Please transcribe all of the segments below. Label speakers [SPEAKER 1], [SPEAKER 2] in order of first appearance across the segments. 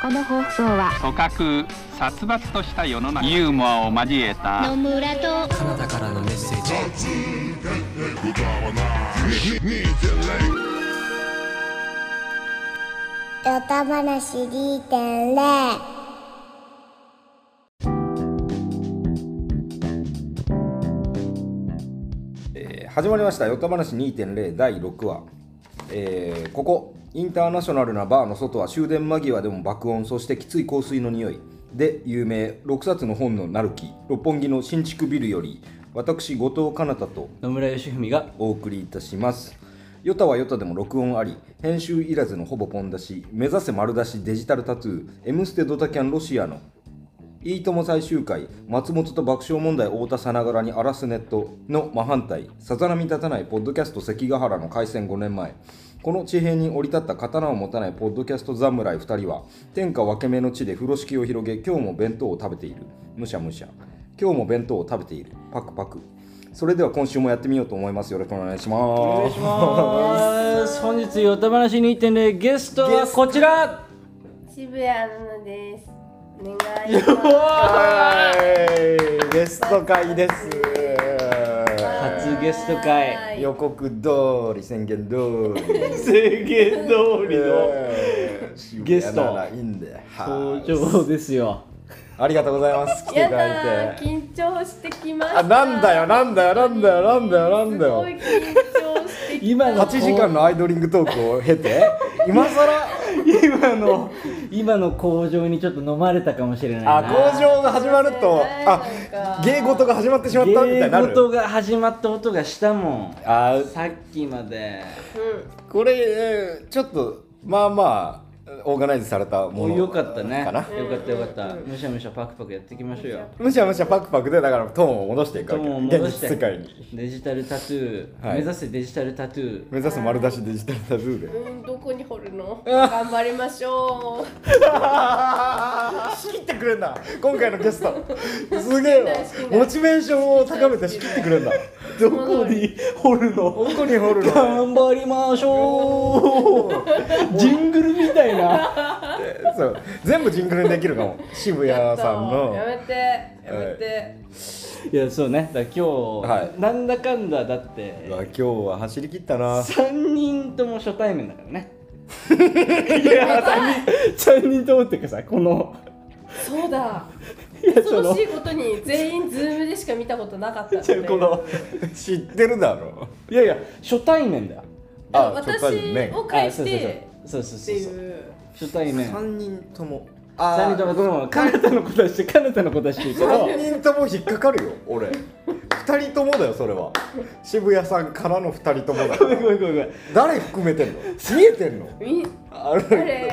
[SPEAKER 1] この放送は
[SPEAKER 2] 組閣殺伐とした世の中ユーモアを交えた
[SPEAKER 3] 野村と
[SPEAKER 4] カナダからのメッセージ
[SPEAKER 5] ヨタ話2.0
[SPEAKER 6] えー始まりました「よた話2.0」第6話、えーここインターナショナルなバーの外は終電間際でも爆音そしてきつい香水の匂いで有名6冊の本のなるき六本木の新築ビルより私後藤かなたと
[SPEAKER 4] 野村義文が
[SPEAKER 6] お送りいたしますヨタはヨタでも録音あり編集いらずのほぼポン出し目指せ丸出しデジタルタトゥー「M ステドタキャンロシア」のいいとも最終回、松本と爆笑問題太田さながらに荒らすネットの真反対、さざ波立たないポッドキャスト関ヶ原の開戦5年前、この地平に降り立った刀を持たないポッドキャスト侍2人は、天下分け目の地で風呂敷を広げ、今日も弁当を食べている。むしゃむしゃ。今日も弁当を食べている。パクパク。それでは今週もやってみようと思います。よろしくお願いします。
[SPEAKER 4] お願いします 本日ヨタ話2.0ゲストはこちら
[SPEAKER 7] 渋谷ルナです。お願いし
[SPEAKER 4] 初
[SPEAKER 8] はい、ゲスト会です。
[SPEAKER 4] ゲスト
[SPEAKER 7] は
[SPEAKER 4] 会
[SPEAKER 7] い
[SPEAKER 6] 予告通り、宣言通り。
[SPEAKER 4] 制限通りの ゲスト
[SPEAKER 6] いやならいいんで。はい
[SPEAKER 4] 登場ですよ
[SPEAKER 6] ありがとうございます。来てい
[SPEAKER 7] や
[SPEAKER 6] ただ
[SPEAKER 7] だ
[SPEAKER 6] い
[SPEAKER 7] ー
[SPEAKER 6] て。
[SPEAKER 7] 緊張してきました。
[SPEAKER 8] あ、なんだよ、なんだよ、なんだよ、なんだよ、なんだ
[SPEAKER 7] すご
[SPEAKER 8] よ
[SPEAKER 7] い。緊張してきた。
[SPEAKER 4] 今の
[SPEAKER 6] 8時間のアイドリングトークを経 て、今更
[SPEAKER 4] 今の今の工場にちょっと飲まれたかもしれないな
[SPEAKER 8] あ、工場が始まると、あ
[SPEAKER 7] なんか、
[SPEAKER 8] 芸事が始まってしまったみたいにな
[SPEAKER 4] 芸
[SPEAKER 8] る。
[SPEAKER 4] 事が始まった音がしたもん
[SPEAKER 8] あー、
[SPEAKER 4] さっきまで
[SPEAKER 8] これ、えーちょっと、まあまあ、オーガナイズされたも
[SPEAKER 4] も
[SPEAKER 8] の。
[SPEAKER 4] うよかったね
[SPEAKER 8] かな。
[SPEAKER 4] よかったよかったむしゃむしゃパクパクやっていきましょうよ
[SPEAKER 8] むしゃむしゃパクパクで、だからトーンを戻していく
[SPEAKER 4] ト
[SPEAKER 8] わ
[SPEAKER 4] ーンを
[SPEAKER 8] け。
[SPEAKER 4] 戻
[SPEAKER 8] 現
[SPEAKER 4] して
[SPEAKER 8] 実世界に。
[SPEAKER 4] デジタルタトゥー、
[SPEAKER 8] はい
[SPEAKER 4] 目指せデジタルタトゥー
[SPEAKER 8] 目指す丸出しデジタルタブーで。
[SPEAKER 7] うんどこに掘 るの？頑張りましょう。
[SPEAKER 8] 仕切ってくれんだ今回のゲストすげえわモチベーションを高めて仕切ってくれんだ
[SPEAKER 4] どこに掘るの
[SPEAKER 8] どこに掘るの
[SPEAKER 4] 頑張りましょうジングルみたいな
[SPEAKER 8] そう全部ジングルにできるかも渋谷さんの
[SPEAKER 7] やめてやめて。
[SPEAKER 4] いやそうねだから今日、
[SPEAKER 8] はい
[SPEAKER 4] なんだかんだだっ
[SPEAKER 8] うわ
[SPEAKER 4] て
[SPEAKER 8] 今日は走り切ったな
[SPEAKER 4] 3人とも初対面だからね いや3人3人ともっていうかさこの
[SPEAKER 7] そ うだ。
[SPEAKER 4] いや
[SPEAKER 7] 恐ろしいことに全員ズームでしか見たことなかった の
[SPEAKER 4] じゃ
[SPEAKER 7] で。
[SPEAKER 4] あこの
[SPEAKER 8] 知ってるだろ
[SPEAKER 4] いやいや初対面だよ
[SPEAKER 7] あ
[SPEAKER 8] あ
[SPEAKER 7] 私
[SPEAKER 8] 初対面
[SPEAKER 7] を
[SPEAKER 4] あ
[SPEAKER 7] 返し
[SPEAKER 4] そう
[SPEAKER 7] て
[SPEAKER 4] そうそう
[SPEAKER 7] っ
[SPEAKER 4] そ
[SPEAKER 7] て
[SPEAKER 4] う
[SPEAKER 7] い
[SPEAKER 4] そう
[SPEAKER 7] う。
[SPEAKER 4] 初対面
[SPEAKER 6] 3人とも。
[SPEAKER 4] 三
[SPEAKER 6] あ
[SPEAKER 4] 人ともどうもカナダの子出してカナダの子出していいけど
[SPEAKER 8] 3人とも引っかかるよ俺2人ともだよそれは渋谷さんからの2人ともだ
[SPEAKER 4] ごめんごめんごめんごめん
[SPEAKER 8] 誰含めてんの見えてんの
[SPEAKER 7] み
[SPEAKER 8] あれ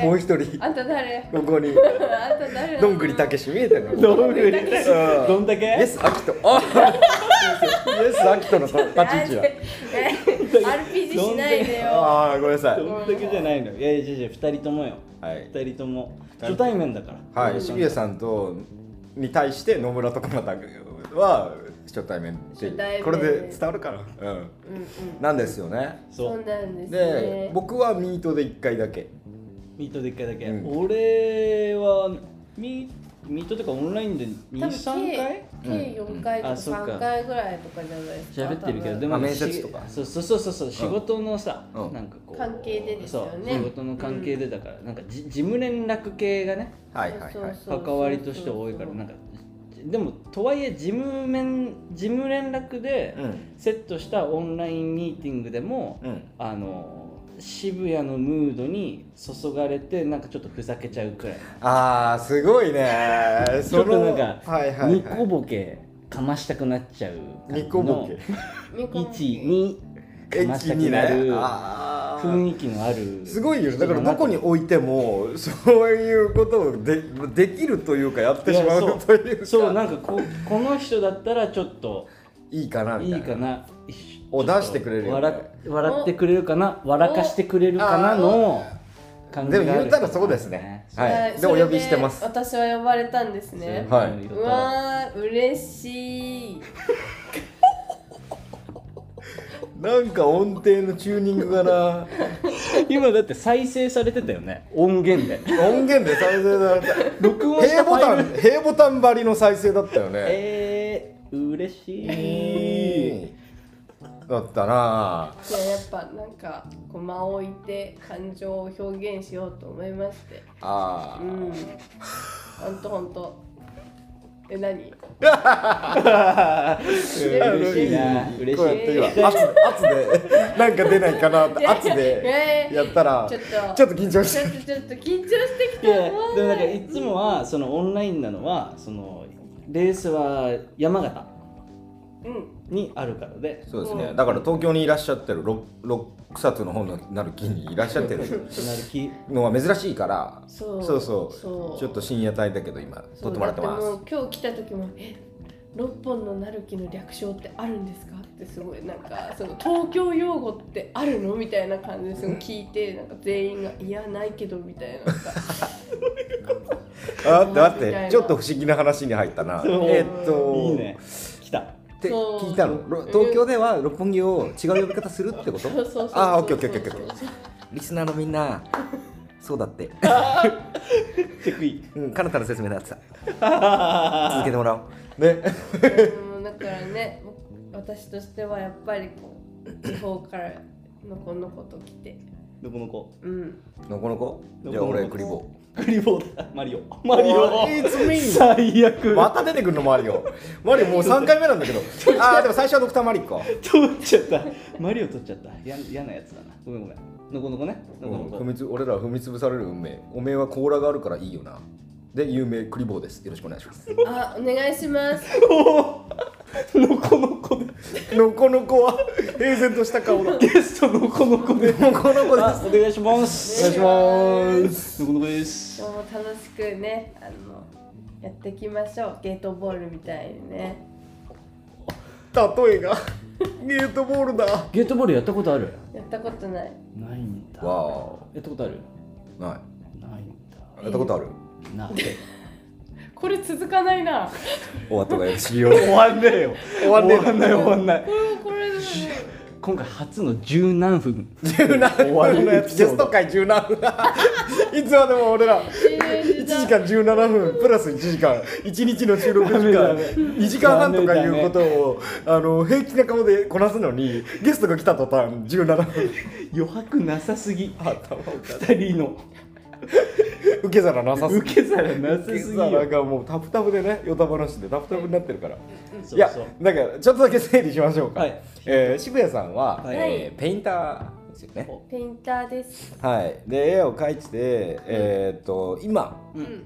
[SPEAKER 7] 誰
[SPEAKER 8] もう一人
[SPEAKER 7] あんた誰？
[SPEAKER 8] ここに
[SPEAKER 7] あんた誰なの？
[SPEAKER 8] どんぐりたけし見えてんの
[SPEAKER 4] どんぐりどんだ
[SPEAKER 8] イエ
[SPEAKER 4] け
[SPEAKER 8] ス・アキト。あイエス・アキトの立ち位置だ。
[SPEAKER 7] え RPG しないでよ。
[SPEAKER 8] ああ、ごめんなさい。
[SPEAKER 4] どんだけじゃないのいやいやいや二人ともよ
[SPEAKER 8] はい
[SPEAKER 4] 二人とも初対面だから
[SPEAKER 8] はい、しげさんとに対して野村とかまたは初対面で
[SPEAKER 7] 初対面
[SPEAKER 8] これで伝わるかな。うん。
[SPEAKER 7] うんうん。
[SPEAKER 6] なんですよね。
[SPEAKER 4] そ
[SPEAKER 7] そう
[SPEAKER 4] う
[SPEAKER 7] なんです
[SPEAKER 8] で
[SPEAKER 7] ね、。
[SPEAKER 8] 僕はミートで一回だけ。
[SPEAKER 4] ミートで一回だけ
[SPEAKER 8] うん
[SPEAKER 4] 俺はミミートとかオンラインで
[SPEAKER 7] 多分計
[SPEAKER 4] 23回
[SPEAKER 7] 計四回と
[SPEAKER 4] うん
[SPEAKER 7] か
[SPEAKER 4] あそっか
[SPEAKER 7] 三回ぐらいとかじゃないです
[SPEAKER 4] 喋っ
[SPEAKER 7] か。
[SPEAKER 4] てるけどで
[SPEAKER 7] も
[SPEAKER 4] も
[SPEAKER 6] まあ面接とか
[SPEAKER 4] しそうそうそうそうそう仕事のさ
[SPEAKER 6] うん
[SPEAKER 4] なんかこう
[SPEAKER 7] 関係でですよね
[SPEAKER 4] そう仕事の関係でだからなんかじ事務連絡系がね
[SPEAKER 6] はいはいはい。
[SPEAKER 4] 関わりとして多いからなんかでもとはいえ事務面事務連絡で
[SPEAKER 8] うん。
[SPEAKER 4] セットしたオンラインミーティングでも、
[SPEAKER 8] うん。
[SPEAKER 4] あの渋谷のムードに注がれてなんかちょっとふざけちゃうくらい
[SPEAKER 8] ああ、すごいね。
[SPEAKER 4] ちょ
[SPEAKER 8] そ
[SPEAKER 4] っと
[SPEAKER 8] の
[SPEAKER 4] なんか、
[SPEAKER 8] はいはい、はい。
[SPEAKER 4] ニコボケかましたくなっちゃう感じの
[SPEAKER 8] ニコボケ。
[SPEAKER 7] 二回
[SPEAKER 4] 12かました
[SPEAKER 8] 駅
[SPEAKER 4] く
[SPEAKER 8] に
[SPEAKER 4] な
[SPEAKER 8] ね
[SPEAKER 4] る。
[SPEAKER 8] あー
[SPEAKER 4] 雰囲気のある
[SPEAKER 8] すごいよねだからどこに置いてもそういうことをでできるというかやってしま
[SPEAKER 4] いや
[SPEAKER 8] うというか
[SPEAKER 4] そうなんかここの人だったらちょっと
[SPEAKER 8] いいかなみ
[SPEAKER 4] い
[SPEAKER 8] たいない
[SPEAKER 4] かな
[SPEAKER 8] を出してくれるよね
[SPEAKER 4] 笑っ笑ってくれるかな笑かしてくれるかなの感じ
[SPEAKER 8] で
[SPEAKER 4] があ
[SPEAKER 8] も
[SPEAKER 4] る
[SPEAKER 8] 言ったらそうですねは
[SPEAKER 7] はいい
[SPEAKER 8] で
[SPEAKER 7] そ
[SPEAKER 8] お
[SPEAKER 7] れ
[SPEAKER 8] 呼びしてます
[SPEAKER 7] 私は呼ばれたんですね。
[SPEAKER 8] はいう
[SPEAKER 7] わー嬉しい。
[SPEAKER 8] なんか音程のチューニングが な
[SPEAKER 4] 今だって再生されてたよね音源 で
[SPEAKER 8] 音源で再生された
[SPEAKER 4] 録音し
[SPEAKER 8] 平
[SPEAKER 4] たフ
[SPEAKER 8] ボ
[SPEAKER 4] ァイ
[SPEAKER 8] タ
[SPEAKER 4] ル
[SPEAKER 8] ン平ボタン張りの再生だったよね
[SPEAKER 4] えー、嬉しい
[SPEAKER 8] だったない
[SPEAKER 7] ややっぱなんかこう間を置いて感情を表現しようと思いまして
[SPEAKER 8] あ
[SPEAKER 7] うんほんとほんとえ何
[SPEAKER 4] 嬉しいな嬉
[SPEAKER 8] こうやっ
[SPEAKER 4] してい
[SPEAKER 8] 今圧圧でなんか出ないかなって圧で
[SPEAKER 7] えー
[SPEAKER 8] やったら
[SPEAKER 7] ちょっと
[SPEAKER 8] ちょっと緊張し
[SPEAKER 7] ちょ
[SPEAKER 8] て
[SPEAKER 7] っとちょっと緊張してき
[SPEAKER 4] い
[SPEAKER 7] た
[SPEAKER 4] や
[SPEAKER 7] もう
[SPEAKER 4] でもなんかいつもはそのオンラインなのはそのレースは山形
[SPEAKER 7] うん
[SPEAKER 4] にあるからで
[SPEAKER 8] そうですねだから東京にいらっしゃってる六六冊の本のなる木にいらっしゃって る
[SPEAKER 4] なるき
[SPEAKER 8] のは珍しいから
[SPEAKER 7] そう
[SPEAKER 8] そうそう
[SPEAKER 7] そう
[SPEAKER 8] ちょっと深夜帯だけど今撮ってもらってま
[SPEAKER 7] そうだ
[SPEAKER 8] す
[SPEAKER 7] ってもう今日来た時もえ六本のなるきの略称ってあるんですかってすごいなんかその東京用語ってあるのみたいな感じですごい聞いてなんか全員がいやないけどみたいなな
[SPEAKER 8] あ待って待
[SPEAKER 7] んか
[SPEAKER 8] っ
[SPEAKER 7] み
[SPEAKER 8] た
[SPEAKER 7] い
[SPEAKER 8] て
[SPEAKER 7] な
[SPEAKER 8] ちょっと不思議な話に入ったな
[SPEAKER 4] そう
[SPEAKER 8] えーっと
[SPEAKER 4] いいね来た
[SPEAKER 8] って
[SPEAKER 7] そう
[SPEAKER 8] 聞いたのろ東京では六本木を違う呼び方するってこと
[SPEAKER 7] そうそうそうそう
[SPEAKER 8] ああオッケーオッケーオッケーオッケーリスナーのみんなそうだって
[SPEAKER 4] チェックイン
[SPEAKER 8] うんかなたの説明だってさ続けてもらおう ね
[SPEAKER 7] うんだからね私としてはやっぱりこう地方からのこのこと来て
[SPEAKER 4] どこの子
[SPEAKER 7] うん
[SPEAKER 8] のこのこ
[SPEAKER 4] のこのこ
[SPEAKER 8] じゃあ俺クリボ
[SPEAKER 4] クリボーだマリオマリオ
[SPEAKER 8] It's me
[SPEAKER 4] 最悪
[SPEAKER 8] また出てくるのマリオマリオもう3回目なんだけ どああでも最初はドクターマリックか
[SPEAKER 4] 取っちゃったマリオ取っちゃったや嫌なやつだなごめんごめんのこのこねのこのこ
[SPEAKER 8] 踏みつ俺らは踏み潰される運命おめえは甲羅があるからいいよなで有名クリボーですよろしくお願いします
[SPEAKER 7] あお願いします
[SPEAKER 4] のこのこ で
[SPEAKER 8] のこのこは平然とした顔だ
[SPEAKER 4] ゲストのこのこで
[SPEAKER 8] のこのこです
[SPEAKER 4] あお願いします
[SPEAKER 7] お願いします
[SPEAKER 4] のこのこです
[SPEAKER 7] 今日も楽しくねあのやっていきましょうゲートボールみたいにね
[SPEAKER 8] 例えがゲートボールだわ
[SPEAKER 4] ゲートボールやったことある
[SPEAKER 7] やったことない
[SPEAKER 4] ないんだや
[SPEAKER 8] あ
[SPEAKER 4] ったことある
[SPEAKER 8] な
[SPEAKER 4] ないんだ
[SPEAKER 8] いやったことある
[SPEAKER 4] ない
[SPEAKER 7] これ続かないな
[SPEAKER 8] 終わったからよろしいよ
[SPEAKER 4] 終わんねえよ終わんねえ終わんない終わんない
[SPEAKER 7] これでも
[SPEAKER 4] 今回初の十何分
[SPEAKER 8] 十何分のやつ
[SPEAKER 4] 終
[SPEAKER 8] ゲ
[SPEAKER 4] わり
[SPEAKER 8] スト会十何分 いつまでも俺ら1時間17分プラス1時間1日の収録時
[SPEAKER 4] ダ
[SPEAKER 8] 間
[SPEAKER 4] メダメ
[SPEAKER 8] 2時間半とかい
[SPEAKER 4] ダメダメ
[SPEAKER 8] うことをあの平気な顔でこなすのにゲストが来た途端17分
[SPEAKER 4] 余白なさすぎ二人の
[SPEAKER 8] 受け皿なさすぎ
[SPEAKER 4] 受け皿なさ
[SPEAKER 8] 受け
[SPEAKER 4] すぎよ
[SPEAKER 8] 皿がもうタプタプでねヨタ話でタプタプになってるから
[SPEAKER 4] そ
[SPEAKER 8] いうや
[SPEAKER 4] そう
[SPEAKER 8] だからちょっとだけ整理しましょうか、
[SPEAKER 4] はい
[SPEAKER 8] えー渋谷さんは、
[SPEAKER 4] はい
[SPEAKER 8] えーペインターですよね
[SPEAKER 7] ペインターです
[SPEAKER 8] はいで絵を描いてて、えーっと今
[SPEAKER 7] うん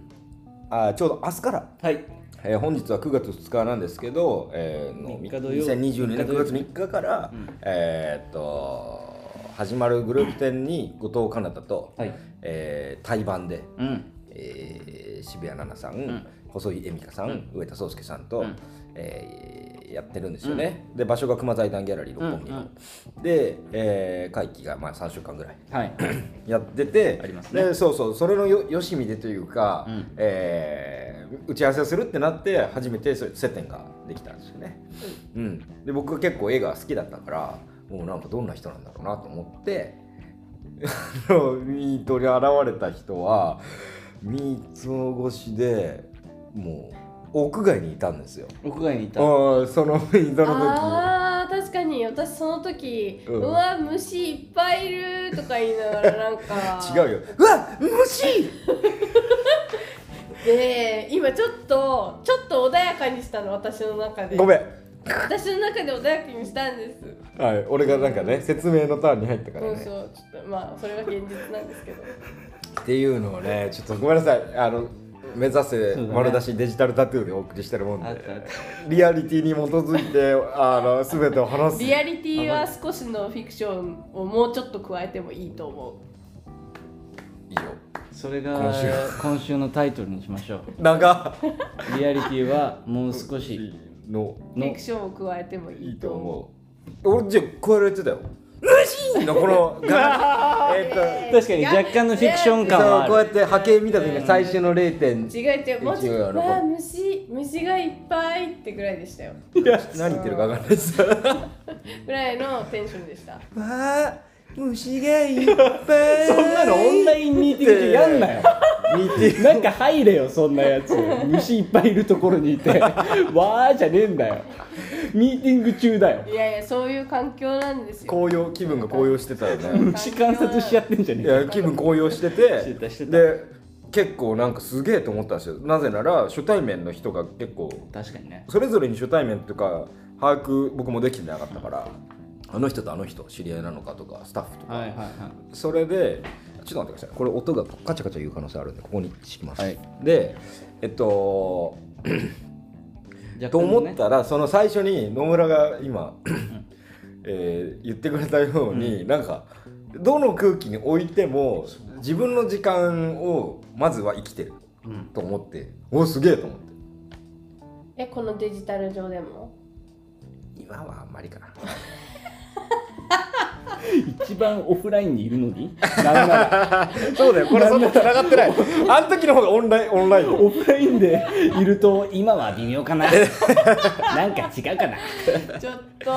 [SPEAKER 8] あーちょうど明日から
[SPEAKER 4] はい
[SPEAKER 8] えー本日は9月2日なんですけど、えーの
[SPEAKER 4] 三日土曜
[SPEAKER 8] 2022年9月3日から、
[SPEAKER 4] うん
[SPEAKER 8] えーっと始まるグループ展に後藤かなたと、
[SPEAKER 4] はい
[SPEAKER 8] えー対バンで、
[SPEAKER 4] うん
[SPEAKER 8] えー渋谷奈々さん、
[SPEAKER 4] ん
[SPEAKER 8] 細井恵美香さん、
[SPEAKER 4] うん
[SPEAKER 8] 上田壮介さんと、
[SPEAKER 4] うん
[SPEAKER 8] えーやってるんですよね、で場所が熊財団ギャラリー六本木の、で、えー会期がまあ3週間ぐらい
[SPEAKER 4] はい
[SPEAKER 8] やってて
[SPEAKER 4] ありますね
[SPEAKER 8] でそうそうそれのよよしみでというか、
[SPEAKER 4] うん
[SPEAKER 8] えー打ち合わせをするってなって初めてそう接点ができたんですよね、うん、で僕は結構映画好きだったからもうなんかどんな人なんだろうなと思ってあのミートに現れた人はミート越しでもう屋外にいたんですよ
[SPEAKER 4] 屋外にいた
[SPEAKER 8] ああそのミートの時
[SPEAKER 7] あー確かに私その時、
[SPEAKER 8] う
[SPEAKER 7] うんわ虫いっぱいいるとか言いながらなんか
[SPEAKER 8] 違うようわ虫
[SPEAKER 7] で今ちょっとちょっと穏やかにしたの私の中で
[SPEAKER 8] ごめん
[SPEAKER 7] 私の中で穏やかにしたんです、
[SPEAKER 8] はい俺がなんかね説明のターンに入ったから
[SPEAKER 7] そう
[SPEAKER 8] ね
[SPEAKER 7] そうちょっとまあそれが現実なんですけど
[SPEAKER 8] っていうのをねちょっとごめんなさいあの目指せ
[SPEAKER 4] そうだね
[SPEAKER 8] 丸出しデジタルタトゥーでお送りしてるもん
[SPEAKER 4] あっ
[SPEAKER 8] で
[SPEAKER 4] たあった
[SPEAKER 8] リアリティに基づいてあの全てを話す
[SPEAKER 7] リアリティは少しのフィクションをもうちょっと加えてもいいと思
[SPEAKER 8] 以上
[SPEAKER 4] それが
[SPEAKER 8] 今
[SPEAKER 4] 今
[SPEAKER 8] 週
[SPEAKER 4] 週のタイトルにしましょ
[SPEAKER 8] 長
[SPEAKER 4] うリアリティはもう少し
[SPEAKER 8] の
[SPEAKER 7] うフ
[SPEAKER 4] の
[SPEAKER 7] ィクションを加えてもい
[SPEAKER 8] いい
[SPEAKER 7] い
[SPEAKER 8] と
[SPEAKER 7] と思う
[SPEAKER 8] 思う俺じゃあ加えられてたよ「虫!」シーンのこのがえっと
[SPEAKER 4] 確かに若干のフィクション感
[SPEAKER 8] そ
[SPEAKER 4] は
[SPEAKER 8] うこう
[SPEAKER 4] あ
[SPEAKER 8] や
[SPEAKER 4] る
[SPEAKER 8] って波形見た時に最初の0点
[SPEAKER 7] 違う違う、もうち
[SPEAKER 8] 違う
[SPEAKER 7] ょ
[SPEAKER 8] よ
[SPEAKER 7] っ
[SPEAKER 8] な
[SPEAKER 7] と、わあ、虫、虫がいっぱいってぐらいでしたよ。
[SPEAKER 8] 何言ってるか分かんないですわ
[SPEAKER 7] ぐらいのテンションでした。
[SPEAKER 8] あ虫がいっぱい
[SPEAKER 4] そんなのオンラインミーティングでやんなよ
[SPEAKER 8] 見て
[SPEAKER 4] なんか入れよそんなやつ虫いっぱいいるところにい てわーじゃねえんだよミーティング中だよ
[SPEAKER 7] いやいや、そういう環境なんですよ。
[SPEAKER 8] 高揚気分が高揚してたよね
[SPEAKER 4] 虫観察しちゃってんじゃね
[SPEAKER 8] い
[SPEAKER 4] えか
[SPEAKER 8] や気分高揚して
[SPEAKER 4] してたし
[SPEAKER 8] て
[SPEAKER 4] てた
[SPEAKER 8] で結構なんかすげえと思ったんですよなぜなら初対面の人が結構
[SPEAKER 4] 確かにね
[SPEAKER 8] それぞれに初対面とか把握僕もできてなかったからあの人とあの人知り合いなのかとかスタッフとか、
[SPEAKER 4] はいはいは
[SPEAKER 8] それでちょっと待ってくださいこれ音がカチャカチャ言う可能性あるんでここに敷きます、
[SPEAKER 4] はい
[SPEAKER 8] でえっと
[SPEAKER 4] い
[SPEAKER 8] と思ったらその最初に野村が今、えー言ってくれたように、なんかどの空気に置いても自分の時間をまずは生きてる
[SPEAKER 4] うん
[SPEAKER 8] と思って、おすげえと思って
[SPEAKER 7] え、このデジタル上でも。
[SPEAKER 8] 今はあんまりかな
[SPEAKER 4] 一番オフラインにいるのになんなら
[SPEAKER 9] そうだよこれそんな繋がって ないあん時の方がオンラインオンライン
[SPEAKER 4] オフラインでいると今は微妙 かななんか違うかな
[SPEAKER 7] ちょっと。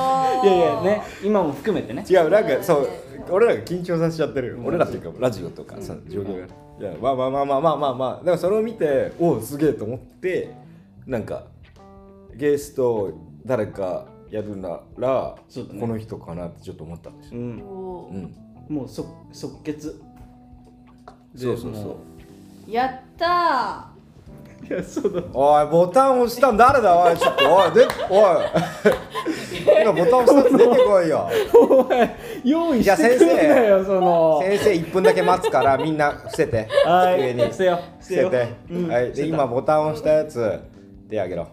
[SPEAKER 4] いやいやね今も含めてね
[SPEAKER 8] 違うなんかそう俺らが緊張させちゃってるよ、俺らっていうかラジオとかさ状況が、いやまあまあまあまあまあまあまあだからそれを見ておおすげえと思ってなんかゲスト誰かやるなら、
[SPEAKER 4] そうだね
[SPEAKER 8] この人かなってちょっと思ったんです
[SPEAKER 4] う
[SPEAKER 8] よ、
[SPEAKER 4] ん
[SPEAKER 7] お
[SPEAKER 8] う
[SPEAKER 7] ー
[SPEAKER 8] ん、
[SPEAKER 4] もう即即決
[SPEAKER 8] そうそうそう
[SPEAKER 7] やった
[SPEAKER 4] いやそうだ
[SPEAKER 8] おいボタン押したん誰だおいちょっとおい でおい今ボタン押したやつ出てこい よ
[SPEAKER 4] お前用意してくんなよその
[SPEAKER 8] 先生1分だけ待つからみんな伏せて
[SPEAKER 4] は
[SPEAKER 8] 机
[SPEAKER 4] い
[SPEAKER 8] に
[SPEAKER 4] 伏せよ
[SPEAKER 8] 伏
[SPEAKER 4] 伏せ
[SPEAKER 8] せ
[SPEAKER 4] よ
[SPEAKER 8] て、
[SPEAKER 4] うん
[SPEAKER 8] はい、
[SPEAKER 4] 伏せ
[SPEAKER 8] で
[SPEAKER 4] た
[SPEAKER 8] 今ボタンを押したやつ手あげろ、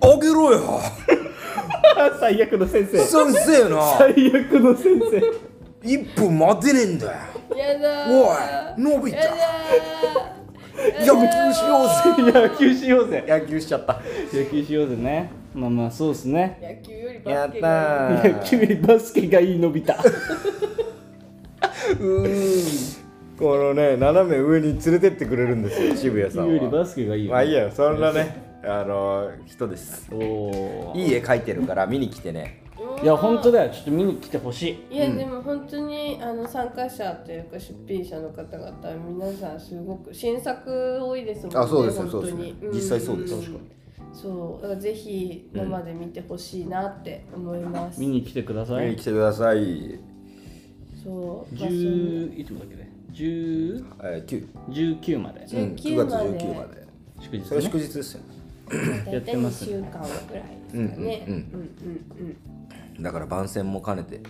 [SPEAKER 8] あげろよ
[SPEAKER 4] 最悪の先生
[SPEAKER 8] 先生な
[SPEAKER 4] 最悪の先生
[SPEAKER 8] 1分待てねえんだよ
[SPEAKER 7] ーやだー
[SPEAKER 8] おい伸びた
[SPEAKER 7] やだ
[SPEAKER 8] 野球しようぜ
[SPEAKER 4] 野球しようぜ
[SPEAKER 8] 野球しちゃ った
[SPEAKER 4] 野球しようぜねまあまあそうっすね
[SPEAKER 7] ー野球より
[SPEAKER 8] や
[SPEAKER 7] バ
[SPEAKER 8] ったー
[SPEAKER 7] スケがいい
[SPEAKER 4] 野球よりバスケがいいのびた
[SPEAKER 8] このね斜め上に連れてってくれるんですよ渋谷さ
[SPEAKER 4] 野
[SPEAKER 8] ん
[SPEAKER 4] 球より
[SPEAKER 8] は
[SPEAKER 4] バスケがいいよ
[SPEAKER 8] まあいいやそんなねあの人です
[SPEAKER 4] おお
[SPEAKER 8] いい絵描いてるから見に来てね
[SPEAKER 7] うわー
[SPEAKER 4] いや本当だよちょっと見に来てほしい
[SPEAKER 7] いやでも本当にあの参加者というか出品者の方々皆さんすごく新作多いですもんね。
[SPEAKER 8] あそうですよ
[SPEAKER 7] 本
[SPEAKER 8] そう
[SPEAKER 7] 当
[SPEAKER 8] です
[SPEAKER 7] に
[SPEAKER 8] ね実際そうです確かに。
[SPEAKER 7] そうだからぜひ生で見てほしいなって思います。
[SPEAKER 4] 見に来てくださ
[SPEAKER 8] 見に
[SPEAKER 4] い
[SPEAKER 8] 来てください
[SPEAKER 7] そう。
[SPEAKER 4] 10いつもだっけね10
[SPEAKER 8] えー9
[SPEAKER 4] 19まで
[SPEAKER 7] 19
[SPEAKER 8] うん9月19日ま
[SPEAKER 7] ま
[SPEAKER 8] で
[SPEAKER 4] 祝日
[SPEAKER 8] それ
[SPEAKER 4] ね
[SPEAKER 8] 祝日ですよね
[SPEAKER 7] やってます。大体2週間ぐらいですかね。
[SPEAKER 8] う
[SPEAKER 7] うんん
[SPEAKER 8] う
[SPEAKER 7] うんんうん。
[SPEAKER 8] だから番宣も兼ねて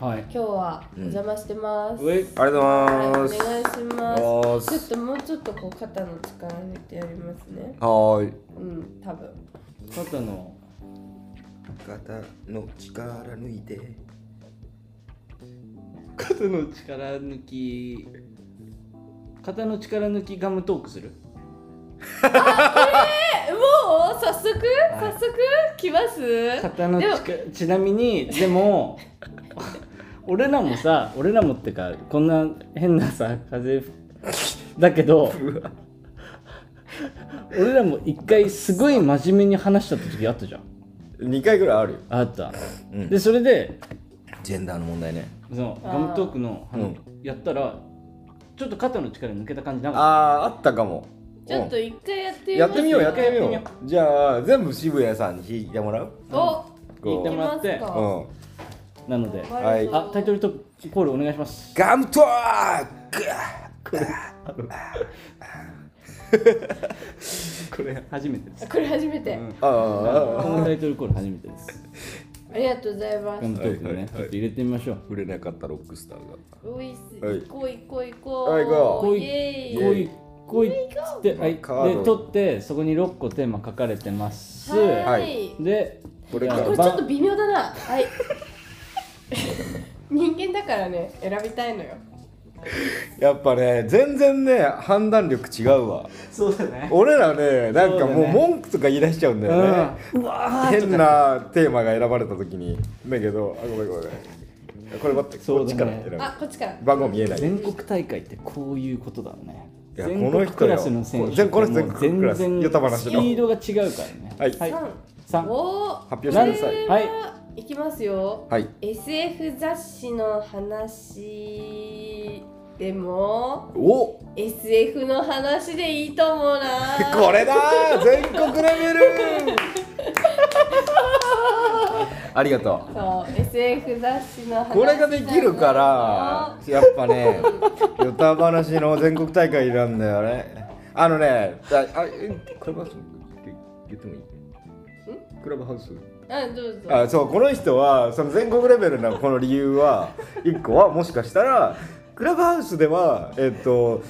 [SPEAKER 4] はい
[SPEAKER 7] 今日はお邪魔してます。
[SPEAKER 4] うえ
[SPEAKER 8] ありがとうご
[SPEAKER 7] はいお願
[SPEAKER 8] ざいま
[SPEAKER 7] い
[SPEAKER 8] す
[SPEAKER 7] し
[SPEAKER 8] お願い
[SPEAKER 7] ま
[SPEAKER 8] し
[SPEAKER 7] す。
[SPEAKER 8] ま
[SPEAKER 7] ちょ
[SPEAKER 8] す
[SPEAKER 7] っともうちょっとこう肩の力抜いてやりますね。
[SPEAKER 8] はーい
[SPEAKER 7] うん、多分。
[SPEAKER 4] 肩の
[SPEAKER 8] 肩の力抜いて
[SPEAKER 4] 肩の力抜き肩の力抜きガムトークする
[SPEAKER 7] もう早速早速来ます
[SPEAKER 4] 肩の力ちなみにでも 俺らもさ俺らもってかこんな変なさ風邪だけど 俺らも一回すごい真面目に話した時あったじゃん
[SPEAKER 8] 2回ぐらいあるよ
[SPEAKER 4] あった、
[SPEAKER 8] うん
[SPEAKER 4] でそれで
[SPEAKER 8] ジェンダーの問題ね
[SPEAKER 4] その
[SPEAKER 7] あー
[SPEAKER 4] ガムトークのあの
[SPEAKER 8] うん
[SPEAKER 4] やったらちょっと肩の力抜けた感じなかっ
[SPEAKER 8] あーあったかも
[SPEAKER 7] ちょっと一回やってみ
[SPEAKER 8] うん
[SPEAKER 7] ま
[SPEAKER 8] や
[SPEAKER 7] す
[SPEAKER 8] ってみようやってみよ
[SPEAKER 4] やって
[SPEAKER 8] うじゃあ全部渋谷さんに弾いてもらう
[SPEAKER 7] お
[SPEAKER 4] 弾いて
[SPEAKER 7] 行き
[SPEAKER 4] もら
[SPEAKER 7] ま
[SPEAKER 4] っ
[SPEAKER 7] す
[SPEAKER 4] て
[SPEAKER 8] う
[SPEAKER 7] か
[SPEAKER 8] ん
[SPEAKER 4] たなので
[SPEAKER 8] はい
[SPEAKER 4] あタイトルとコールお願いします
[SPEAKER 8] ガムトーク
[SPEAKER 4] これ初めてです
[SPEAKER 7] これ初めて、
[SPEAKER 8] あ
[SPEAKER 4] こ
[SPEAKER 8] あ
[SPEAKER 4] のタイトルコール初めてです
[SPEAKER 7] ありがとうございま
[SPEAKER 4] ガム
[SPEAKER 7] す
[SPEAKER 4] トーク
[SPEAKER 8] はい
[SPEAKER 4] ね
[SPEAKER 8] はい
[SPEAKER 4] ちょっと入れてみましょう
[SPEAKER 8] 売れなかったロックスターが
[SPEAKER 7] おいっす
[SPEAKER 8] はい
[SPEAKER 7] 行こう行こう行こう
[SPEAKER 8] はい行
[SPEAKER 4] こう
[SPEAKER 7] イエ
[SPEAKER 4] こう
[SPEAKER 7] ーイ
[SPEAKER 4] いこういっつってはい
[SPEAKER 8] カード
[SPEAKER 4] で取ってそこに6個テーマ書かれてます
[SPEAKER 7] は、
[SPEAKER 8] はい
[SPEAKER 4] で
[SPEAKER 8] これ
[SPEAKER 4] じゃあ
[SPEAKER 7] これちょっと微妙 だなはい人間だからね選びたいのよ
[SPEAKER 8] やっぱね全然ね判断力違うわ
[SPEAKER 4] そうだね
[SPEAKER 8] 俺らねなんかもう
[SPEAKER 4] そうだね
[SPEAKER 8] 文句とか言い出しちゃうんだよね、
[SPEAKER 4] うんうわーとか
[SPEAKER 8] 変なテーマが選ばれた時にだけどあごめんごめんごめんこれ待って、
[SPEAKER 4] そ
[SPEAKER 8] こ
[SPEAKER 4] う
[SPEAKER 8] っ
[SPEAKER 4] だ
[SPEAKER 8] ち
[SPEAKER 4] ね
[SPEAKER 8] から選ぶ
[SPEAKER 7] あこっちから
[SPEAKER 8] 番号見えない
[SPEAKER 4] 全国大会ってこういうことだろうね
[SPEAKER 8] いや
[SPEAKER 4] 全
[SPEAKER 8] この
[SPEAKER 4] 国
[SPEAKER 8] 人よ
[SPEAKER 4] クラスの選手って
[SPEAKER 8] 全この人
[SPEAKER 4] もう
[SPEAKER 8] 全国ク
[SPEAKER 4] 全
[SPEAKER 8] ラス
[SPEAKER 4] 然
[SPEAKER 8] ヨタ話の
[SPEAKER 4] スピードが違うからね
[SPEAKER 8] はい
[SPEAKER 7] 三、
[SPEAKER 4] 三
[SPEAKER 7] お発
[SPEAKER 8] 表してください
[SPEAKER 4] はい
[SPEAKER 7] いきますよ、
[SPEAKER 8] はい
[SPEAKER 7] SF 雑誌の話でも
[SPEAKER 8] お
[SPEAKER 7] SF の話でいいと思うな
[SPEAKER 8] これだー全国レベルありがとう
[SPEAKER 7] そう SF 雑誌の話
[SPEAKER 8] これができるからやっぱねヨタ話の全国大会なんだよねあのねああえクラブハウスって言ってもいいクラブハウス
[SPEAKER 7] あどうぞ
[SPEAKER 8] あそうこの人はその全国レベルのこの理由は 一個はもしかしたらクラブハウスではえっと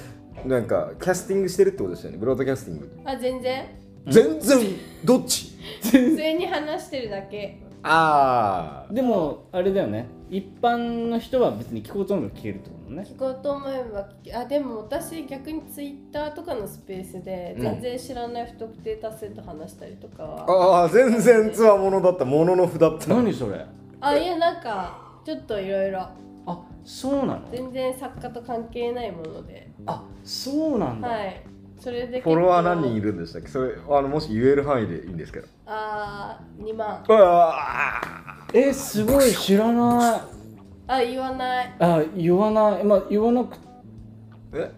[SPEAKER 8] なんかキャスティングしてるってことですよねブロードキャスティング
[SPEAKER 7] あ全然
[SPEAKER 8] 全然どっち
[SPEAKER 7] 普通に話してるだけ
[SPEAKER 8] ああ
[SPEAKER 4] でもあれだよね一般の人は別に聞こうと思えば聞けるってことね
[SPEAKER 7] 聞こうと思えば聞けあでも私逆にツイッターとかのスペースで
[SPEAKER 8] うん
[SPEAKER 7] 全然知らない不特定多数と話したりとかは、
[SPEAKER 8] ああ全然つわものだったものの札だった
[SPEAKER 4] 何それ
[SPEAKER 7] あいやなんかちょっといろいろ
[SPEAKER 4] あそうなの
[SPEAKER 7] 全然作家と関係ないもので
[SPEAKER 4] あそうなんだ、
[SPEAKER 7] はいそれで結構
[SPEAKER 8] フォロワー何人いるんでしたっけそれあのもし言える範囲でいいんですけど
[SPEAKER 7] あー2万
[SPEAKER 8] あ
[SPEAKER 4] えすごい知らない
[SPEAKER 7] あ言わない
[SPEAKER 4] あ言わないまあ言わなく
[SPEAKER 8] え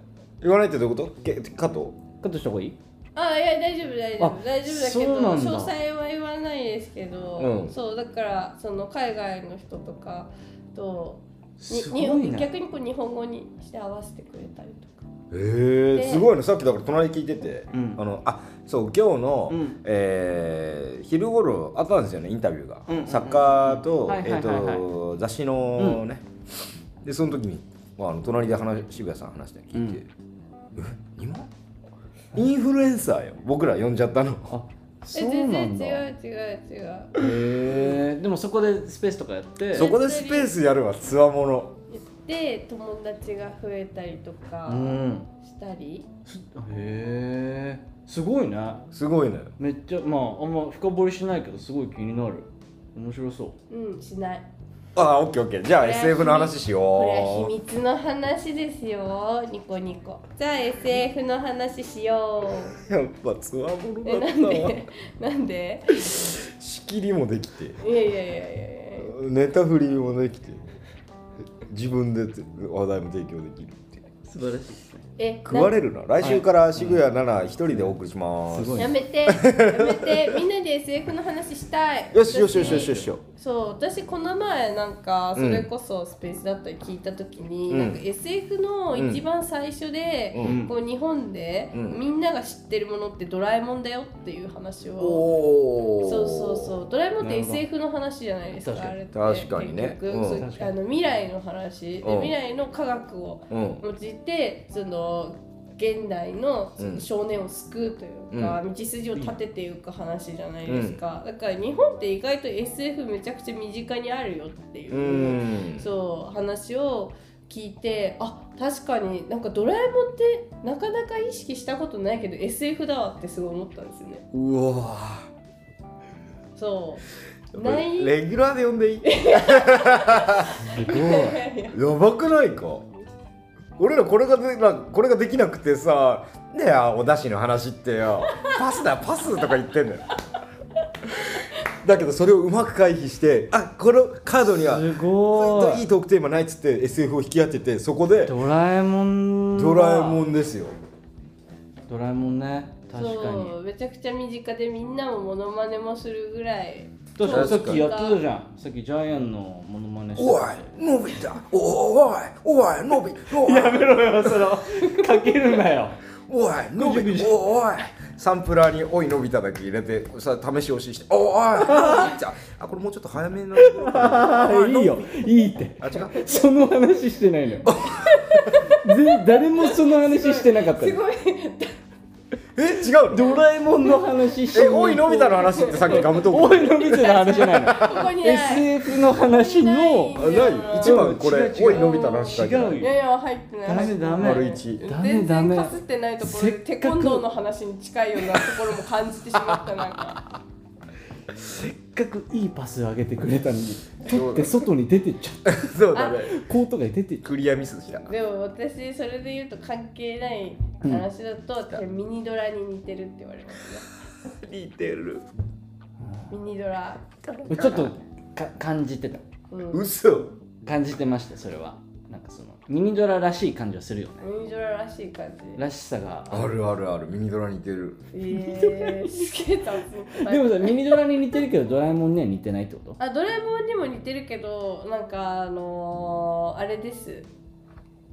[SPEAKER 8] 言わないってどういうことけ加藤
[SPEAKER 4] カットした方がいい
[SPEAKER 7] あいや大丈夫大丈
[SPEAKER 4] あ
[SPEAKER 7] 夫大丈夫だけ
[SPEAKER 4] そうな
[SPEAKER 7] ど
[SPEAKER 4] んだ
[SPEAKER 7] 詳細は言わないですけど、
[SPEAKER 8] うん
[SPEAKER 7] そうだからその海外の人とかとに
[SPEAKER 4] すごい
[SPEAKER 7] に
[SPEAKER 4] ね
[SPEAKER 7] 逆にこう日本語にして合わせてくれたりとか
[SPEAKER 8] えー、
[SPEAKER 7] です
[SPEAKER 8] ごいねさっきだから隣聞いてて、
[SPEAKER 4] うん
[SPEAKER 8] あのあそう今日の、
[SPEAKER 4] うん
[SPEAKER 8] えー昼頃あったんですよねインタビューが、
[SPEAKER 4] うんうんうん
[SPEAKER 8] 作家と,、
[SPEAKER 4] はいはい
[SPEAKER 8] え
[SPEAKER 4] は
[SPEAKER 8] ー
[SPEAKER 4] い
[SPEAKER 8] と
[SPEAKER 4] はい
[SPEAKER 8] 雑誌のね、でその時に、まあ、あの隣で話渋谷さん話して聞いて、え2万インフルエンサーよ僕ら呼んじゃったの
[SPEAKER 4] あ
[SPEAKER 7] え
[SPEAKER 4] そう
[SPEAKER 7] 全
[SPEAKER 4] な
[SPEAKER 7] 然
[SPEAKER 4] んだ
[SPEAKER 7] 違
[SPEAKER 4] へ
[SPEAKER 7] う違う違う
[SPEAKER 4] えでもそこでスペースとかやって
[SPEAKER 8] そこでスペースやるわつわもの
[SPEAKER 7] で友達が増えたりとか
[SPEAKER 4] うん
[SPEAKER 7] したり、
[SPEAKER 4] へえすごいね
[SPEAKER 8] すごいね
[SPEAKER 4] めっちゃまああんま深掘りしないけどすごい気になる面白そ
[SPEAKER 7] うん、しない
[SPEAKER 8] あオッケーオッケーじゃあ
[SPEAKER 7] これは
[SPEAKER 8] SF の話し
[SPEAKER 7] これは
[SPEAKER 8] よ
[SPEAKER 7] 秘密の話ですよニコニコじゃあ SF の話しよう
[SPEAKER 8] うやっぱつわも
[SPEAKER 7] え
[SPEAKER 8] のだ
[SPEAKER 7] な
[SPEAKER 8] っ
[SPEAKER 7] ん
[SPEAKER 8] たわ
[SPEAKER 7] でなんで
[SPEAKER 8] 仕切りもできて
[SPEAKER 7] いやいやいやいやいや
[SPEAKER 8] ネタ振りもできて自分で話題も提供できるっていう
[SPEAKER 4] う素晴らしいですね
[SPEAKER 7] え
[SPEAKER 8] 食われ
[SPEAKER 7] る
[SPEAKER 8] るな来週から渋谷奈々一人でお送りします
[SPEAKER 4] すごい
[SPEAKER 7] やめてやめて みんなで SF の話したい
[SPEAKER 8] よしよしよし
[SPEAKER 7] 私
[SPEAKER 8] よしよしよ
[SPEAKER 7] そう私この前なんか
[SPEAKER 8] う
[SPEAKER 7] そ
[SPEAKER 8] ん
[SPEAKER 7] れこそスペースだったり聞いた時に、
[SPEAKER 8] うん
[SPEAKER 7] なんか SF の一番最初で、
[SPEAKER 8] うん
[SPEAKER 7] こう日本で
[SPEAKER 8] うん
[SPEAKER 7] みんなが知ってるものってドラえもんだよっていう話を、
[SPEAKER 8] おお
[SPEAKER 7] そうそうそうドラえもんって
[SPEAKER 4] なるほど
[SPEAKER 7] SF の話じゃないですか
[SPEAKER 4] 確か
[SPEAKER 7] あ
[SPEAKER 4] に
[SPEAKER 7] れって
[SPEAKER 8] 確かにね
[SPEAKER 7] 結局
[SPEAKER 8] うん
[SPEAKER 7] そう
[SPEAKER 4] 確か
[SPEAKER 7] あの未来の話で
[SPEAKER 8] うん
[SPEAKER 7] 未来の科学を
[SPEAKER 8] ううん
[SPEAKER 7] 用いてその現代のそ
[SPEAKER 8] うん
[SPEAKER 7] の少年を救うというか、道筋を立てていく話じゃないですか、だから日本って意外と SF めちゃくちゃ身近にあるよっていうう、
[SPEAKER 8] ん
[SPEAKER 7] そう話を聞いてあ確かになんかドラえもんってなかなか意識したことないけど SF だわってすごい思ったんですよね
[SPEAKER 8] うわ
[SPEAKER 7] そ
[SPEAKER 8] ー
[SPEAKER 7] うない
[SPEAKER 8] レギュラーで呼んでいい
[SPEAKER 4] すごい
[SPEAKER 8] やばくないか俺らこれがでなこれができなくてさ「ねえおだしの話って よパスだパス」とか言ってんだよだけどそれをうまく回避してあこのカードには
[SPEAKER 4] すご
[SPEAKER 8] いい
[SPEAKER 4] い
[SPEAKER 8] トークテーマないっつって SF を引き当ててそこで
[SPEAKER 4] ドラえもん
[SPEAKER 8] 「
[SPEAKER 4] だ
[SPEAKER 8] ドラえもん」ですよ
[SPEAKER 4] ドラえもんね確か
[SPEAKER 7] そ
[SPEAKER 4] に
[SPEAKER 7] うめちゃくちゃ身近でみんなもモノマネもするぐらい
[SPEAKER 4] 確かにさっ
[SPEAKER 8] 確か
[SPEAKER 4] き
[SPEAKER 8] に
[SPEAKER 4] やってたじゃんさっきジャイアンのモノマネして
[SPEAKER 8] おいのび太おいおいのびおい
[SPEAKER 4] やめろよそのかける なよ
[SPEAKER 8] おいのび
[SPEAKER 4] ぐじぐじ
[SPEAKER 8] おいサンプラーに「おいのび太」だけ入れてさ試し押しして「おいおいのび太あこれもうちょっと早めになってくる
[SPEAKER 4] あ
[SPEAKER 8] か
[SPEAKER 4] あ
[SPEAKER 8] ない
[SPEAKER 4] いよいいって
[SPEAKER 8] あ違う
[SPEAKER 4] その話してないのよぜ誰もその話してなかった
[SPEAKER 7] す
[SPEAKER 4] の
[SPEAKER 7] ごい
[SPEAKER 8] え違うの
[SPEAKER 4] ドラえもんの話し
[SPEAKER 8] えおいのび太の話ってさっきガムトー
[SPEAKER 4] おいのび太の話じゃないの
[SPEAKER 7] ここにない
[SPEAKER 4] SF の話の
[SPEAKER 8] クない一番こ
[SPEAKER 4] 違
[SPEAKER 8] れ
[SPEAKER 4] う違う
[SPEAKER 8] おいのび太の話だ
[SPEAKER 4] 違
[SPEAKER 8] けど
[SPEAKER 4] う
[SPEAKER 7] い
[SPEAKER 4] よ
[SPEAKER 7] やいや入ってない
[SPEAKER 4] ダメダメ
[SPEAKER 8] 丸一
[SPEAKER 7] 全
[SPEAKER 4] ダメ
[SPEAKER 7] 然
[SPEAKER 4] ダメ
[SPEAKER 7] かすってないところで
[SPEAKER 4] せっ
[SPEAKER 7] テ
[SPEAKER 4] かく
[SPEAKER 7] コンドーの話に近いようなところも感じてしまったなんか
[SPEAKER 4] せっかくいいパス上げてくれたのに取って外に出てっちゃった
[SPEAKER 8] そうだね
[SPEAKER 4] コート外出てっちゃっ
[SPEAKER 8] クリアミスした
[SPEAKER 7] でも私それで言うと関係ない話だと、私ミニドラに似てるって言われますね
[SPEAKER 8] 似てる
[SPEAKER 7] ミニドラ、
[SPEAKER 4] たちょっとか感じてた
[SPEAKER 7] うん
[SPEAKER 8] 嘘
[SPEAKER 4] 感じてましたそれはなんかそのミニドラらしい感じはするよね
[SPEAKER 7] ミニドラらしい感じ
[SPEAKER 4] らしさが
[SPEAKER 6] あるあるある耳ドラ似てる
[SPEAKER 7] えー、すげえ雑に
[SPEAKER 4] でもさミニドラに似てるけどドラえもんには似てないってこと
[SPEAKER 7] あドラえもんにも似てるけどなんかあのー、あれです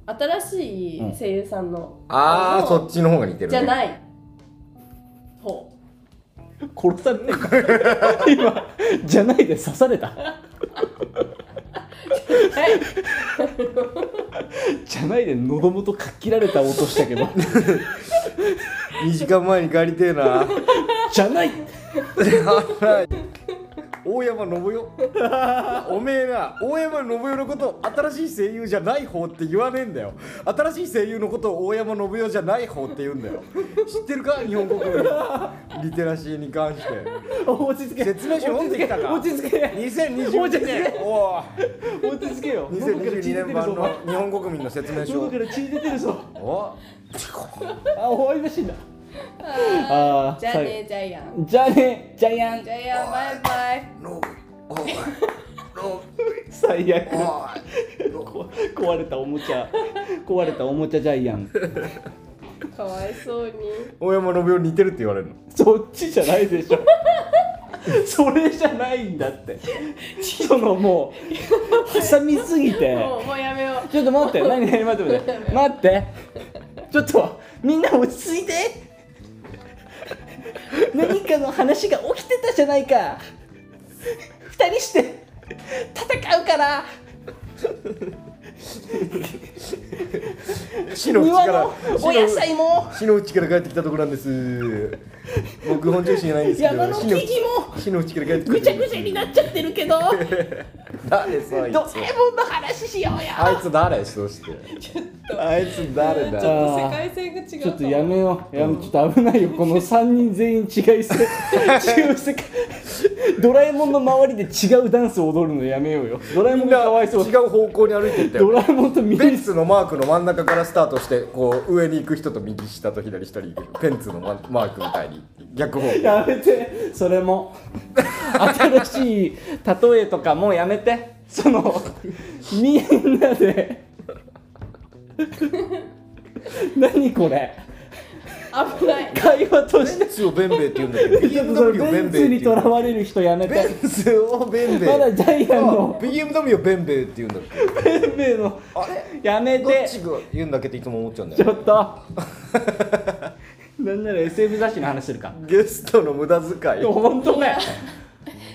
[SPEAKER 7] 新しい声優さんの、
[SPEAKER 6] ああ
[SPEAKER 7] の
[SPEAKER 6] そっちの方が似てる、ね、
[SPEAKER 7] じゃないほ
[SPEAKER 4] 殺されてる 今じゃないで刺された
[SPEAKER 7] うはい
[SPEAKER 4] じゃないで喉元かっきられた音したけど
[SPEAKER 6] 2時間前に帰りてえな
[SPEAKER 4] じゃない
[SPEAKER 8] 大山信代おめえな大山信代のことを新しい声優じゃない方って言わねえんだよ新しい声優のことを大山信代じゃない方って言うんだよ知ってるか日本国のリテラシーに関して
[SPEAKER 4] 落ち着け
[SPEAKER 8] 説明書読んできたか
[SPEAKER 4] 落ち着け落ち
[SPEAKER 8] 2022
[SPEAKER 4] 着
[SPEAKER 8] 年
[SPEAKER 4] け
[SPEAKER 8] おお
[SPEAKER 4] 落ち着けよ喉から血出て
[SPEAKER 8] 2022
[SPEAKER 4] る
[SPEAKER 8] 年
[SPEAKER 4] ぞ
[SPEAKER 8] 版
[SPEAKER 4] お前
[SPEAKER 8] の日本国民の説明書
[SPEAKER 4] 喉から血出てるぞ
[SPEAKER 8] お
[SPEAKER 4] あ終わりらしいんだあー
[SPEAKER 7] じゃあねジャイアン
[SPEAKER 4] じゃあねジャイアン
[SPEAKER 7] ジャイアンバイバイ
[SPEAKER 4] 最悪こ壊れたおもちゃ壊れたおもちゃジャイアン
[SPEAKER 7] かわいそうに
[SPEAKER 8] 大山信代似てるって言われるの
[SPEAKER 4] そっちじゃないでしょ それじゃないんだってそのもう挟みすぎて
[SPEAKER 7] もうもうやめよ
[SPEAKER 4] ちょっと待 って何何待って待って待ってちょっとみんな落ち着いて何かの話が起きてたじゃないか二人して戦うから
[SPEAKER 8] 死のうち
[SPEAKER 4] 庭
[SPEAKER 8] か
[SPEAKER 4] の
[SPEAKER 8] ら
[SPEAKER 4] お野菜も
[SPEAKER 8] 死のうちから帰ってきたところなんです僕本調子じゃないんですけど
[SPEAKER 4] 山の木々
[SPEAKER 8] 死
[SPEAKER 4] も
[SPEAKER 8] 死のうちから帰ってきた
[SPEAKER 4] ぐちゃぐちゃになっちゃってるけどドラ
[SPEAKER 8] 誰そ
[SPEAKER 4] え
[SPEAKER 8] い
[SPEAKER 4] も
[SPEAKER 8] つ
[SPEAKER 4] んの話しようよ
[SPEAKER 8] あいつ誰そしてあいつ誰
[SPEAKER 7] うちょ
[SPEAKER 8] だ
[SPEAKER 7] っと世界線が違う
[SPEAKER 4] ちょっとや
[SPEAKER 7] め
[SPEAKER 4] めよう、やめちょっと危ないよ、この3人全員違いせ 違う世界ドラえもんの周りで違うダンスを踊るのやめようよ。ドラえもんがかわいそう
[SPEAKER 8] 違。う方向に歩いていったよ
[SPEAKER 4] ドラえもんとみ
[SPEAKER 8] ペン
[SPEAKER 4] り
[SPEAKER 8] ツのマークの真ん中からスタートしてこう上に行く人と右下と左下に行くペンツのママークみたいに逆方向
[SPEAKER 4] やめて、それも。新しい例えとかもうやめて。その、みんなで。何これ
[SPEAKER 7] 危ない
[SPEAKER 4] 会話とし
[SPEAKER 8] ペ
[SPEAKER 4] て
[SPEAKER 8] ンツをベンベイって言うんだけど
[SPEAKER 4] ちょっとその
[SPEAKER 8] BMW を
[SPEAKER 4] ベ
[SPEAKER 8] ベンベイ
[SPEAKER 4] ンツ
[SPEAKER 8] って
[SPEAKER 4] に
[SPEAKER 8] 言
[SPEAKER 4] と
[SPEAKER 8] うんだ
[SPEAKER 4] らわれる人やめ
[SPEAKER 8] ベ
[SPEAKER 4] て
[SPEAKER 8] ンツをベンベイ
[SPEAKER 4] まだジャイアンの
[SPEAKER 8] BMW をベンベイって言うんだっけ
[SPEAKER 4] ベンベイの
[SPEAKER 8] あれ
[SPEAKER 4] やめ
[SPEAKER 8] どってちが言うんだっけっていつも思っちゃうんだ
[SPEAKER 4] ち
[SPEAKER 8] よ
[SPEAKER 4] ょっと なんなら SF 雑誌の話するか
[SPEAKER 8] ゲストの無駄遣い
[SPEAKER 4] 本当だよ
[SPEAKER 7] す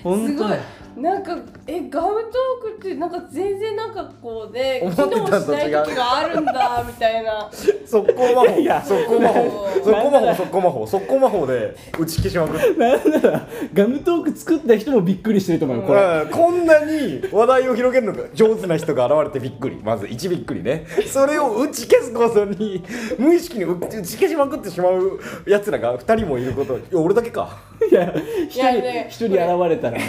[SPEAKER 4] 本当
[SPEAKER 7] ご
[SPEAKER 4] だ
[SPEAKER 7] い
[SPEAKER 4] よ
[SPEAKER 7] なんかえガムトークってなんか全然なんかこうね
[SPEAKER 8] 思っ
[SPEAKER 7] 機
[SPEAKER 8] てたの
[SPEAKER 7] 能
[SPEAKER 8] と違う
[SPEAKER 7] しない時があるんだみたいな
[SPEAKER 8] 速攻魔
[SPEAKER 4] いや
[SPEAKER 8] 法速攻魔法
[SPEAKER 7] なん
[SPEAKER 8] 速攻魔法速攻魔法速攻魔法で打ち消しまくって
[SPEAKER 4] なんならガムトーク作った人もびっくりしてると思 うよこれ
[SPEAKER 8] うんこんなに話題を広げるのが上手な人が現れてびっくりまず1びっくりねそれを打ち消すことに無意識に打ち消しまくってしまうやつらが2人もいることいや俺だけか
[SPEAKER 4] いや一
[SPEAKER 7] いや
[SPEAKER 4] 人
[SPEAKER 7] ね
[SPEAKER 4] 一人現れたら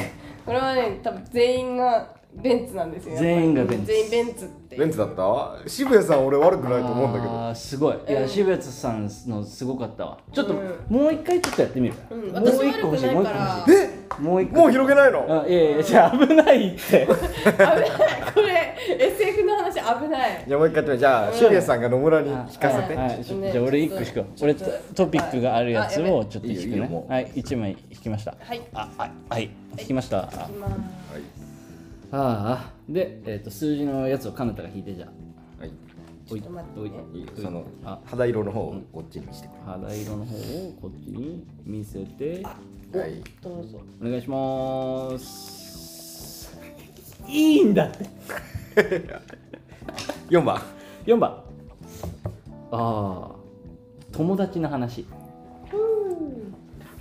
[SPEAKER 7] これはね多分全員がベンツなんですよやっぱり
[SPEAKER 4] 全員がベンツ
[SPEAKER 7] 全員ベンツって
[SPEAKER 8] ベンツだった渋谷さん俺悪くないと思うんだけど
[SPEAKER 4] あーすごいいや渋谷さんのすごかったわちょっともう一回ちょっとやってみるか
[SPEAKER 7] うん、
[SPEAKER 4] らも
[SPEAKER 7] 私
[SPEAKER 4] う一
[SPEAKER 7] 悪
[SPEAKER 4] 個欲
[SPEAKER 7] く
[SPEAKER 4] しい
[SPEAKER 7] な
[SPEAKER 4] もう
[SPEAKER 7] い
[SPEAKER 4] 一
[SPEAKER 7] か
[SPEAKER 4] 個
[SPEAKER 7] ら
[SPEAKER 4] 欲しいもう一個
[SPEAKER 8] もう広げないの
[SPEAKER 4] あいやいやじゃあ危ないって
[SPEAKER 7] 危ないこれ SF の話危ない
[SPEAKER 8] じゃあもう一回やってみようじゃあ渋谷さんが野村に聞かせて、
[SPEAKER 4] はい、
[SPEAKER 7] ちょっとね
[SPEAKER 4] じゃあ俺一個引くわ
[SPEAKER 7] ちょ
[SPEAKER 4] 俺
[SPEAKER 7] っとちょっと
[SPEAKER 4] トピックがあるやつ
[SPEAKER 7] はいあや
[SPEAKER 4] をちょっと引く
[SPEAKER 8] いいよいいよ
[SPEAKER 4] ね
[SPEAKER 8] もう
[SPEAKER 4] はい一枚引きました
[SPEAKER 7] はい
[SPEAKER 4] あはいはい引きましたあ
[SPEAKER 7] まあ
[SPEAKER 4] あーでえっ、と数字のやつをカナタが引いてじゃあ
[SPEAKER 8] はい
[SPEAKER 4] おい
[SPEAKER 7] ちょっと待って
[SPEAKER 4] おい
[SPEAKER 7] ね
[SPEAKER 8] いいよその
[SPEAKER 4] あ
[SPEAKER 8] 肌色の方をこっちにして
[SPEAKER 4] 肌色の方をこっちに見せて
[SPEAKER 8] はい
[SPEAKER 7] どうぞ
[SPEAKER 4] お願いしまーすいいんだって
[SPEAKER 8] 4番
[SPEAKER 4] 4番ああ友達の話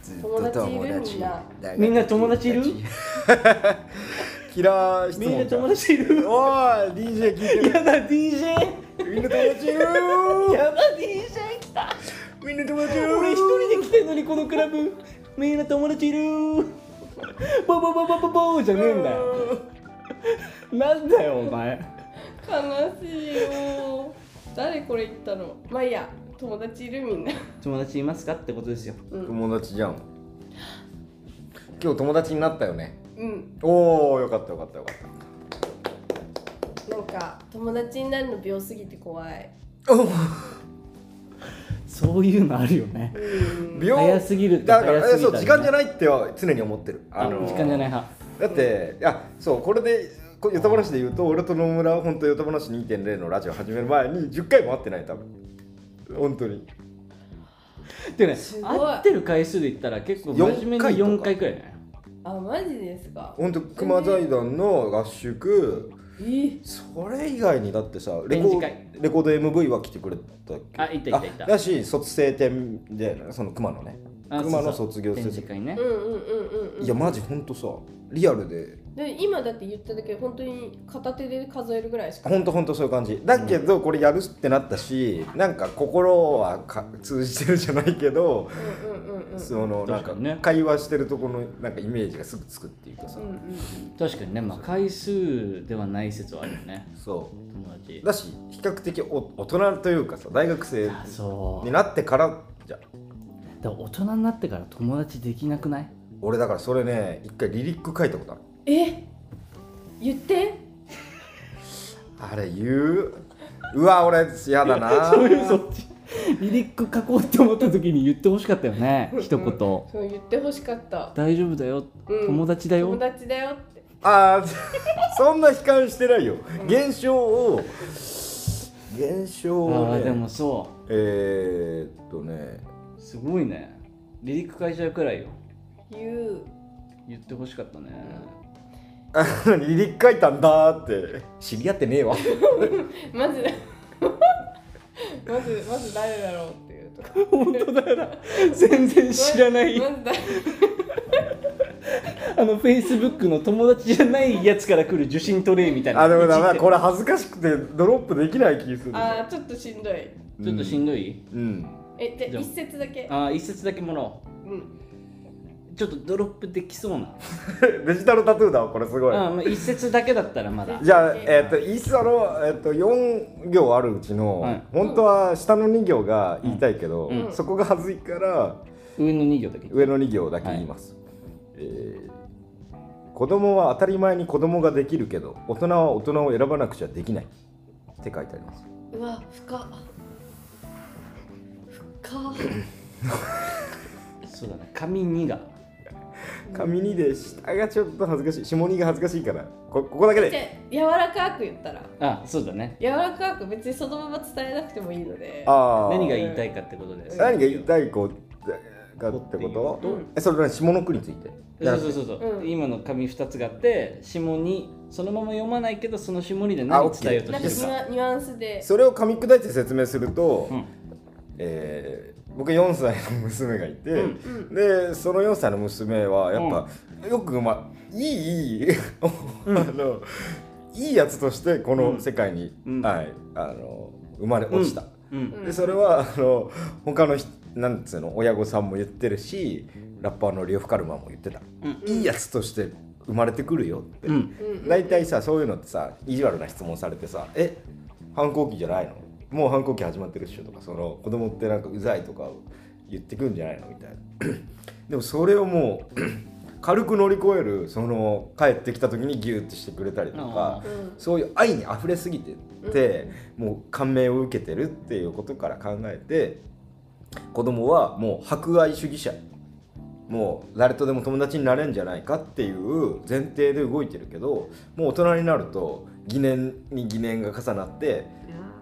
[SPEAKER 6] ず
[SPEAKER 7] 友達いるみんな
[SPEAKER 4] みんな友達いる
[SPEAKER 8] キラー質問
[SPEAKER 4] みんな友
[SPEAKER 8] 達
[SPEAKER 4] 達いる
[SPEAKER 8] おー DJ 聞いてる
[SPEAKER 4] やだ DJ
[SPEAKER 8] みんな友達いる
[SPEAKER 4] やだ DJ 来た
[SPEAKER 8] みんな友達いる
[SPEAKER 4] 俺一人で来てんのにこのクラブみんな友達いるボボボボボボーじゃねえんだよ なんだよお前
[SPEAKER 7] 悲しいよ誰これ言ったのまあいいや友達いるみんな
[SPEAKER 4] 友達いますかってことですよ
[SPEAKER 8] 友達じゃん今日友達になったよね
[SPEAKER 7] うん
[SPEAKER 8] おおよかったよかったよかった
[SPEAKER 7] なんか友達になるの秒すぎて怖い
[SPEAKER 4] そういうのあるよね
[SPEAKER 8] 秒
[SPEAKER 4] 早すぎると
[SPEAKER 8] だから
[SPEAKER 4] 早すぎた
[SPEAKER 8] そう
[SPEAKER 4] りね
[SPEAKER 8] 時間じゃないっては常に思ってる
[SPEAKER 4] あの時間じゃないい派
[SPEAKER 8] だっていやそうこれでこヨタ話で言うと俺と野村は本当ヨタ話2.0のラジオ始める前に10回も会ってない多分本当に
[SPEAKER 4] てかね
[SPEAKER 7] すごい
[SPEAKER 4] 合ってる回数で言ったら結構真面目に4
[SPEAKER 8] 4回
[SPEAKER 4] 回くらいね
[SPEAKER 7] あマジですか
[SPEAKER 8] 本当熊財団の合宿
[SPEAKER 7] えー
[SPEAKER 8] それ以外にだってさレ
[SPEAKER 4] 展
[SPEAKER 8] コ
[SPEAKER 4] 示会
[SPEAKER 8] レコード MV は来てくれたっけ
[SPEAKER 4] あ行った行った行った
[SPEAKER 8] だし卒生展でその熊のね
[SPEAKER 4] あ
[SPEAKER 8] 熊
[SPEAKER 4] そ
[SPEAKER 8] の
[SPEAKER 4] うそう
[SPEAKER 8] 卒業生
[SPEAKER 4] 展示会ね
[SPEAKER 7] うんうんうんうんうん
[SPEAKER 8] いやマジほんとさリアルで
[SPEAKER 7] で今だって言っただけ本当に片手で数えるぐらいしか
[SPEAKER 8] ほんとほんとそういう感じだけどこれやるってなったしなんか心はか通じてるじゃないけど
[SPEAKER 7] うんうんうんうん
[SPEAKER 8] そのなん
[SPEAKER 4] 確
[SPEAKER 8] か
[SPEAKER 4] かにね
[SPEAKER 8] 会話してるとこのなんかイメージがすぐつくっていうかさ
[SPEAKER 7] うんうん
[SPEAKER 4] 確かにねまあ回数ではない説はあるよね
[SPEAKER 8] そ
[SPEAKER 4] 友達
[SPEAKER 8] うだし比較的お大人というかさ大学生
[SPEAKER 4] あそ
[SPEAKER 8] に
[SPEAKER 4] う
[SPEAKER 8] なってからじゃん
[SPEAKER 4] でも大人になってから友達できなくない
[SPEAKER 8] 俺だからそれね一回リリック書いたことある
[SPEAKER 7] え言って
[SPEAKER 8] あれ言ううわ俺嫌だな
[SPEAKER 4] いうそっちリリック書こうって思った時に言ってほしかったよね一言
[SPEAKER 7] そう言ってほしかった、
[SPEAKER 4] 大丈夫だよ
[SPEAKER 7] うん、
[SPEAKER 4] 友達だよ
[SPEAKER 7] 友達だよって
[SPEAKER 8] あーそんな悲観してないよ現象を現象
[SPEAKER 4] あ
[SPEAKER 8] を、
[SPEAKER 4] ー
[SPEAKER 8] ね、
[SPEAKER 4] でもそ
[SPEAKER 8] えー、っとね
[SPEAKER 4] うすごいねリリック書いちゃうくらいよ
[SPEAKER 7] 言う
[SPEAKER 4] 言ってほしかったね
[SPEAKER 8] あリリック書いたんだーって知り合ってねえわ
[SPEAKER 7] まず まずまず誰だろうっていうとこ
[SPEAKER 4] 本当だよな全然 知らない
[SPEAKER 7] まず誰
[SPEAKER 4] あのフェイスブックの友達じゃないやつから来る受信トレイみたいな
[SPEAKER 8] あでもダメだ
[SPEAKER 4] 一時
[SPEAKER 8] これ恥ずかしくてドロップできない気する
[SPEAKER 7] あーちょっとしんどい
[SPEAKER 4] ちょっとしんどい、
[SPEAKER 8] うん
[SPEAKER 7] えじ
[SPEAKER 4] じ
[SPEAKER 7] ゃ
[SPEAKER 4] ゃあ
[SPEAKER 7] あ一節だけ
[SPEAKER 4] ああ一節だけもらおう
[SPEAKER 7] うん
[SPEAKER 4] ちょっとドロップできそうな、
[SPEAKER 8] デジタルタトゥーだわこれすごい
[SPEAKER 4] ああまあ一節だけだったらまだ
[SPEAKER 8] じゃあ、えっとイースタの、えっと4行あるうちの、
[SPEAKER 4] はい
[SPEAKER 8] 本当は下の2行が言いたいけど、
[SPEAKER 7] うん
[SPEAKER 8] そこが恥ずいから
[SPEAKER 4] 上の2行だけ
[SPEAKER 8] 上の2行だけ言います、えー子供は当たり前に子供ができるけど大人は大人を選ばなくちゃできない」って書いてあります
[SPEAKER 7] うわ深っ深っ
[SPEAKER 4] そうだね紙2が
[SPEAKER 8] 紙にで下がちょっと恥ずかしい下にが恥ずかしいからこここだけ
[SPEAKER 7] じゃ
[SPEAKER 8] で
[SPEAKER 7] あ柔らかく言ったら
[SPEAKER 4] あそうだね
[SPEAKER 7] 柔らかく別にそのまま伝えなくてもいいので
[SPEAKER 8] ああ
[SPEAKER 4] 何が言いたいかってことです
[SPEAKER 8] 何が言いたいこかってこと
[SPEAKER 7] うん
[SPEAKER 8] えそれは下の句について
[SPEAKER 4] そうそうそうそう、
[SPEAKER 7] うん
[SPEAKER 4] 今の紙2つがあって下にそのまま読まないけどその下にで
[SPEAKER 8] あ
[SPEAKER 4] 何
[SPEAKER 8] オッケー
[SPEAKER 4] 伝えようと
[SPEAKER 7] なんかニ
[SPEAKER 4] してるか
[SPEAKER 7] ュアニュアンスで
[SPEAKER 8] それを噛み砕いて説明すると、
[SPEAKER 4] うん
[SPEAKER 8] えー僕4歳の娘がいて、
[SPEAKER 7] ん
[SPEAKER 8] でその4歳の娘はやっぱ、よくまあいいいい あのいいやつとしてこの世界に、
[SPEAKER 4] うん
[SPEAKER 8] はい、あの生まれ落ちた。
[SPEAKER 4] うん
[SPEAKER 8] でそれはあの他のひなんつうの親御さんも言ってるしラッパーのリオフカルマも言ってた、いいやつとして生まれてくるよって、
[SPEAKER 4] うん
[SPEAKER 8] 大体さそういうのってさ意地悪な質問されてさ「え反抗期じゃないのもう反抗期始まってるっしょ」とかその子供ってなんかうざいとか言ってくんじゃないのみたいな でもそれをもう 軽く乗り越えるその帰ってきた時にギュッてしてくれたりとか
[SPEAKER 4] あ
[SPEAKER 7] ーうん
[SPEAKER 8] そういう愛に溢れすぎてて、もう感銘を受けてるっていうことから考えて子供はもう博愛主義者もう誰とでも友達になれんじゃないかっていう前提で動いてるけどもう大人になると疑念に疑念が重なって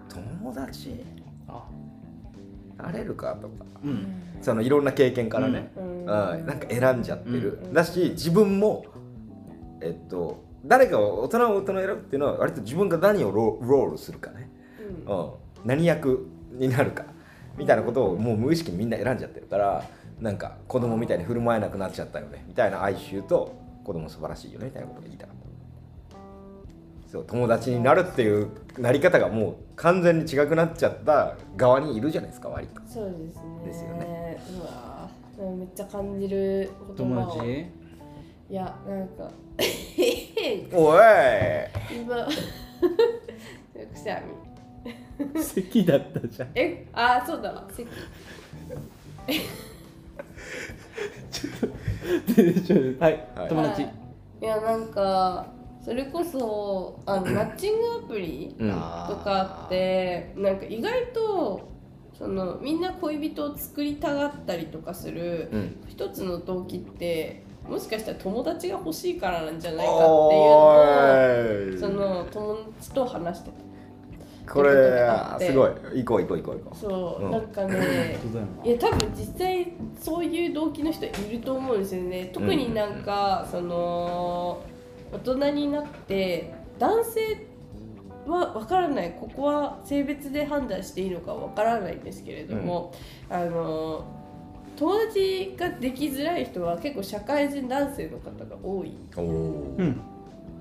[SPEAKER 8] 友達
[SPEAKER 4] あ
[SPEAKER 8] なれるかとか
[SPEAKER 4] うん
[SPEAKER 8] そのいろんな経験からね、
[SPEAKER 7] うん
[SPEAKER 8] うんなんか選んじゃってる、
[SPEAKER 7] うん
[SPEAKER 8] だし自分もえっと誰かを大人を大人を選ぶっていうのは割と自分が何をロロールするかね、
[SPEAKER 7] うん
[SPEAKER 8] うん、何役になるかみたいなことをもう無意識にみんな選んじゃってるからなんか子供みたいに振る舞えなくなっちゃったよねみたいな哀愁と子供素晴らしいよねみたいなことが言いたかったそう友達になるっていうなり方がもう完全に違くなっちゃった側にいるじゃないですか割と
[SPEAKER 7] そうですね
[SPEAKER 8] ですよ
[SPEAKER 7] ねうわーめっちゃ感じる言葉を
[SPEAKER 4] 友達
[SPEAKER 7] いやなんか
[SPEAKER 8] おい
[SPEAKER 7] 今 くしゃみ
[SPEAKER 4] 席だったじゃん
[SPEAKER 7] えあーそうだわ席
[SPEAKER 4] はい、
[SPEAKER 8] はい
[SPEAKER 4] 友達、
[SPEAKER 7] はいいやなんかそれこそあのマッチングアプリ
[SPEAKER 8] うん
[SPEAKER 7] とかってなんか意外とそのみんな恋人を作りたがったりとかする
[SPEAKER 8] うん
[SPEAKER 7] 一つの動機ってもしかしたら友達が欲しいからなんじゃないかっていう
[SPEAKER 8] お
[SPEAKER 7] のを
[SPEAKER 8] い
[SPEAKER 7] その友達と話して
[SPEAKER 8] こ
[SPEAKER 7] っていうこ
[SPEAKER 8] れ
[SPEAKER 7] とがあって
[SPEAKER 8] すごい行こう行こう行こう行
[SPEAKER 7] た
[SPEAKER 8] こ
[SPEAKER 7] そう、
[SPEAKER 8] うん
[SPEAKER 7] なんかね
[SPEAKER 4] 当然
[SPEAKER 7] いや多分実際そういう動機の人いると思うんですよね特になんか、その大人になって男性は分からないここは性別で判断していいのか分からないんですけれども、あの友達ができづらい人は結構社会人男性の方が多いう
[SPEAKER 8] おー
[SPEAKER 4] うん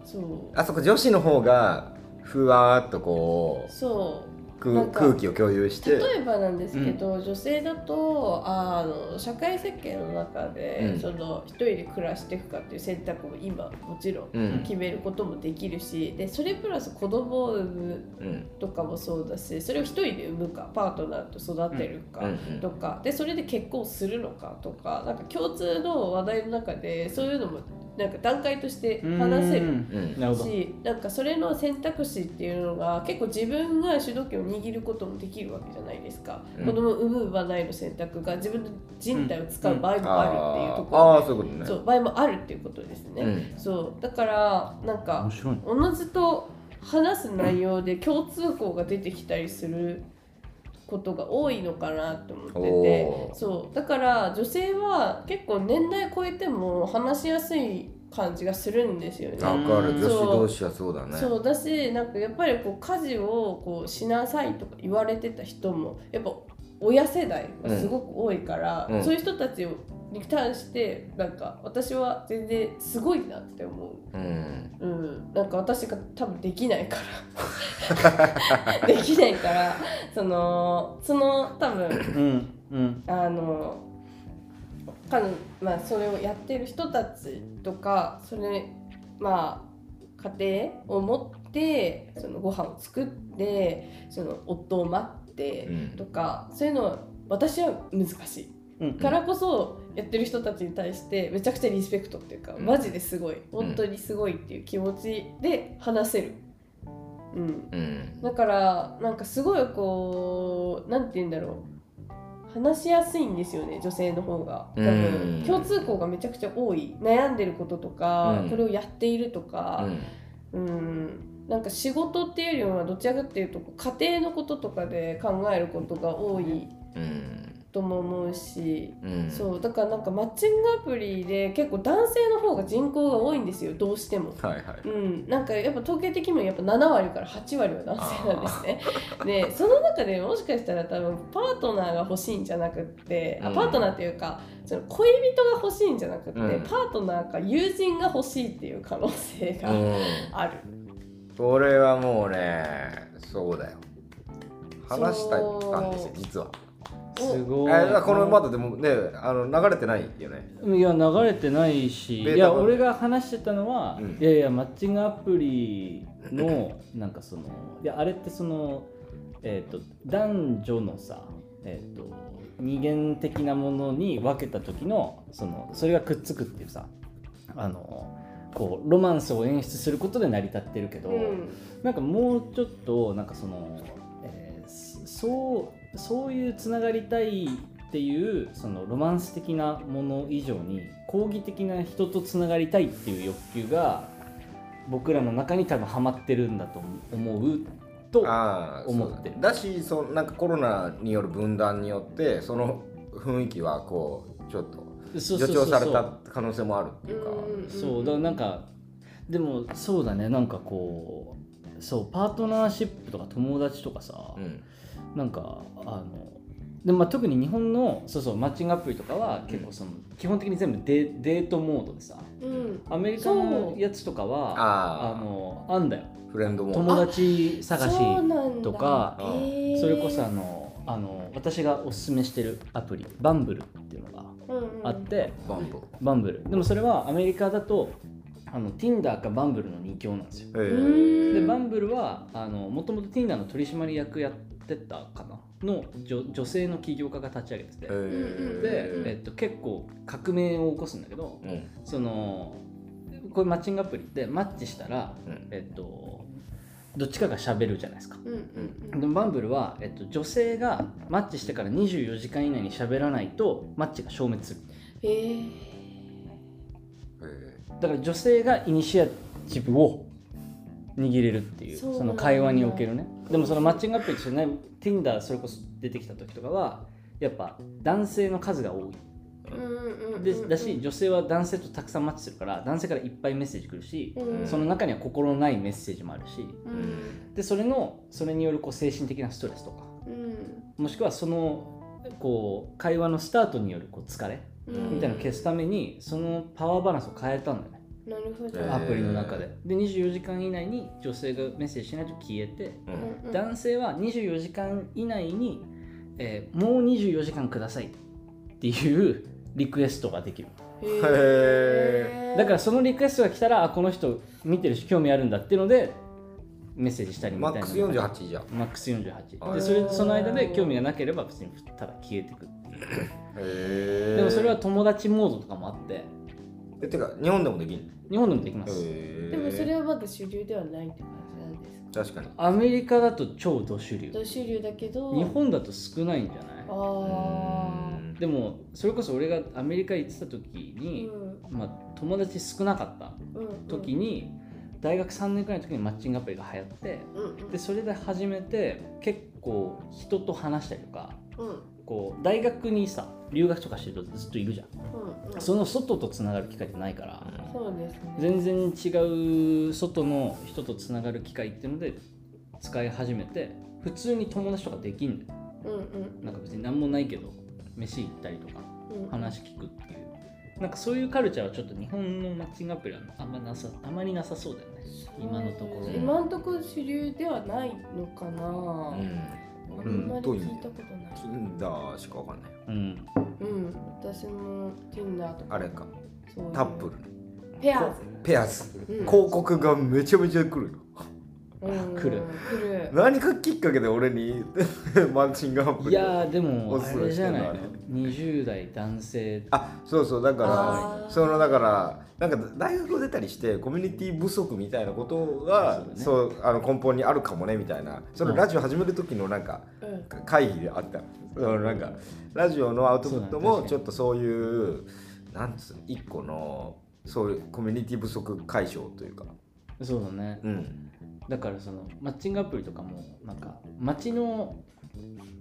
[SPEAKER 7] そう
[SPEAKER 8] あそこ女子の方がふわーっとこ
[SPEAKER 7] そう
[SPEAKER 8] う
[SPEAKER 7] なん
[SPEAKER 8] 空
[SPEAKER 7] か
[SPEAKER 8] 空気を共有して
[SPEAKER 7] 例えばなんですけど、女性だとあーあの社会設計の中で、
[SPEAKER 8] うん
[SPEAKER 7] その一人で暮らしていくかっていう選択を今もちろん
[SPEAKER 8] うん
[SPEAKER 7] 決めることもできるしでそれプラス子供を産む
[SPEAKER 8] うん
[SPEAKER 7] とかもそうだしそれを一人で産むかパートナーと育てるか。
[SPEAKER 8] うん
[SPEAKER 7] とかでそれで結婚するのかとかなんか共通の話題の中でそういうのもなんか段階として話せる
[SPEAKER 4] うん
[SPEAKER 8] うんうん
[SPEAKER 4] なるほど
[SPEAKER 7] しなんかそれの選択肢っていうのが結構自分が主導権を握ることもできるわけじゃないですか、
[SPEAKER 8] うん
[SPEAKER 7] 子供を産む産まないの選択が自分の人体を使う場合もあるっていうとこ
[SPEAKER 8] あーあー
[SPEAKER 7] ろで、
[SPEAKER 8] そういうことね
[SPEAKER 7] そう場合もあるっていうことですね、
[SPEAKER 8] うん
[SPEAKER 7] そうだからなんか
[SPEAKER 4] 面白い
[SPEAKER 7] おのずと話す内容で共通項が出てきたりすることが多いのかなと思って
[SPEAKER 8] お
[SPEAKER 7] て
[SPEAKER 8] ー
[SPEAKER 7] そうだから女性は結構年代超えても話しやすい感じがするんですよね。
[SPEAKER 8] わかる
[SPEAKER 4] うん
[SPEAKER 8] 女子同士はそうだね
[SPEAKER 7] そうだしなんかやっぱりこう家事をこうしなさいとか言われてた人もやっぱ親世代がすごく多いから、
[SPEAKER 8] うんうん
[SPEAKER 7] そういう人たちをに対してなんか私は全然すごいなって思う
[SPEAKER 8] うん
[SPEAKER 7] うん、なんか私が多分できないか らできないからそのその多分
[SPEAKER 4] うんうん
[SPEAKER 7] あの彼女まあそれをやってる人たちとかそれまあ家庭を持ってそのご飯を作ってその夫を待って
[SPEAKER 8] うん
[SPEAKER 7] とか、そういうのは私は難しい。
[SPEAKER 4] うん
[SPEAKER 7] からこそやってる人たちに対してめちゃくちゃリスペクトっていうか
[SPEAKER 8] うん
[SPEAKER 7] マジですごい本当にすごいっていう気持ちで話せる、うん、
[SPEAKER 8] うん
[SPEAKER 7] だからなんかすごいこうなんて言うんだろう話しやすいんですよね女性の方が多
[SPEAKER 8] うん
[SPEAKER 7] 分共通項がめちゃくちゃ多い悩んでることとか、
[SPEAKER 8] うん
[SPEAKER 7] これをやっているとか、
[SPEAKER 8] うん
[SPEAKER 7] うん、なんか仕事っていうよりはどちらかっていうとこう家庭のこととかで考えることが多い
[SPEAKER 8] うん
[SPEAKER 7] とも思うし
[SPEAKER 8] うん
[SPEAKER 7] そうだからなんかマッチングアプリで結構男性の方が人口が多いんですよどうしても。
[SPEAKER 8] はいはい
[SPEAKER 7] うん、なんかやっぱ統計的にもやっぱ7割から8割は男性なんですね。でその中でもしかしたら多分パートナーが欲しいんじゃなくって、
[SPEAKER 8] う
[SPEAKER 7] あ
[SPEAKER 8] ん
[SPEAKER 7] パートナーっていうかその恋人が欲しいんじゃなくって、
[SPEAKER 8] うん
[SPEAKER 7] パートナーか友人が欲しいっていう可能性が
[SPEAKER 8] う
[SPEAKER 7] ある。
[SPEAKER 8] んこれはもうねそうだよ話したかったんですよ
[SPEAKER 7] そう
[SPEAKER 8] 実は
[SPEAKER 4] す
[SPEAKER 8] え
[SPEAKER 4] ごい
[SPEAKER 8] ーこのまだでもねあの流れてないよね
[SPEAKER 4] いや流れてないし
[SPEAKER 8] ベータ
[SPEAKER 4] いや
[SPEAKER 8] 版
[SPEAKER 4] 俺が話してたのは、
[SPEAKER 8] うん
[SPEAKER 4] いやいやマッチングアプリのなんかそのいやあれってそのえっ、と男女のさえっ、と二元的なものに分けた時のそのそれがくっつくっていうさあのこうロマンスを演出することで成り立ってるけど、
[SPEAKER 7] うん
[SPEAKER 4] なんかもうちょっとなんかその、えーそそうそういうつながりたいっていうそのロマンス的なもの以上に抗議的な人とつながりたいっていう欲求が僕らの中に多分ハマってるんだと思うと
[SPEAKER 8] ああ
[SPEAKER 4] 思ってる
[SPEAKER 8] そうだしそのなんかコロナによる分断によってその雰囲気はこうちょっと
[SPEAKER 4] そう
[SPEAKER 8] 助
[SPEAKER 4] そうそ
[SPEAKER 8] 長
[SPEAKER 4] うそう
[SPEAKER 8] された可能性もあるっていうか
[SPEAKER 7] うん
[SPEAKER 4] そうだからなんかでもそうだねなんかこうそうパートナーシップとか友達とかさ、
[SPEAKER 8] うん
[SPEAKER 4] なんかあのでまあ、特に日本のそうそうマッチングアプリとかは結構その、基本的に全部デデートモードでさ
[SPEAKER 7] うん
[SPEAKER 4] アメリカのやつとかは
[SPEAKER 10] あ
[SPEAKER 4] あのあんだよ
[SPEAKER 8] ーフレンドも
[SPEAKER 4] 友達探し
[SPEAKER 7] そうなんだ
[SPEAKER 4] とか
[SPEAKER 7] へー
[SPEAKER 4] それこそあのあの私がおすすめしてるアプリバンブルっていうのが
[SPEAKER 7] うんうん
[SPEAKER 4] あって、
[SPEAKER 8] バンプ
[SPEAKER 4] バンブルでもそれはアメリカだとあの Tinder かバンブルの2強なんですよ
[SPEAKER 8] へ
[SPEAKER 7] う
[SPEAKER 8] ー
[SPEAKER 7] ーん
[SPEAKER 4] でバンブルはあのもともと Tinder の取締役やってたかなの女女性の起業家が立ち上げてて
[SPEAKER 8] へー
[SPEAKER 4] で、えっと、結構革命を起こすんだけど
[SPEAKER 8] うん
[SPEAKER 4] そのこういうマッチングアプリでマッチしたら、
[SPEAKER 8] うん
[SPEAKER 4] えっと、どっちかが喋るじゃないですか
[SPEAKER 7] うんうんう
[SPEAKER 4] で
[SPEAKER 7] ん
[SPEAKER 4] もバンブルは、えっと、女性がマッチしてから24時間以内に喋らないとマッチが消滅する
[SPEAKER 7] へー
[SPEAKER 8] へ
[SPEAKER 4] だから女性がイニシアチブを握れるっていう
[SPEAKER 7] そう
[SPEAKER 4] そ
[SPEAKER 7] なんだ
[SPEAKER 4] の会話におけるねでもそのマッチングアプリですよね Tinder それこそ出てきた時とかはやっぱ男性の数が多い
[SPEAKER 7] うんうんうん
[SPEAKER 4] でだし女性は男性とたくさんマッチするから男性からいっぱいメッセージ来るし
[SPEAKER 7] うん
[SPEAKER 4] その中には心のないメッセージもあるし
[SPEAKER 7] うん
[SPEAKER 4] でそれのそれによるこう精神的なストレスとか
[SPEAKER 7] うん
[SPEAKER 4] もしくはそのこう会話のスタートによるこう疲れ
[SPEAKER 7] うん
[SPEAKER 4] みたいなのを消すためにそのパワーバランスを変えたんだよね
[SPEAKER 7] なるほど、
[SPEAKER 8] へー
[SPEAKER 4] アプリの中で。で24時間以内に女性がメッセージしないと消えて、
[SPEAKER 8] ーう
[SPEAKER 7] うん
[SPEAKER 8] ん
[SPEAKER 7] うん
[SPEAKER 4] 男性は24時間以内に、えーもう24時間くださいっていうリクエストができる。
[SPEAKER 7] へー
[SPEAKER 4] だからそのリクエストが来たらあこの人見てるし興味あるんだっていうのでメッセージしたりみ
[SPEAKER 8] マ
[SPEAKER 4] たいな。
[SPEAKER 8] ックス48じゃん
[SPEAKER 4] マックス48
[SPEAKER 8] はい
[SPEAKER 4] でそれその間で興味がなければ別にただ消えてくっていう
[SPEAKER 8] へ
[SPEAKER 4] でもそれは友達モードとかもあって
[SPEAKER 8] えてか日本でもできん
[SPEAKER 4] 日本でもできます、
[SPEAKER 8] へー
[SPEAKER 7] でもそれはまだ主流ではないって感じなんで
[SPEAKER 8] 確
[SPEAKER 7] すか
[SPEAKER 8] かに
[SPEAKER 4] アメリカだと超ド主流
[SPEAKER 7] 同主流だけど
[SPEAKER 4] 日本だと少ないんじゃない
[SPEAKER 7] あ
[SPEAKER 8] うん
[SPEAKER 4] でもそれこそ俺がアメリカ行ってた時
[SPEAKER 7] あ
[SPEAKER 4] に、まあ、友達少なかった時
[SPEAKER 7] に
[SPEAKER 4] に、大学3年くらいの時にマッチングアプリが流行ってでそれで始めて結構人と話したりとかこう大学にさ留学とかしてるとずっといるじゃんその外とつながる機会ってないから、
[SPEAKER 7] そうですね
[SPEAKER 4] 全然違う外の人とつながる機会っていうので使い始めて普通に友達とかできんだよ
[SPEAKER 7] うんうん
[SPEAKER 4] なんか別に何もないけど飯行ったりとか
[SPEAKER 7] うん
[SPEAKER 4] 話聞くっていうなんかそういうカルチャーはちょっと日本のマッチングアプリはあんまなさあまりなさそうだよね今のところ
[SPEAKER 7] 今のところ主流ではないのかな、あ
[SPEAKER 8] うん
[SPEAKER 7] んま
[SPEAKER 8] 俺
[SPEAKER 7] り
[SPEAKER 8] どうい
[SPEAKER 7] 聞
[SPEAKER 8] う
[SPEAKER 7] いたことない、
[SPEAKER 8] だしかわかんない
[SPEAKER 4] うん
[SPEAKER 7] うん、私も Tinder とか
[SPEAKER 8] あれか
[SPEAKER 7] そういう
[SPEAKER 8] タップル
[SPEAKER 7] ペアーズ、
[SPEAKER 8] ペアーズ
[SPEAKER 7] うん
[SPEAKER 8] 広告がめちゃめちゃ来るよ
[SPEAKER 7] うん、
[SPEAKER 4] 来る
[SPEAKER 7] 来る
[SPEAKER 8] 何かきっかけで俺に マッチングアプリ
[SPEAKER 4] いやーでも
[SPEAKER 8] おす
[SPEAKER 4] あ
[SPEAKER 8] すめ
[SPEAKER 4] れ
[SPEAKER 8] し
[SPEAKER 4] じ
[SPEAKER 8] て
[SPEAKER 4] ゃ
[SPEAKER 8] んの
[SPEAKER 4] ない
[SPEAKER 8] あ
[SPEAKER 4] の
[SPEAKER 8] れ
[SPEAKER 4] 20代男性
[SPEAKER 8] あそうそうだか
[SPEAKER 7] あー
[SPEAKER 8] らそのだからなんか大学を出たりしてコミュニティ不足みたいなことがそ,、
[SPEAKER 4] そう
[SPEAKER 8] あの根本にあるかもねみたいなそのラジオ始める時のなんか
[SPEAKER 7] うん
[SPEAKER 8] 会議であったそのなんかラジオのアウトプット
[SPEAKER 4] そう
[SPEAKER 8] も
[SPEAKER 4] だね確かに
[SPEAKER 8] ちょっとそういうなんつうの一個のそういうコミュニティ不足解消というか
[SPEAKER 4] そうだね
[SPEAKER 8] うん
[SPEAKER 4] だからそのマッチングアプリとかもなんか町の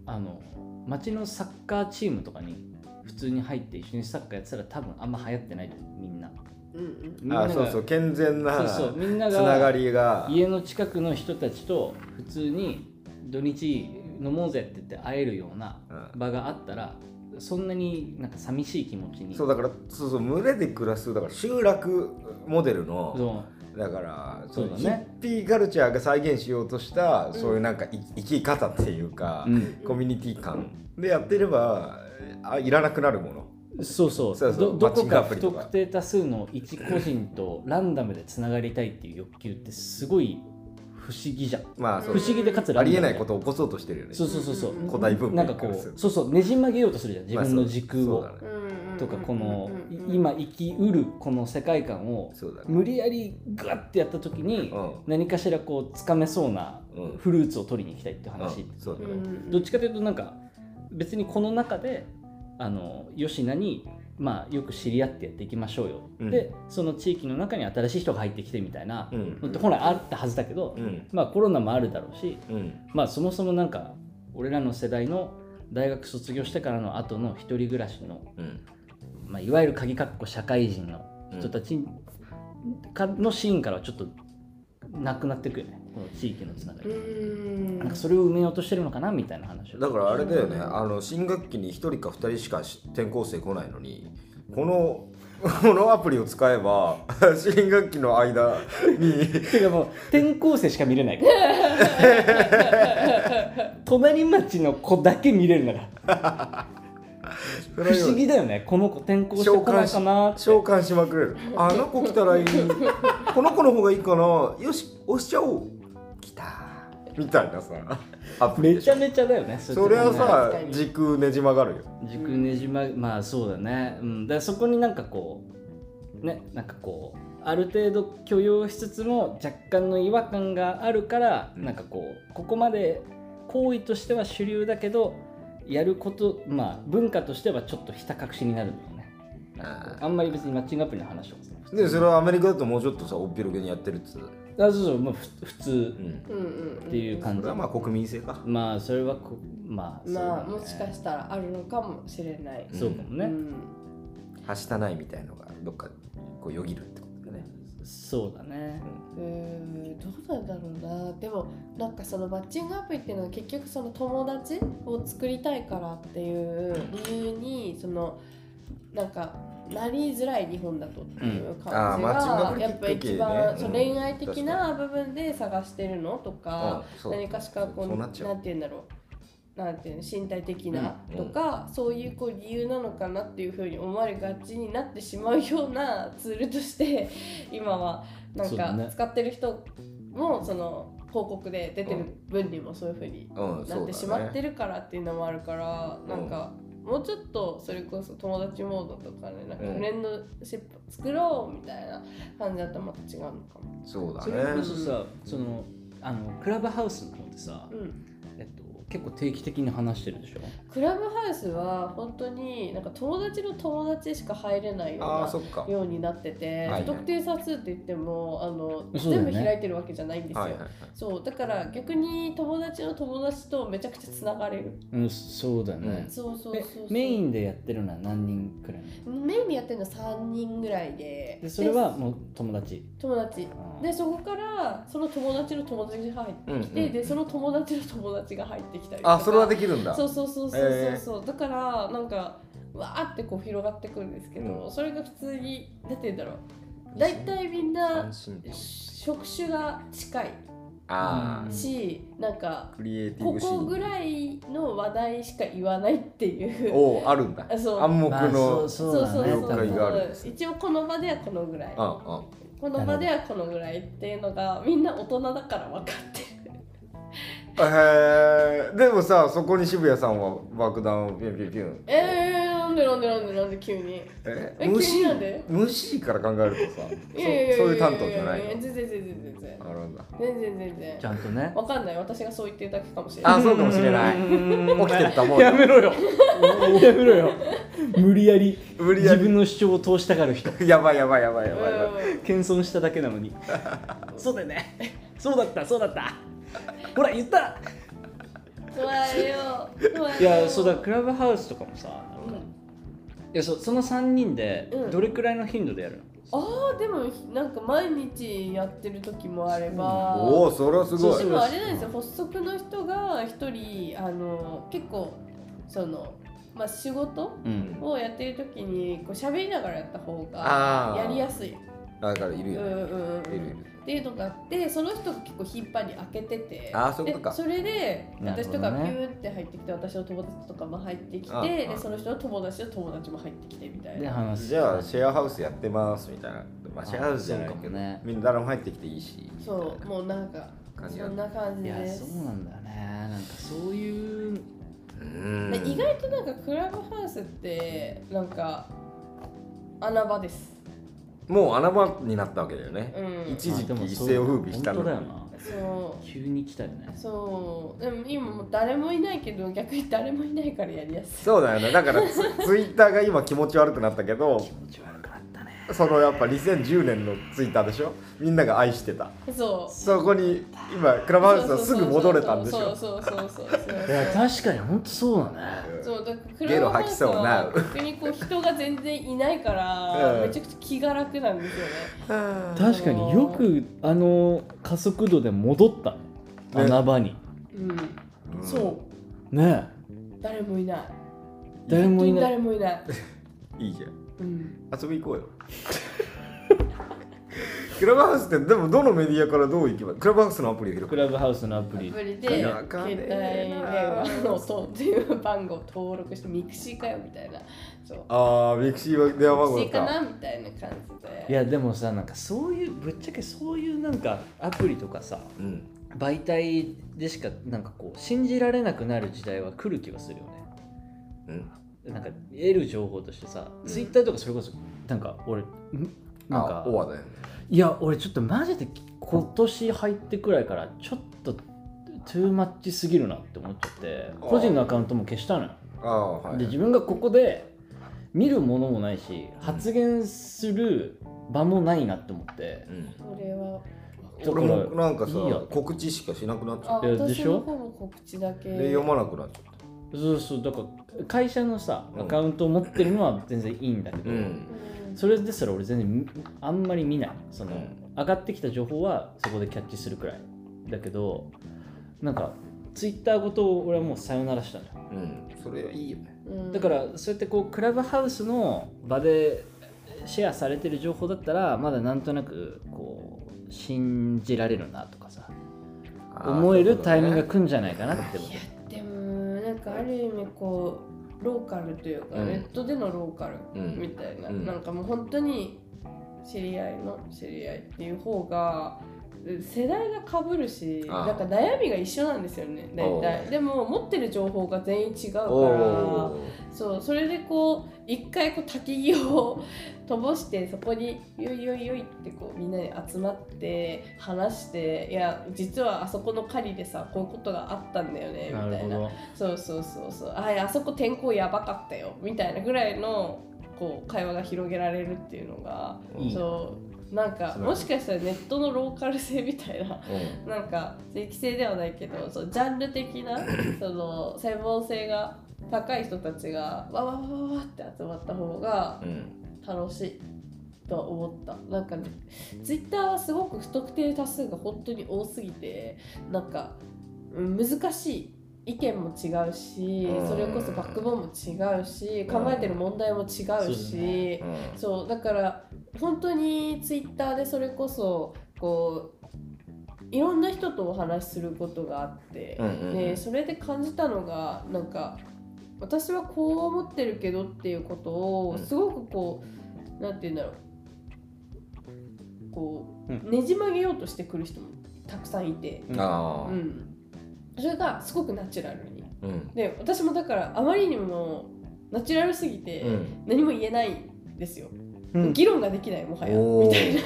[SPEAKER 4] あの町のサッカーチームとかに普通に入って一緒にサッカーやってたら多分あんま流行ってないと思うみんな
[SPEAKER 7] うん
[SPEAKER 4] みんな
[SPEAKER 8] あ
[SPEAKER 4] が
[SPEAKER 8] そうそう健全な
[SPEAKER 4] そうそうみんな
[SPEAKER 8] つ
[SPEAKER 4] が
[SPEAKER 8] ながりが
[SPEAKER 4] 家の近くの人たちと普通に土日飲もうぜって言って会えるような
[SPEAKER 8] う
[SPEAKER 4] 場があったらそんなになんか寂しい気持ちに
[SPEAKER 8] そうだからそうそう群れで暮らすだから集落モデルの
[SPEAKER 4] そ
[SPEAKER 8] だから
[SPEAKER 4] そうだね
[SPEAKER 8] ヒッピーカルチャーが再現しようとした、そういうなんかい生き方っていうか、
[SPEAKER 4] う、うん、
[SPEAKER 8] コミュニティ感でやってればあいらなくなるもの
[SPEAKER 4] そうそう
[SPEAKER 8] そうそうマッ
[SPEAKER 4] どど
[SPEAKER 8] チ
[SPEAKER 4] こ
[SPEAKER 8] ングア
[SPEAKER 4] か
[SPEAKER 8] プリ
[SPEAKER 4] 不
[SPEAKER 8] とか
[SPEAKER 4] 特定多数の一個人とランダムでつながりたいっていう欲求ってすごい不思議じゃん
[SPEAKER 8] まあそ
[SPEAKER 4] 不
[SPEAKER 8] う
[SPEAKER 4] 思議でかつラ
[SPEAKER 8] あ
[SPEAKER 4] ンダム
[SPEAKER 8] り
[SPEAKER 4] で
[SPEAKER 8] えないことを起こそうとしてるよね
[SPEAKER 4] そうそうそうそう
[SPEAKER 8] 古代文明
[SPEAKER 4] なんかこうそうそうねじ曲げようとするじゃん自分の時空を、
[SPEAKER 8] まあそうそうだね
[SPEAKER 7] うん
[SPEAKER 4] とかこの
[SPEAKER 7] うんうんうん
[SPEAKER 4] い今生きうるこの世界観を
[SPEAKER 8] そうだね
[SPEAKER 4] 無理やりグワッてやった時に
[SPEAKER 8] うん
[SPEAKER 4] 何かしらこうつかめそうな
[SPEAKER 8] うん
[SPEAKER 4] フルーツを取りに行きたいって話、
[SPEAKER 8] うんそう
[SPEAKER 7] う
[SPEAKER 8] だ
[SPEAKER 7] ん
[SPEAKER 8] ね、
[SPEAKER 7] うん
[SPEAKER 4] どっちかというとなんか別にこの中であの吉名に、まあ、よく知り合ってやっていきましょうよ、
[SPEAKER 8] うん
[SPEAKER 4] でその地域の中に新しい人が入ってきてみたいな
[SPEAKER 8] う、ん
[SPEAKER 4] のって本来あったはずだけど、
[SPEAKER 8] うん
[SPEAKER 4] まあ、コロナもあるだろうし、
[SPEAKER 8] うん
[SPEAKER 4] まあ、そもそもなんか俺らの世代の大学卒業してからの後の一人暮らしの、
[SPEAKER 8] うん
[SPEAKER 4] まあ、いわゆる鍵かっこ社会人の人たちかのシーンからはちょっとなくなってくよねこの地域のつながり、
[SPEAKER 7] うん
[SPEAKER 4] なんかかそれを埋めようとしてるのかなみたいな話を
[SPEAKER 8] だからあれだよねあの新学期に1人か2人しか転校生来ないのにこの このアプリを使えば 新学期の間に
[SPEAKER 4] てかもう転校生しか見 れないから隣町の子だけ見れるなら不思議だよねこの子転校して
[SPEAKER 8] 召
[SPEAKER 4] こな
[SPEAKER 8] 喚
[SPEAKER 4] い
[SPEAKER 8] し
[SPEAKER 4] かなって
[SPEAKER 8] 召喚しまくれるあの子来たらいいこの子の方がいいかなよし押しちゃおう来たみたいなさアプリ
[SPEAKER 4] め
[SPEAKER 8] で
[SPEAKER 4] ち
[SPEAKER 8] しょ
[SPEAKER 4] ゃめちゃだよね
[SPEAKER 8] それは
[SPEAKER 4] ね
[SPEAKER 8] さ
[SPEAKER 7] 確かに
[SPEAKER 8] 時空ねじ曲がるよ
[SPEAKER 4] 時空ねじままあそうだねうんだからそこになんかこうねなんかこうある程度許容しつつも若干の違和感があるから、
[SPEAKER 8] うん
[SPEAKER 4] なんかこうここまで行為としては主流だけどやることまあ文化としてはちょっとひた隠しになるんだよねあんまり別にマッチングアプリの話を
[SPEAKER 8] でそれはアメリカだともうちょっとさおっぴろげにやってるっつう
[SPEAKER 4] あそうそう、まあ、ふ普通
[SPEAKER 8] うん
[SPEAKER 7] うんうんうん
[SPEAKER 4] っていう感
[SPEAKER 8] そ
[SPEAKER 4] じ
[SPEAKER 8] れはまあ国民性か
[SPEAKER 4] まあそれはこまあそう
[SPEAKER 7] まあ
[SPEAKER 4] だね
[SPEAKER 7] もしかしたらあるのかもしれない、
[SPEAKER 4] そうかも
[SPEAKER 7] う
[SPEAKER 4] ね、
[SPEAKER 7] ん、
[SPEAKER 8] はしたないみたいのがどっかこうよぎるってことだね
[SPEAKER 4] そうだね
[SPEAKER 7] うーんどうなんだろうなでもなんかそのマッチングアプリっていうのは結局その友達を作りたいからっていう理由にそのなんかなりづらい日本だとっていう感
[SPEAKER 8] う
[SPEAKER 7] じ
[SPEAKER 8] んあーマッチングア
[SPEAKER 7] が、
[SPEAKER 8] プリ
[SPEAKER 7] やっぱ一
[SPEAKER 8] きっかけね
[SPEAKER 7] 番、そ
[SPEAKER 8] う
[SPEAKER 7] う
[SPEAKER 8] ん
[SPEAKER 7] 恋愛的な部分で探してるのとか、
[SPEAKER 8] うんそう
[SPEAKER 7] 何かしかこう
[SPEAKER 8] そうな
[SPEAKER 7] な
[SPEAKER 8] っ
[SPEAKER 7] ん
[SPEAKER 8] ち
[SPEAKER 7] て
[SPEAKER 8] ゃう
[SPEAKER 7] 言うんだろうなんていうの身体的な
[SPEAKER 8] うん
[SPEAKER 7] とか、そういうこう理由なのかなっていうふうに思われがちになってしまうようなツール として今はな
[SPEAKER 4] そ
[SPEAKER 7] ん
[SPEAKER 4] うだね
[SPEAKER 7] か使ってる人もその広告で出てる分にもそういうふうに
[SPEAKER 8] うん
[SPEAKER 7] な
[SPEAKER 8] そ
[SPEAKER 7] っ
[SPEAKER 8] う
[SPEAKER 7] てしま
[SPEAKER 8] だ
[SPEAKER 7] って
[SPEAKER 8] ね
[SPEAKER 7] るからっていうのもあるから、
[SPEAKER 8] ん
[SPEAKER 7] なんかもうちょっとそれこそ友達モードとかねなんか
[SPEAKER 8] うん
[SPEAKER 7] フレンドシップ作ろうみたいな感じだったらまた違うのかも。
[SPEAKER 8] そうだ
[SPEAKER 4] それこ
[SPEAKER 8] ね
[SPEAKER 4] そさそのあのクラブハウスの方でさ、
[SPEAKER 7] うん
[SPEAKER 4] えっと、結構定期的に話してるでしょ
[SPEAKER 7] クラブハウスは本当になんか友達の友達しか入れないよう
[SPEAKER 8] ああ
[SPEAKER 7] な
[SPEAKER 8] そっか
[SPEAKER 7] ようになって
[SPEAKER 8] は
[SPEAKER 7] て、
[SPEAKER 8] いはい
[SPEAKER 7] 不特定多数って言ってもあの、
[SPEAKER 4] そうだよ
[SPEAKER 7] 全
[SPEAKER 4] ね
[SPEAKER 7] 部開いてるわけじゃないんですよ、
[SPEAKER 8] はいはいはい
[SPEAKER 7] そうだから逆に友達の友達とめちゃくちゃつながれる、
[SPEAKER 4] うん、そうだね、
[SPEAKER 7] そうそうそう
[SPEAKER 4] え
[SPEAKER 7] そう
[SPEAKER 4] メイ
[SPEAKER 7] ン
[SPEAKER 4] ンでやってるのは何人くらいなの
[SPEAKER 7] メインでやってるの3人ぐらいで
[SPEAKER 4] でそれはもう友達
[SPEAKER 7] で友達でそこからその友達の友達が入ってきて、
[SPEAKER 8] うんうん
[SPEAKER 7] でその友達の友達が入ってきたりとか
[SPEAKER 8] あそれはできるんだ
[SPEAKER 7] そうそうそうそうそうそう、だからなんかわーってこう広がってくるんですけど、
[SPEAKER 8] うん
[SPEAKER 7] それが普通になんて言うんだろう大体みんな
[SPEAKER 8] 三振で
[SPEAKER 7] 職種が近い
[SPEAKER 8] ああ
[SPEAKER 7] し、なんか
[SPEAKER 8] クリエイティ
[SPEAKER 7] こ
[SPEAKER 8] ブシ
[SPEAKER 7] こぐ
[SPEAKER 8] ーン
[SPEAKER 7] らいの話題しか言わないっていう
[SPEAKER 8] おうあるんだ
[SPEAKER 7] あ そう
[SPEAKER 8] 暗黙
[SPEAKER 4] まあそ
[SPEAKER 8] の
[SPEAKER 4] うそうだね
[SPEAKER 8] 了解があるんです
[SPEAKER 7] 一応この場ではこのぐらい
[SPEAKER 8] ああ
[SPEAKER 7] この場ではこのぐらいっていうのがみんな大人だから分かってる
[SPEAKER 8] へえでもさそこに渋谷さんは爆弾をピュンピュンピュン
[SPEAKER 7] えー、なんでなんでなんでなんで急に
[SPEAKER 8] え
[SPEAKER 7] え
[SPEAKER 8] 無視
[SPEAKER 7] 急になんで
[SPEAKER 8] 無視から考えるとさそ
[SPEAKER 7] いやいやいやいや
[SPEAKER 8] そういう担当じゃない
[SPEAKER 7] やや全
[SPEAKER 8] の
[SPEAKER 7] 然全然全然
[SPEAKER 8] あるんだ
[SPEAKER 7] 全然全然
[SPEAKER 4] ちゃんとね
[SPEAKER 7] わかんない私がそう言ってるだけかもしれない
[SPEAKER 8] あそうかもしれない起きてると思うよ
[SPEAKER 4] やめろよ やめろよ無理やり
[SPEAKER 8] 無理やり
[SPEAKER 4] 自分の主張を通したがる人
[SPEAKER 8] やばいやばいやばいや
[SPEAKER 7] う
[SPEAKER 8] ばいやばい
[SPEAKER 7] ん
[SPEAKER 4] 謙遜しただけなのに そうだよねそうだったそうだったほら言った
[SPEAKER 7] 怖いよ怖い
[SPEAKER 4] い
[SPEAKER 7] よ
[SPEAKER 4] やそうだクラブハウスとかもさなんかいやそうその3人で
[SPEAKER 7] うん
[SPEAKER 4] どれくらいの頻度でやるの、
[SPEAKER 7] あーでもなんか毎日やってる時もあれば
[SPEAKER 8] おおそれはすごい
[SPEAKER 7] でもあれなんですよ発足の人が一人あの結構そのまあ仕事
[SPEAKER 4] うん
[SPEAKER 7] をやってる時にこう喋りながらやった方が
[SPEAKER 8] ああ
[SPEAKER 7] やりやすい
[SPEAKER 8] だからいるよ
[SPEAKER 7] うんう
[SPEAKER 8] ね
[SPEAKER 7] んうん
[SPEAKER 8] いるいる
[SPEAKER 7] っていうのがあってその人が結構頻繁に開けてて
[SPEAKER 8] あーそういうことか
[SPEAKER 7] でそれで
[SPEAKER 4] なる
[SPEAKER 7] 私
[SPEAKER 4] ほど
[SPEAKER 7] と
[SPEAKER 4] ね
[SPEAKER 7] かピューって入ってきて私の友達とかも入ってき
[SPEAKER 8] ああ
[SPEAKER 7] てでその人の友達の友達も入ってきてみたい
[SPEAKER 4] で
[SPEAKER 7] な
[SPEAKER 4] 話す
[SPEAKER 8] じゃあシェアハウスやってますみたいな、まあ、シェアハウスじゃない
[SPEAKER 4] そう
[SPEAKER 8] け
[SPEAKER 4] か
[SPEAKER 8] ど、
[SPEAKER 4] もね
[SPEAKER 8] みんな誰も入ってきていいし
[SPEAKER 7] そうもうなんか
[SPEAKER 8] 感じだ
[SPEAKER 7] そんな感
[SPEAKER 4] い
[SPEAKER 7] じ
[SPEAKER 4] や
[SPEAKER 7] で
[SPEAKER 4] そ
[SPEAKER 7] す
[SPEAKER 4] うなんだよねなんかそういう
[SPEAKER 8] うん
[SPEAKER 7] で意外となんかクラブハウスってなんか穴場です
[SPEAKER 8] もう穴場になったわけだよね、
[SPEAKER 7] うん
[SPEAKER 8] 一時期
[SPEAKER 4] まあでも
[SPEAKER 8] 一世を風靡したの
[SPEAKER 4] 本当だよな
[SPEAKER 7] そ
[SPEAKER 4] 急に来たよね
[SPEAKER 7] うそうでも今もう誰もいないけど逆に誰もいないからやりやすい
[SPEAKER 8] そうだよねだからツツイッターが今気持ち悪くなったけど
[SPEAKER 4] 気持ち悪くなったね
[SPEAKER 8] そのやっぱ2010年のツイッターでしょみんなが愛してた
[SPEAKER 7] そう
[SPEAKER 8] そこに今クラブハウスはすぐ戻れたんでしょ
[SPEAKER 7] そうそうそうそうそうそう
[SPEAKER 4] いや確かに本当そうだね
[SPEAKER 7] そうだから
[SPEAKER 8] ゲロ吐きそうな
[SPEAKER 7] 逆にこう人が全然いないから
[SPEAKER 8] うん
[SPEAKER 7] めちゃくちゃ気が楽なんですよね
[SPEAKER 4] 確かによくあの加速度で戻ったね
[SPEAKER 8] ね
[SPEAKER 4] 穴場に
[SPEAKER 7] うん、そ
[SPEAKER 4] ね
[SPEAKER 7] う誰もいない
[SPEAKER 4] 誰もいない
[SPEAKER 7] 誰もいない、
[SPEAKER 8] いいじゃん
[SPEAKER 7] うん、
[SPEAKER 8] 遊び行こうよ クラブハウスってでもどのメディアからどう行けばクラブハウスのアプリを開
[SPEAKER 4] え
[SPEAKER 8] く
[SPEAKER 4] クラブハウスのアプ
[SPEAKER 7] ア
[SPEAKER 4] リ
[SPEAKER 7] プリで
[SPEAKER 8] わ
[SPEAKER 7] 携
[SPEAKER 8] かんね
[SPEAKER 7] 帯
[SPEAKER 8] え
[SPEAKER 7] 電
[SPEAKER 8] な
[SPEAKER 7] 話のとっていう番号を登録してミクシーかよみたいなそう
[SPEAKER 8] ああミクシーは電話番号だ
[SPEAKER 7] ミ
[SPEAKER 8] っ
[SPEAKER 7] クシーか
[SPEAKER 8] た
[SPEAKER 7] なみたいな感じで
[SPEAKER 4] いやでもさなんかそういうぶっちゃけそういうなんかアプリとかさ
[SPEAKER 6] うん
[SPEAKER 4] 媒体でしかなんかこう信じられなくなる時代は来る気がするよね。うん、なんか得る情報としてさ、
[SPEAKER 7] ん
[SPEAKER 4] ツイッターとかそれこそなんか俺んなんか
[SPEAKER 8] あオアだよね
[SPEAKER 4] いや俺ちょっとマジで今年入ってくらいからちょっとトゥーマッチすぎるなって思っちゃって
[SPEAKER 8] あー
[SPEAKER 4] 個人のアカウントも消したのよ。
[SPEAKER 8] ああはい
[SPEAKER 4] で自分がここで見るものもないし発言する場もないなって思って
[SPEAKER 6] う。ん
[SPEAKER 7] これは
[SPEAKER 4] だから
[SPEAKER 8] 俺もなんかさ
[SPEAKER 4] いいや
[SPEAKER 8] 告知しかしなくなっちゃ
[SPEAKER 7] あ
[SPEAKER 8] っ
[SPEAKER 4] いやで
[SPEAKER 7] 私
[SPEAKER 4] しょ
[SPEAKER 7] のほぼ告知だけ
[SPEAKER 8] たで読まなくなっちゃっ
[SPEAKER 4] そうそうだから会社のさ
[SPEAKER 8] うん
[SPEAKER 4] アカウントを持ってるのは全然いいんだけ
[SPEAKER 8] た
[SPEAKER 4] ど、
[SPEAKER 8] うん
[SPEAKER 7] うん
[SPEAKER 4] それですら俺全然みあんまり見ないその、
[SPEAKER 8] うん
[SPEAKER 4] 上がってきた情報はそこでキャッチするくらいだけどなんかツイッターごと俺はもうさよならしたのよ
[SPEAKER 8] うんそれはいいよね
[SPEAKER 7] うん
[SPEAKER 4] だからそうやってこうクラブハウスの場でシェアされてる情報だったらまだなんとなくこう信じられるなとかさ思えるタイミングが来んじゃないかなって思って
[SPEAKER 7] でもなんかある意味こうローカルというか、
[SPEAKER 8] うん
[SPEAKER 7] ネットでのローカル
[SPEAKER 8] うん
[SPEAKER 7] みたいな、
[SPEAKER 8] うん
[SPEAKER 7] なんかもう本当に知り合いの知り合いっていう方が世代がかぶるし
[SPEAKER 8] ああ
[SPEAKER 7] なんか悩みが一緒なんですよね大
[SPEAKER 8] お
[SPEAKER 7] 体でも持ってる情報が全員違うから
[SPEAKER 8] お
[SPEAKER 7] そうそれでこう一回こう焚き木を飛ばしてそこによいよいよいってこうみんなに集まって話していや実はあそこの狩りでさこういうことがあったんだよねみたいなそうそうそうそうああそこ天候やばかったよみたいなぐらいのこう会話が広げられるっていうのが
[SPEAKER 8] いいね
[SPEAKER 7] そうなんか
[SPEAKER 8] 素晴らしい
[SPEAKER 7] もしかしたらネットのローカル性みたいな
[SPEAKER 8] ーうん
[SPEAKER 7] なんか適性ではないけどそうジャンル 的なその専門性が高い人たちがわわわわわって集まった方が
[SPEAKER 8] うん
[SPEAKER 7] 楽しいと思ったなんかねツイッターはすごく不特定多数が本当に多すぎてなんかうん難しい意見も違うし
[SPEAKER 8] うん
[SPEAKER 7] それこそバックボーンも違うし考えてる問題も違うし
[SPEAKER 4] そうですね
[SPEAKER 8] うん
[SPEAKER 7] そうだから本当にツイッターでそれこそこういろんな人とお話しすることがあって、
[SPEAKER 8] うんうんうん
[SPEAKER 7] でそれで感じたのがなんか私はこう思ってるけどっていうことを
[SPEAKER 8] うん
[SPEAKER 7] すごくこうなんて言うんだろうこう、
[SPEAKER 4] うん
[SPEAKER 7] ねじ曲げようとしてくる人もたくさんいて、
[SPEAKER 8] あ
[SPEAKER 7] う
[SPEAKER 8] あ
[SPEAKER 7] ん、それがすごくナチュラルに
[SPEAKER 8] うん
[SPEAKER 7] で私もだからあまりにもナチュラルすぎて
[SPEAKER 8] うん
[SPEAKER 7] 何も言えないんですよ。
[SPEAKER 4] うん
[SPEAKER 7] 議論ができないもはや
[SPEAKER 8] おー
[SPEAKER 7] みたいな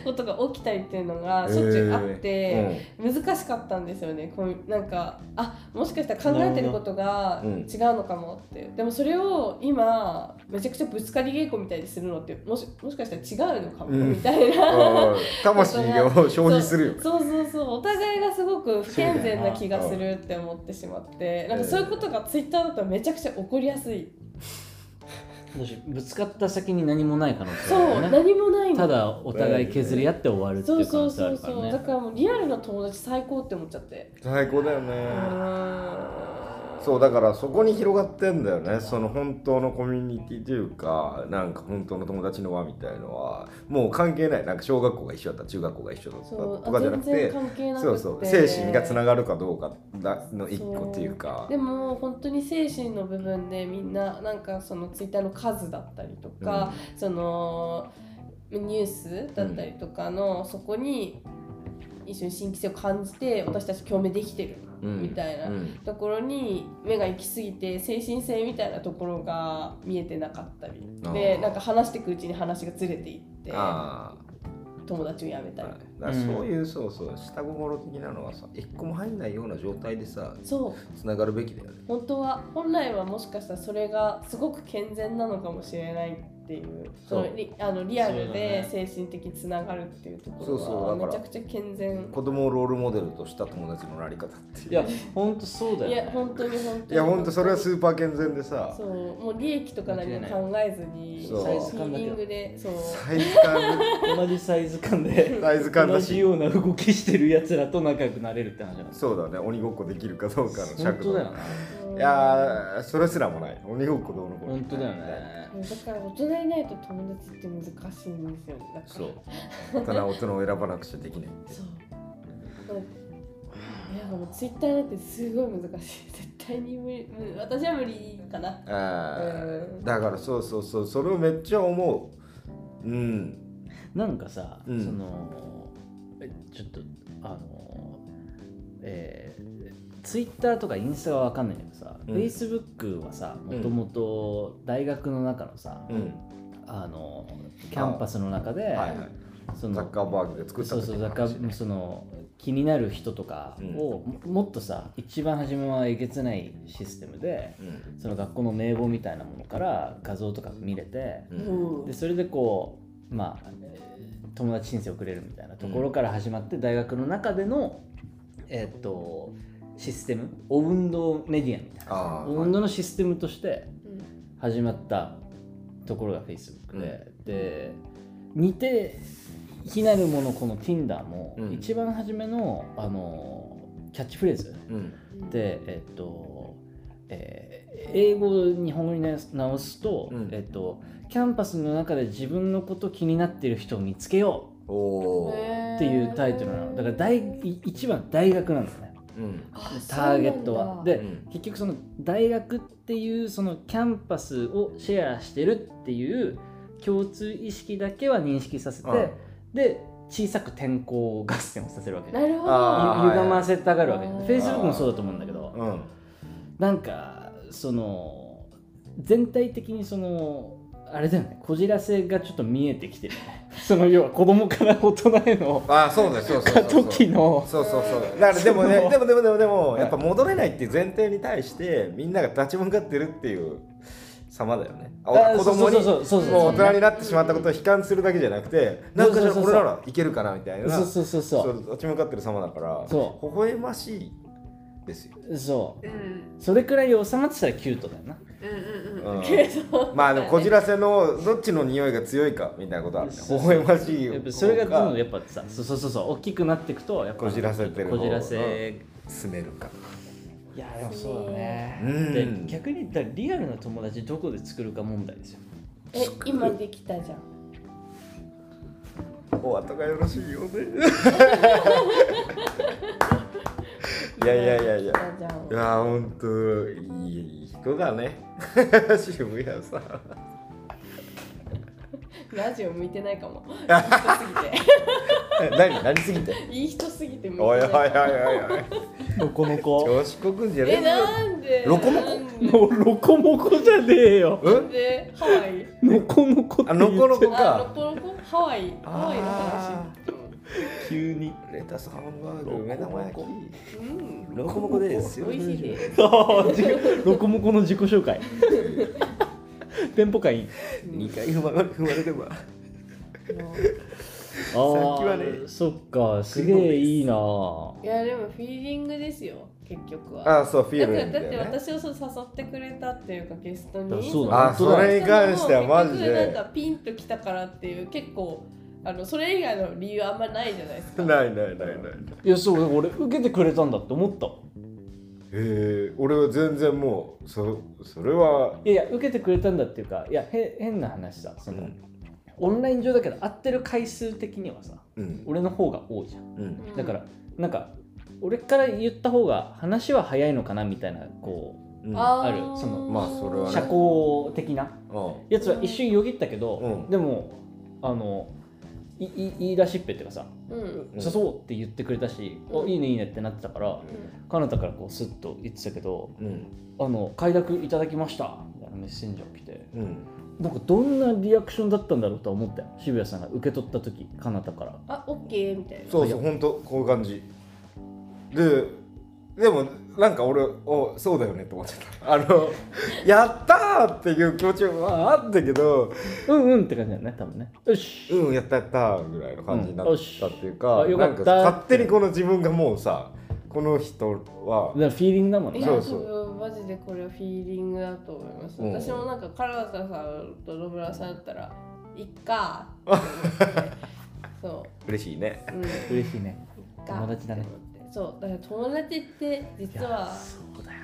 [SPEAKER 8] う
[SPEAKER 7] ことが起きたりっていうのがしょっちゅうあって、
[SPEAKER 8] ん
[SPEAKER 7] 難しかったんですよねこうなんかあもしかしたら考えてることが
[SPEAKER 8] うん
[SPEAKER 7] 違うのかもって、でもそれを今めちゃくちゃぶつかり稽古みたいにするのってもしもしかしたら違うのかも
[SPEAKER 8] うん
[SPEAKER 7] みたいな、
[SPEAKER 8] あー魂を消費するよ
[SPEAKER 7] そうそうそうそうお互いがすごく不健全な気がするって思ってしまってなんかそういうことがツイッターだとめちゃくちゃ起こりやすい、
[SPEAKER 4] もしぶつかった先に何もない可能性
[SPEAKER 7] そう
[SPEAKER 4] あるよね
[SPEAKER 7] 何もないの
[SPEAKER 4] ただお互い削り合って終わるって
[SPEAKER 7] そ
[SPEAKER 4] いうう可
[SPEAKER 7] そう
[SPEAKER 4] 能性あ
[SPEAKER 7] そう
[SPEAKER 4] るか
[SPEAKER 7] そう、
[SPEAKER 4] ら
[SPEAKER 7] だ
[SPEAKER 4] ね
[SPEAKER 7] からもうリアルな友達最高って思っちゃって
[SPEAKER 8] 最高だよね
[SPEAKER 7] うーん
[SPEAKER 8] そうだからそこに広がってんだよねその本当のコミュニティというかなんか本当の友達の輪みたいのはもう関係ないなんか小学校が一緒だった中学校が一緒だった
[SPEAKER 7] そう
[SPEAKER 8] とかじゃなく
[SPEAKER 7] 全
[SPEAKER 8] て
[SPEAKER 7] 然関係なくて
[SPEAKER 8] そうそう精神がつながるかどうかだの一個っていうか
[SPEAKER 7] でも本当に精神の部分でみんななんかそのツイッターの数だったりとか、そのニュースだったりとかの、そこに一緒に新規性を感じて私たち共鳴できてる
[SPEAKER 8] うん
[SPEAKER 7] みたいな、
[SPEAKER 8] うん
[SPEAKER 7] ところに目が行き過ぎて精神性みたいなところが見えてなかったり
[SPEAKER 8] あー
[SPEAKER 7] でなんか話していくうちに話がずれていって
[SPEAKER 8] あ
[SPEAKER 7] 友達を辞めた
[SPEAKER 8] あ
[SPEAKER 7] り
[SPEAKER 8] だからそういうそうそう下心的なのはさ一個も入んないような状態でさ
[SPEAKER 7] そう
[SPEAKER 8] つながるべきだよね
[SPEAKER 7] 本当は本来はもしかしたらそれがすごく健全なのかもしれないっていうそ
[SPEAKER 8] そう
[SPEAKER 7] のリあのリアル
[SPEAKER 4] そうだね
[SPEAKER 7] で精神的につながるっていうとこ
[SPEAKER 8] そうそうだ
[SPEAKER 7] ろ
[SPEAKER 8] か
[SPEAKER 7] が
[SPEAKER 8] ら
[SPEAKER 7] めちゃくちゃ健全
[SPEAKER 8] 子供をロールモデルとした友達のなり方っていう
[SPEAKER 4] いや本当そうだよ、
[SPEAKER 7] い
[SPEAKER 4] ね、
[SPEAKER 7] や本当に本当に
[SPEAKER 8] いやほんとそれはスーパー健全でさ
[SPEAKER 7] そうもう利益とか何も考えずに
[SPEAKER 8] そう
[SPEAKER 7] サイズ感だけフィーリングでそう
[SPEAKER 8] サイズ感
[SPEAKER 4] 同じサイズ感で
[SPEAKER 8] サイズ感
[SPEAKER 4] 同
[SPEAKER 8] だ
[SPEAKER 4] じ
[SPEAKER 8] し
[SPEAKER 4] ような動きしてるやつらと仲良くなれるって話なんです
[SPEAKER 8] そうだね鬼ごっこできるかどうかの
[SPEAKER 4] 本
[SPEAKER 8] 尺
[SPEAKER 4] 当
[SPEAKER 8] 度
[SPEAKER 4] だよね
[SPEAKER 7] うん
[SPEAKER 8] いやーそれすらもない鬼ごっこどうのこうの
[SPEAKER 4] 本当だよね
[SPEAKER 7] だから大人いないと友達って難しいんですよねだから
[SPEAKER 8] そう大人は大人を選ばなくちゃできない
[SPEAKER 7] そうもういやもうツイッターなんてすごい難しい絶対に無理無理私は無理かな
[SPEAKER 8] あー
[SPEAKER 7] うん
[SPEAKER 8] だからそうそうそうそれをめっちゃ思ううん
[SPEAKER 4] なんかさ、
[SPEAKER 8] うん
[SPEAKER 4] そのえちょっとあのえー、ツイッターとかインスタはわかんないけどさ、
[SPEAKER 8] うん
[SPEAKER 4] フェイスブックはさ
[SPEAKER 8] うん
[SPEAKER 4] もともと大学の中のさ、
[SPEAKER 8] うん
[SPEAKER 4] あのキャンパスの中で、
[SPEAKER 8] はいはい
[SPEAKER 4] そ
[SPEAKER 8] ザッカーバーグが作った
[SPEAKER 4] そう
[SPEAKER 8] 時
[SPEAKER 4] そう
[SPEAKER 8] の
[SPEAKER 4] だから
[SPEAKER 8] 話ね
[SPEAKER 4] その気になる人とかを、ももっとさ一番初めはえげつないシステムで
[SPEAKER 8] うん
[SPEAKER 4] その学校の名簿みたいなものから画像とか見れて
[SPEAKER 8] う
[SPEAKER 7] うんん
[SPEAKER 4] でそれでこうまあえー友達申請をくれるみたいなところから始まって大学の中でのえーっとシステムオウンドメディアみたいな
[SPEAKER 8] あー
[SPEAKER 4] オウンドのシステムとして
[SPEAKER 7] うん
[SPEAKER 4] 始まったところが Facebook で、で似て非なるものこの Tinder も、
[SPEAKER 8] うん
[SPEAKER 4] 一番初めのあのキャッチフレーズ
[SPEAKER 8] うん
[SPEAKER 4] でえっと、えー英語を日本語に直す直すと、
[SPEAKER 8] うん
[SPEAKER 4] えっとキャンパスの中で自分のこと気になっている人を見つけよ
[SPEAKER 8] おおー
[SPEAKER 4] うっていうタイトルなのだから大い一番大学なんですね
[SPEAKER 8] うん
[SPEAKER 7] あ
[SPEAKER 4] ターゲット
[SPEAKER 7] そうな
[SPEAKER 4] は
[SPEAKER 7] んだ
[SPEAKER 4] で、
[SPEAKER 8] うん
[SPEAKER 4] 結局その大学っていうそのキャンパスをシェアしてるっていう共通意識だけは認識させて、
[SPEAKER 8] うん
[SPEAKER 4] で小さく転校合戦をさせるわけ
[SPEAKER 7] なるほ
[SPEAKER 8] あ
[SPEAKER 7] ど
[SPEAKER 8] ー
[SPEAKER 4] ゆ歪ませたがるわけ
[SPEAKER 7] あー
[SPEAKER 4] フェイスブックもそうだと思うんだけど
[SPEAKER 8] うん
[SPEAKER 4] なんかその全体的にそのあれだよねこじらせがちょっと見えてきてるよね その要は子供から大人への
[SPEAKER 8] ああそうだそうそうそ
[SPEAKER 4] 過
[SPEAKER 8] う
[SPEAKER 4] 渡期の
[SPEAKER 8] そうそうそうだからでもねでもでもでもでも
[SPEAKER 4] い
[SPEAKER 8] やっぱ戻れないっていう前提に対してみんなが立ち向かってるっていう様だよねあ
[SPEAKER 4] あ
[SPEAKER 8] 子供に
[SPEAKER 4] そうそうそうそうそう
[SPEAKER 8] もう大人になってしまったことを悲観するだけじゃなくてなんかじゃあ
[SPEAKER 4] そうそうそう
[SPEAKER 8] 俺ならいけるかなみたいな
[SPEAKER 4] そうそうそうそ
[SPEAKER 8] そうう立ち向かってる様だから
[SPEAKER 4] そ
[SPEAKER 8] 微笑ましいですよ
[SPEAKER 4] そう
[SPEAKER 7] うん
[SPEAKER 4] それくらい収まってたらキュートだよな
[SPEAKER 7] うんうん
[SPEAKER 8] う
[SPEAKER 7] う んんけど
[SPEAKER 8] まあでもこじらせのどっちの匂いが強いかみたいなことはあるね
[SPEAKER 4] そう
[SPEAKER 8] 微
[SPEAKER 4] そう
[SPEAKER 8] 笑ましい
[SPEAKER 4] やっぱ
[SPEAKER 8] 方
[SPEAKER 4] それがどんどん
[SPEAKER 8] が
[SPEAKER 4] やっぱさそうそうそうそう大きくなっていくとやっぱ
[SPEAKER 8] こじらせてる方
[SPEAKER 4] こじらせ
[SPEAKER 8] 住めるか
[SPEAKER 4] いやでもそうだね
[SPEAKER 8] うん
[SPEAKER 4] で逆に言ったらリアルな友達どこで作るか問題ですよ
[SPEAKER 7] え今できたじゃん
[SPEAKER 8] お後がよろしいよう でいやいやいやいや
[SPEAKER 7] じゃ
[SPEAKER 8] い
[SPEAKER 7] ん
[SPEAKER 8] やーほんといい人だね 渋谷さん
[SPEAKER 7] ラジオ向いてないかもいい人すぎ
[SPEAKER 8] 何何すぎて
[SPEAKER 7] ていい人すぎて向い
[SPEAKER 8] おいおいおい
[SPEAKER 7] てな
[SPEAKER 8] お
[SPEAKER 7] い
[SPEAKER 8] い
[SPEAKER 4] ロコモコ
[SPEAKER 8] おい調子こくんじゃねえ
[SPEAKER 7] え
[SPEAKER 8] よ
[SPEAKER 7] なんで
[SPEAKER 8] ロコモコ
[SPEAKER 7] なんで
[SPEAKER 4] もうロコモコじゃねえよ
[SPEAKER 7] なんでハワイ
[SPEAKER 4] ノコノコって
[SPEAKER 8] あのこのこ
[SPEAKER 7] あロ
[SPEAKER 8] か
[SPEAKER 7] コロコハワイハワイの
[SPEAKER 8] あ
[SPEAKER 7] 話
[SPEAKER 4] 急に
[SPEAKER 8] レタスハンバーグ目玉焼き
[SPEAKER 7] うん
[SPEAKER 8] ロコモコです
[SPEAKER 7] 美味しいです
[SPEAKER 4] あー自己 ロコモコの自己紹介店舗会員
[SPEAKER 8] 2回踏まれ踏まれれば
[SPEAKER 7] もう
[SPEAKER 4] あさっ
[SPEAKER 8] きはね
[SPEAKER 4] そっかすげえいいない
[SPEAKER 7] やでもフィーリングですよ結局は
[SPEAKER 8] ああそうフィ
[SPEAKER 7] だ
[SPEAKER 8] ー
[SPEAKER 7] か
[SPEAKER 8] ル
[SPEAKER 7] ら
[SPEAKER 8] ング
[SPEAKER 7] だ
[SPEAKER 8] だ
[SPEAKER 7] って
[SPEAKER 8] よね
[SPEAKER 7] 私をそう誘ってくれたっていうかゲスト
[SPEAKER 4] あ
[SPEAKER 7] に
[SPEAKER 4] そうだ
[SPEAKER 8] あそれに関してはマジ
[SPEAKER 7] 結局な
[SPEAKER 8] で
[SPEAKER 7] んかピンときたからっていう結構あのそれ以外の理由あんまないじゃないですか
[SPEAKER 8] ないないないない
[SPEAKER 4] いやそう俺受けてくれたんだって思った
[SPEAKER 8] えー、俺は全然もうそそれはい
[SPEAKER 4] やいや受けてくれたんだっていうかいやへ変な話さその、
[SPEAKER 8] うん
[SPEAKER 4] オンライン上だけど会ってる回数的にはさ
[SPEAKER 8] うん
[SPEAKER 4] 俺の方が多いじゃん
[SPEAKER 8] うん
[SPEAKER 4] だからなんか俺から言った方が話は早いのかなみたいなこ
[SPEAKER 8] うん
[SPEAKER 7] あ
[SPEAKER 4] あるその
[SPEAKER 8] まあそれ
[SPEAKER 4] う
[SPEAKER 8] はね
[SPEAKER 4] 社交的な
[SPEAKER 8] う
[SPEAKER 4] やつは一瞬よぎったけど、
[SPEAKER 8] うん
[SPEAKER 4] でもあのいい言い出しっぺっていうかさ
[SPEAKER 7] うんうん
[SPEAKER 8] うん
[SPEAKER 4] 誘おうって言ってくれたし、
[SPEAKER 7] うん
[SPEAKER 4] おいいねいいねってなってたから彼方からこうスッと言ってたけど
[SPEAKER 8] んうん
[SPEAKER 4] 「あの快諾いただきました」みたいなメッセンジャーが来て
[SPEAKER 8] うん
[SPEAKER 4] なんかどんなリアクションだったんだろうとは思ったよ渋谷さんが受け取った時彼方から
[SPEAKER 7] あオッケーみたいな
[SPEAKER 8] そうそうほんとこういう感じででもなんか俺おそうだよねって思っちゃった あのやったーっていう気持ちはあったけど
[SPEAKER 4] うんうんって感じだよね多分ねよし、
[SPEAKER 8] うんやったやったぐらいの感じにな
[SPEAKER 4] うん
[SPEAKER 8] っ
[SPEAKER 4] よした
[SPEAKER 8] っていうか,、
[SPEAKER 4] あよ
[SPEAKER 8] な
[SPEAKER 4] か
[SPEAKER 8] ん
[SPEAKER 4] った
[SPEAKER 8] か勝手にこの自分がもうさこの人は
[SPEAKER 4] だからフィーリングだもん
[SPEAKER 7] い
[SPEAKER 4] ね
[SPEAKER 7] や
[SPEAKER 8] そうそう
[SPEAKER 7] 多分マジでこれはフィーリングだと思います、
[SPEAKER 8] うん
[SPEAKER 7] 私もなんか唐田さんと野村さんだったら「いっか」って 思ってそ
[SPEAKER 8] 嬉しいね
[SPEAKER 7] う、うん、いっ
[SPEAKER 4] 嬉しいね
[SPEAKER 7] か
[SPEAKER 4] 友達だね
[SPEAKER 7] って思ってそうだから友達って実は
[SPEAKER 4] そうだよ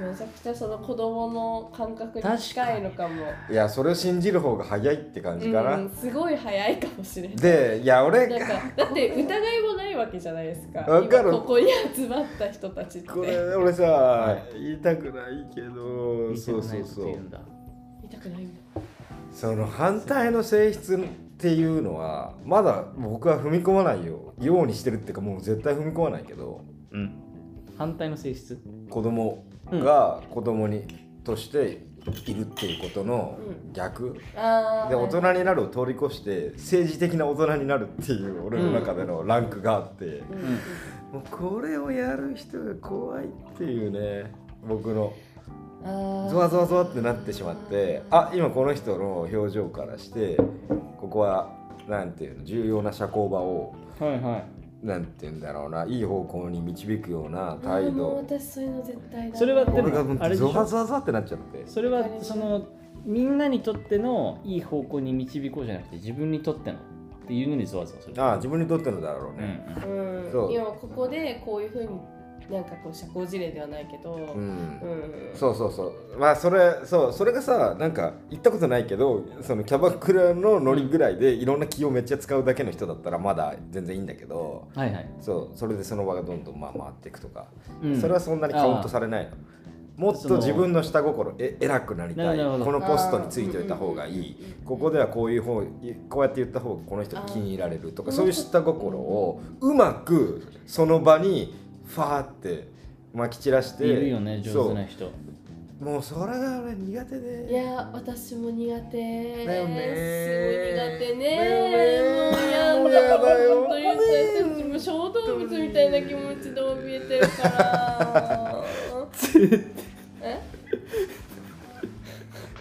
[SPEAKER 7] めちゃくちゃその子供の感覚に近いのかも
[SPEAKER 8] いやそれを信じる方が早いって感じかな、
[SPEAKER 7] うん、すごい早いかもしれない
[SPEAKER 8] でいや俺
[SPEAKER 7] なんかだって疑いもないわけじゃないですか
[SPEAKER 8] わかる
[SPEAKER 7] 今ここに集まった人たちって
[SPEAKER 8] これ俺さ、言いたくないけどそうそうそう
[SPEAKER 4] だ
[SPEAKER 7] 見たくないんだ
[SPEAKER 8] その反対の性質っていうのはまだ僕は踏み込まないよようにしてるっていうかもう絶対踏み込まないけど
[SPEAKER 4] うん反対の性質
[SPEAKER 8] 子供が子供に、としているっていうことの逆、
[SPEAKER 7] あー
[SPEAKER 8] で大人になるを通り越して政治的な大人になるっていう俺の中でのランクがあって、
[SPEAKER 7] うん
[SPEAKER 8] もうこれをやる人が怖いっていうね僕の
[SPEAKER 7] あー
[SPEAKER 8] ゾワゾワゾワってなってしまってあ今この人の表情からしてここはなんていうの重要な社交場を
[SPEAKER 4] はいはい
[SPEAKER 8] なんていうんだろうないい方向に導くような
[SPEAKER 7] あー
[SPEAKER 8] 態
[SPEAKER 7] もう
[SPEAKER 8] 度
[SPEAKER 7] 私そういうの絶対だ
[SPEAKER 4] それはで
[SPEAKER 8] 俺が
[SPEAKER 4] も
[SPEAKER 8] も
[SPEAKER 4] あ
[SPEAKER 8] う
[SPEAKER 4] れでしょ
[SPEAKER 8] ゾワゾワゾワってなっちゃって
[SPEAKER 4] それはそのみんなにとってのいい方向に導こうじゃなくて自分にとってのっていうのにゾワゾワする
[SPEAKER 8] ああ自分にとってのだろう
[SPEAKER 4] うんう
[SPEAKER 8] ね
[SPEAKER 4] ん
[SPEAKER 7] うん
[SPEAKER 8] そう
[SPEAKER 7] 今ここでこういうふうになんかこう社交辞令ではないけど
[SPEAKER 8] う
[SPEAKER 7] うんん
[SPEAKER 8] そうそうそうまあそれそうそれがさなんか行ったことないけどそのキャバクラのノリぐらいでいろんな気をめっちゃ使うだけの人だったらまだ全然いいんだけど
[SPEAKER 4] はいはい、
[SPEAKER 8] そうそれでその場がどんどんまあ回っていくとか
[SPEAKER 4] うん
[SPEAKER 8] それはそんなにカウントされないのもっと自分の下心え偉くなりたい
[SPEAKER 4] なるほど
[SPEAKER 8] このポストについておいた方がいいここではこういう方こうやって言った方がこの人に気に入られるとか
[SPEAKER 7] あー
[SPEAKER 8] そういう下心をうまくその場にファーってまき散らして
[SPEAKER 4] いるよね上手な人
[SPEAKER 8] そうもうそれが俺苦手
[SPEAKER 7] い
[SPEAKER 8] で
[SPEAKER 7] やー私も苦手
[SPEAKER 8] だよね
[SPEAKER 7] すごい苦手ね
[SPEAKER 8] だよね
[SPEAKER 7] もうやんだ
[SPEAKER 8] だよね
[SPEAKER 7] 本当に私たちも小動物みたいな気持ちで怯えてるからえ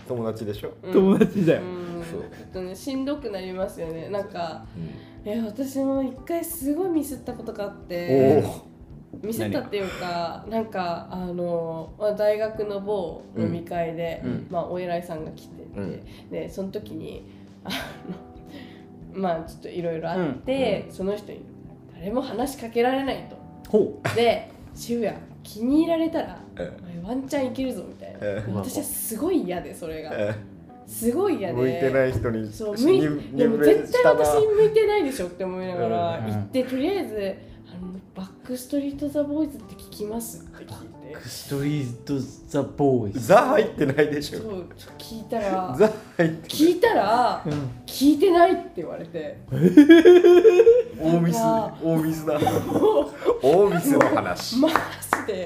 [SPEAKER 8] 友達でしょ、
[SPEAKER 4] 友達だよ
[SPEAKER 7] うん
[SPEAKER 8] そう
[SPEAKER 7] ちょっとねしんどくなりますよねなんか
[SPEAKER 8] うん
[SPEAKER 7] え私も一回すごいミスったことがあっ
[SPEAKER 8] お
[SPEAKER 7] て
[SPEAKER 8] お
[SPEAKER 7] ミスったっていうかなんかあの、まあ、大学の某飲み会で、
[SPEAKER 8] うんうん
[SPEAKER 7] まあ、お偉いさんが来てて、
[SPEAKER 8] うん
[SPEAKER 7] でその時にあの まあちょっといろいろあって、その人に誰も話しかけられないと
[SPEAKER 4] ほ
[SPEAKER 7] で 渋谷気に入られたら
[SPEAKER 8] え
[SPEAKER 7] お前ワンチャンいけるぞみたいな、
[SPEAKER 8] ええ
[SPEAKER 7] 私はすごい嫌でそれが
[SPEAKER 8] え
[SPEAKER 7] すごい嫌で
[SPEAKER 8] 向いてない人に
[SPEAKER 7] そう
[SPEAKER 8] し
[SPEAKER 7] 向い
[SPEAKER 8] 任
[SPEAKER 7] でも
[SPEAKER 8] 任命
[SPEAKER 7] 絶対
[SPEAKER 8] したな
[SPEAKER 7] 私に向いてないでしょって思いながら
[SPEAKER 4] うん
[SPEAKER 7] 行って、とりあえずあの「バックストリート・ザ・ボーイズって聞きます」って聞いうて
[SPEAKER 4] ストリート・ザ・ボーイズ
[SPEAKER 8] ザ入ってないでし
[SPEAKER 7] そ
[SPEAKER 8] ょ
[SPEAKER 7] う聞いたら
[SPEAKER 8] ザ入って
[SPEAKER 7] 聞いたら
[SPEAKER 4] うん
[SPEAKER 7] 聞いてないって言われて
[SPEAKER 8] 大ミス
[SPEAKER 7] なんか
[SPEAKER 8] 大ミスだ 大ミスの話
[SPEAKER 7] マジで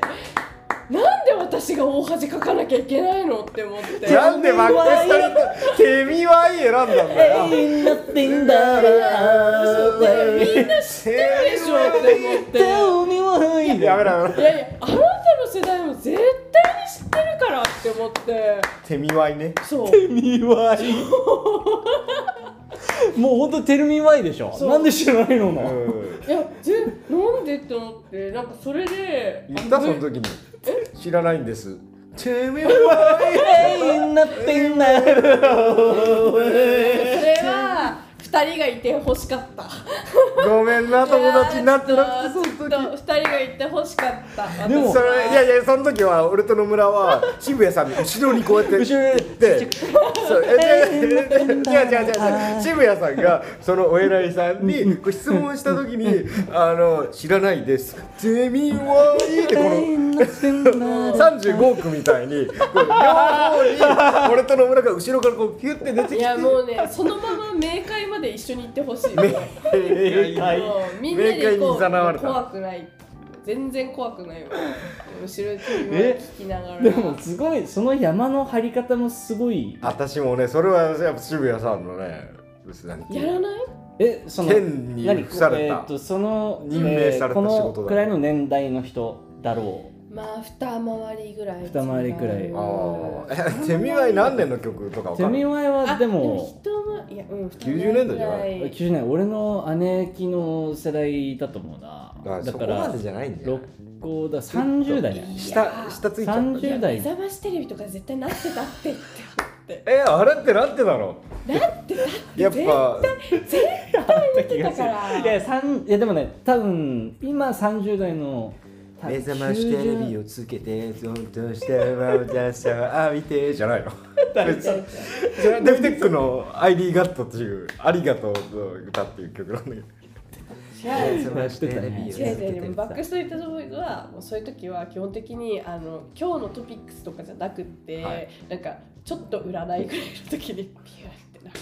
[SPEAKER 7] なんで私が大恥かかなきゃいけないのって思っ て
[SPEAKER 8] なんでバックストリートテミワイ選んだん だよ
[SPEAKER 4] ん
[SPEAKER 7] みんな知ってるでしょって思って。
[SPEAKER 8] やめろやめ
[SPEAKER 7] い
[SPEAKER 8] ろ
[SPEAKER 7] やいや、あなたの世代も絶対に知ってるからって思って
[SPEAKER 8] テミワイね
[SPEAKER 7] そう
[SPEAKER 4] ミワイもうほんとテルミワイでしょ
[SPEAKER 7] そう
[SPEAKER 4] なんで知らないの
[SPEAKER 8] う
[SPEAKER 4] な、
[SPEAKER 8] ん
[SPEAKER 7] いや、ぜ、なんでって思って、なんかそれで。
[SPEAKER 8] 言った
[SPEAKER 7] あ
[SPEAKER 8] そ
[SPEAKER 7] の
[SPEAKER 8] の時に知らないんですテミワイ
[SPEAKER 4] んなってんだよ
[SPEAKER 7] それは、二人がいて欲しかった。
[SPEAKER 8] ごめんな友達になってなくてその
[SPEAKER 7] ちょっ
[SPEAKER 8] 時
[SPEAKER 7] と二人がいて欲しかった。
[SPEAKER 4] でも
[SPEAKER 8] それいやいやその時は俺と野村は渋谷さんの後ろにこうやって
[SPEAKER 4] 後ろに
[SPEAKER 8] 行ってそうえ違う違う違う違う違う渋谷さんがそのお偉いさんにこう質問した時に「あの知らないです」「ゼミはいい」ってこの。35億みたいにこう両方に俺と野村が後ろからこうピュって出てきて
[SPEAKER 7] 私いや、もうね、そのまま冥界まで一緒に行ってほしい。
[SPEAKER 8] 正解
[SPEAKER 7] もうみんなで
[SPEAKER 8] 冥
[SPEAKER 7] こ
[SPEAKER 8] 界に誘われ
[SPEAKER 7] う、
[SPEAKER 8] た
[SPEAKER 7] 怖くない。全然怖くないわ。後ろで聞きながら。
[SPEAKER 4] でもすごいその山の張り方もすごい
[SPEAKER 8] 私もねそれはやっぱ渋谷さんのねなんてい
[SPEAKER 7] や
[SPEAKER 8] うの
[SPEAKER 7] らない。
[SPEAKER 4] えその
[SPEAKER 8] 天に
[SPEAKER 4] 何
[SPEAKER 8] 付された
[SPEAKER 4] えーとその
[SPEAKER 8] 任命された仕事だ
[SPEAKER 4] このくらいの年代の人だろう
[SPEAKER 7] まあ二回りぐらい
[SPEAKER 4] 二回りくらい
[SPEAKER 7] うん
[SPEAKER 8] ああえ手見舞い何年の曲とかわ
[SPEAKER 4] 手
[SPEAKER 8] か
[SPEAKER 4] 見
[SPEAKER 8] る
[SPEAKER 4] 舞いは
[SPEAKER 7] あ
[SPEAKER 4] で
[SPEAKER 7] で
[SPEAKER 4] も
[SPEAKER 7] も一回いやうん
[SPEAKER 8] 90年代じゃない
[SPEAKER 7] い
[SPEAKER 4] 90年俺の姉貴の世代だと思うな
[SPEAKER 8] あ
[SPEAKER 4] だ
[SPEAKER 8] そこ
[SPEAKER 4] から
[SPEAKER 8] までじゃないんだよ
[SPEAKER 4] 六甲だ30代ね
[SPEAKER 8] 下下ついちゃった
[SPEAKER 4] 30
[SPEAKER 7] や
[SPEAKER 4] 代
[SPEAKER 7] 目覚ましテレビとか絶対なってたってって
[SPEAKER 8] えあれってなんてだろ
[SPEAKER 7] なってたって
[SPEAKER 8] うやっぱ
[SPEAKER 7] 絶対見てたか
[SPEAKER 4] いや
[SPEAKER 7] ら
[SPEAKER 4] 三いやでもね多分今30代のた
[SPEAKER 8] 目覚ましテレビをつけてゾンとしてまぶたさあ見てじゃ ないの別にじゃあデフテックの「アイリーガット」っていう「ありがとう」の歌っていう曲なんだけど
[SPEAKER 7] 知らない
[SPEAKER 4] 覚ましテレビをつけ
[SPEAKER 7] 違う違う違うバックストリートボーイズはもうそういう時は基本的にあの今日のトピックスとかじゃなくって、
[SPEAKER 8] はい
[SPEAKER 7] なんかちょっと占いぐらいの時にピューって流れて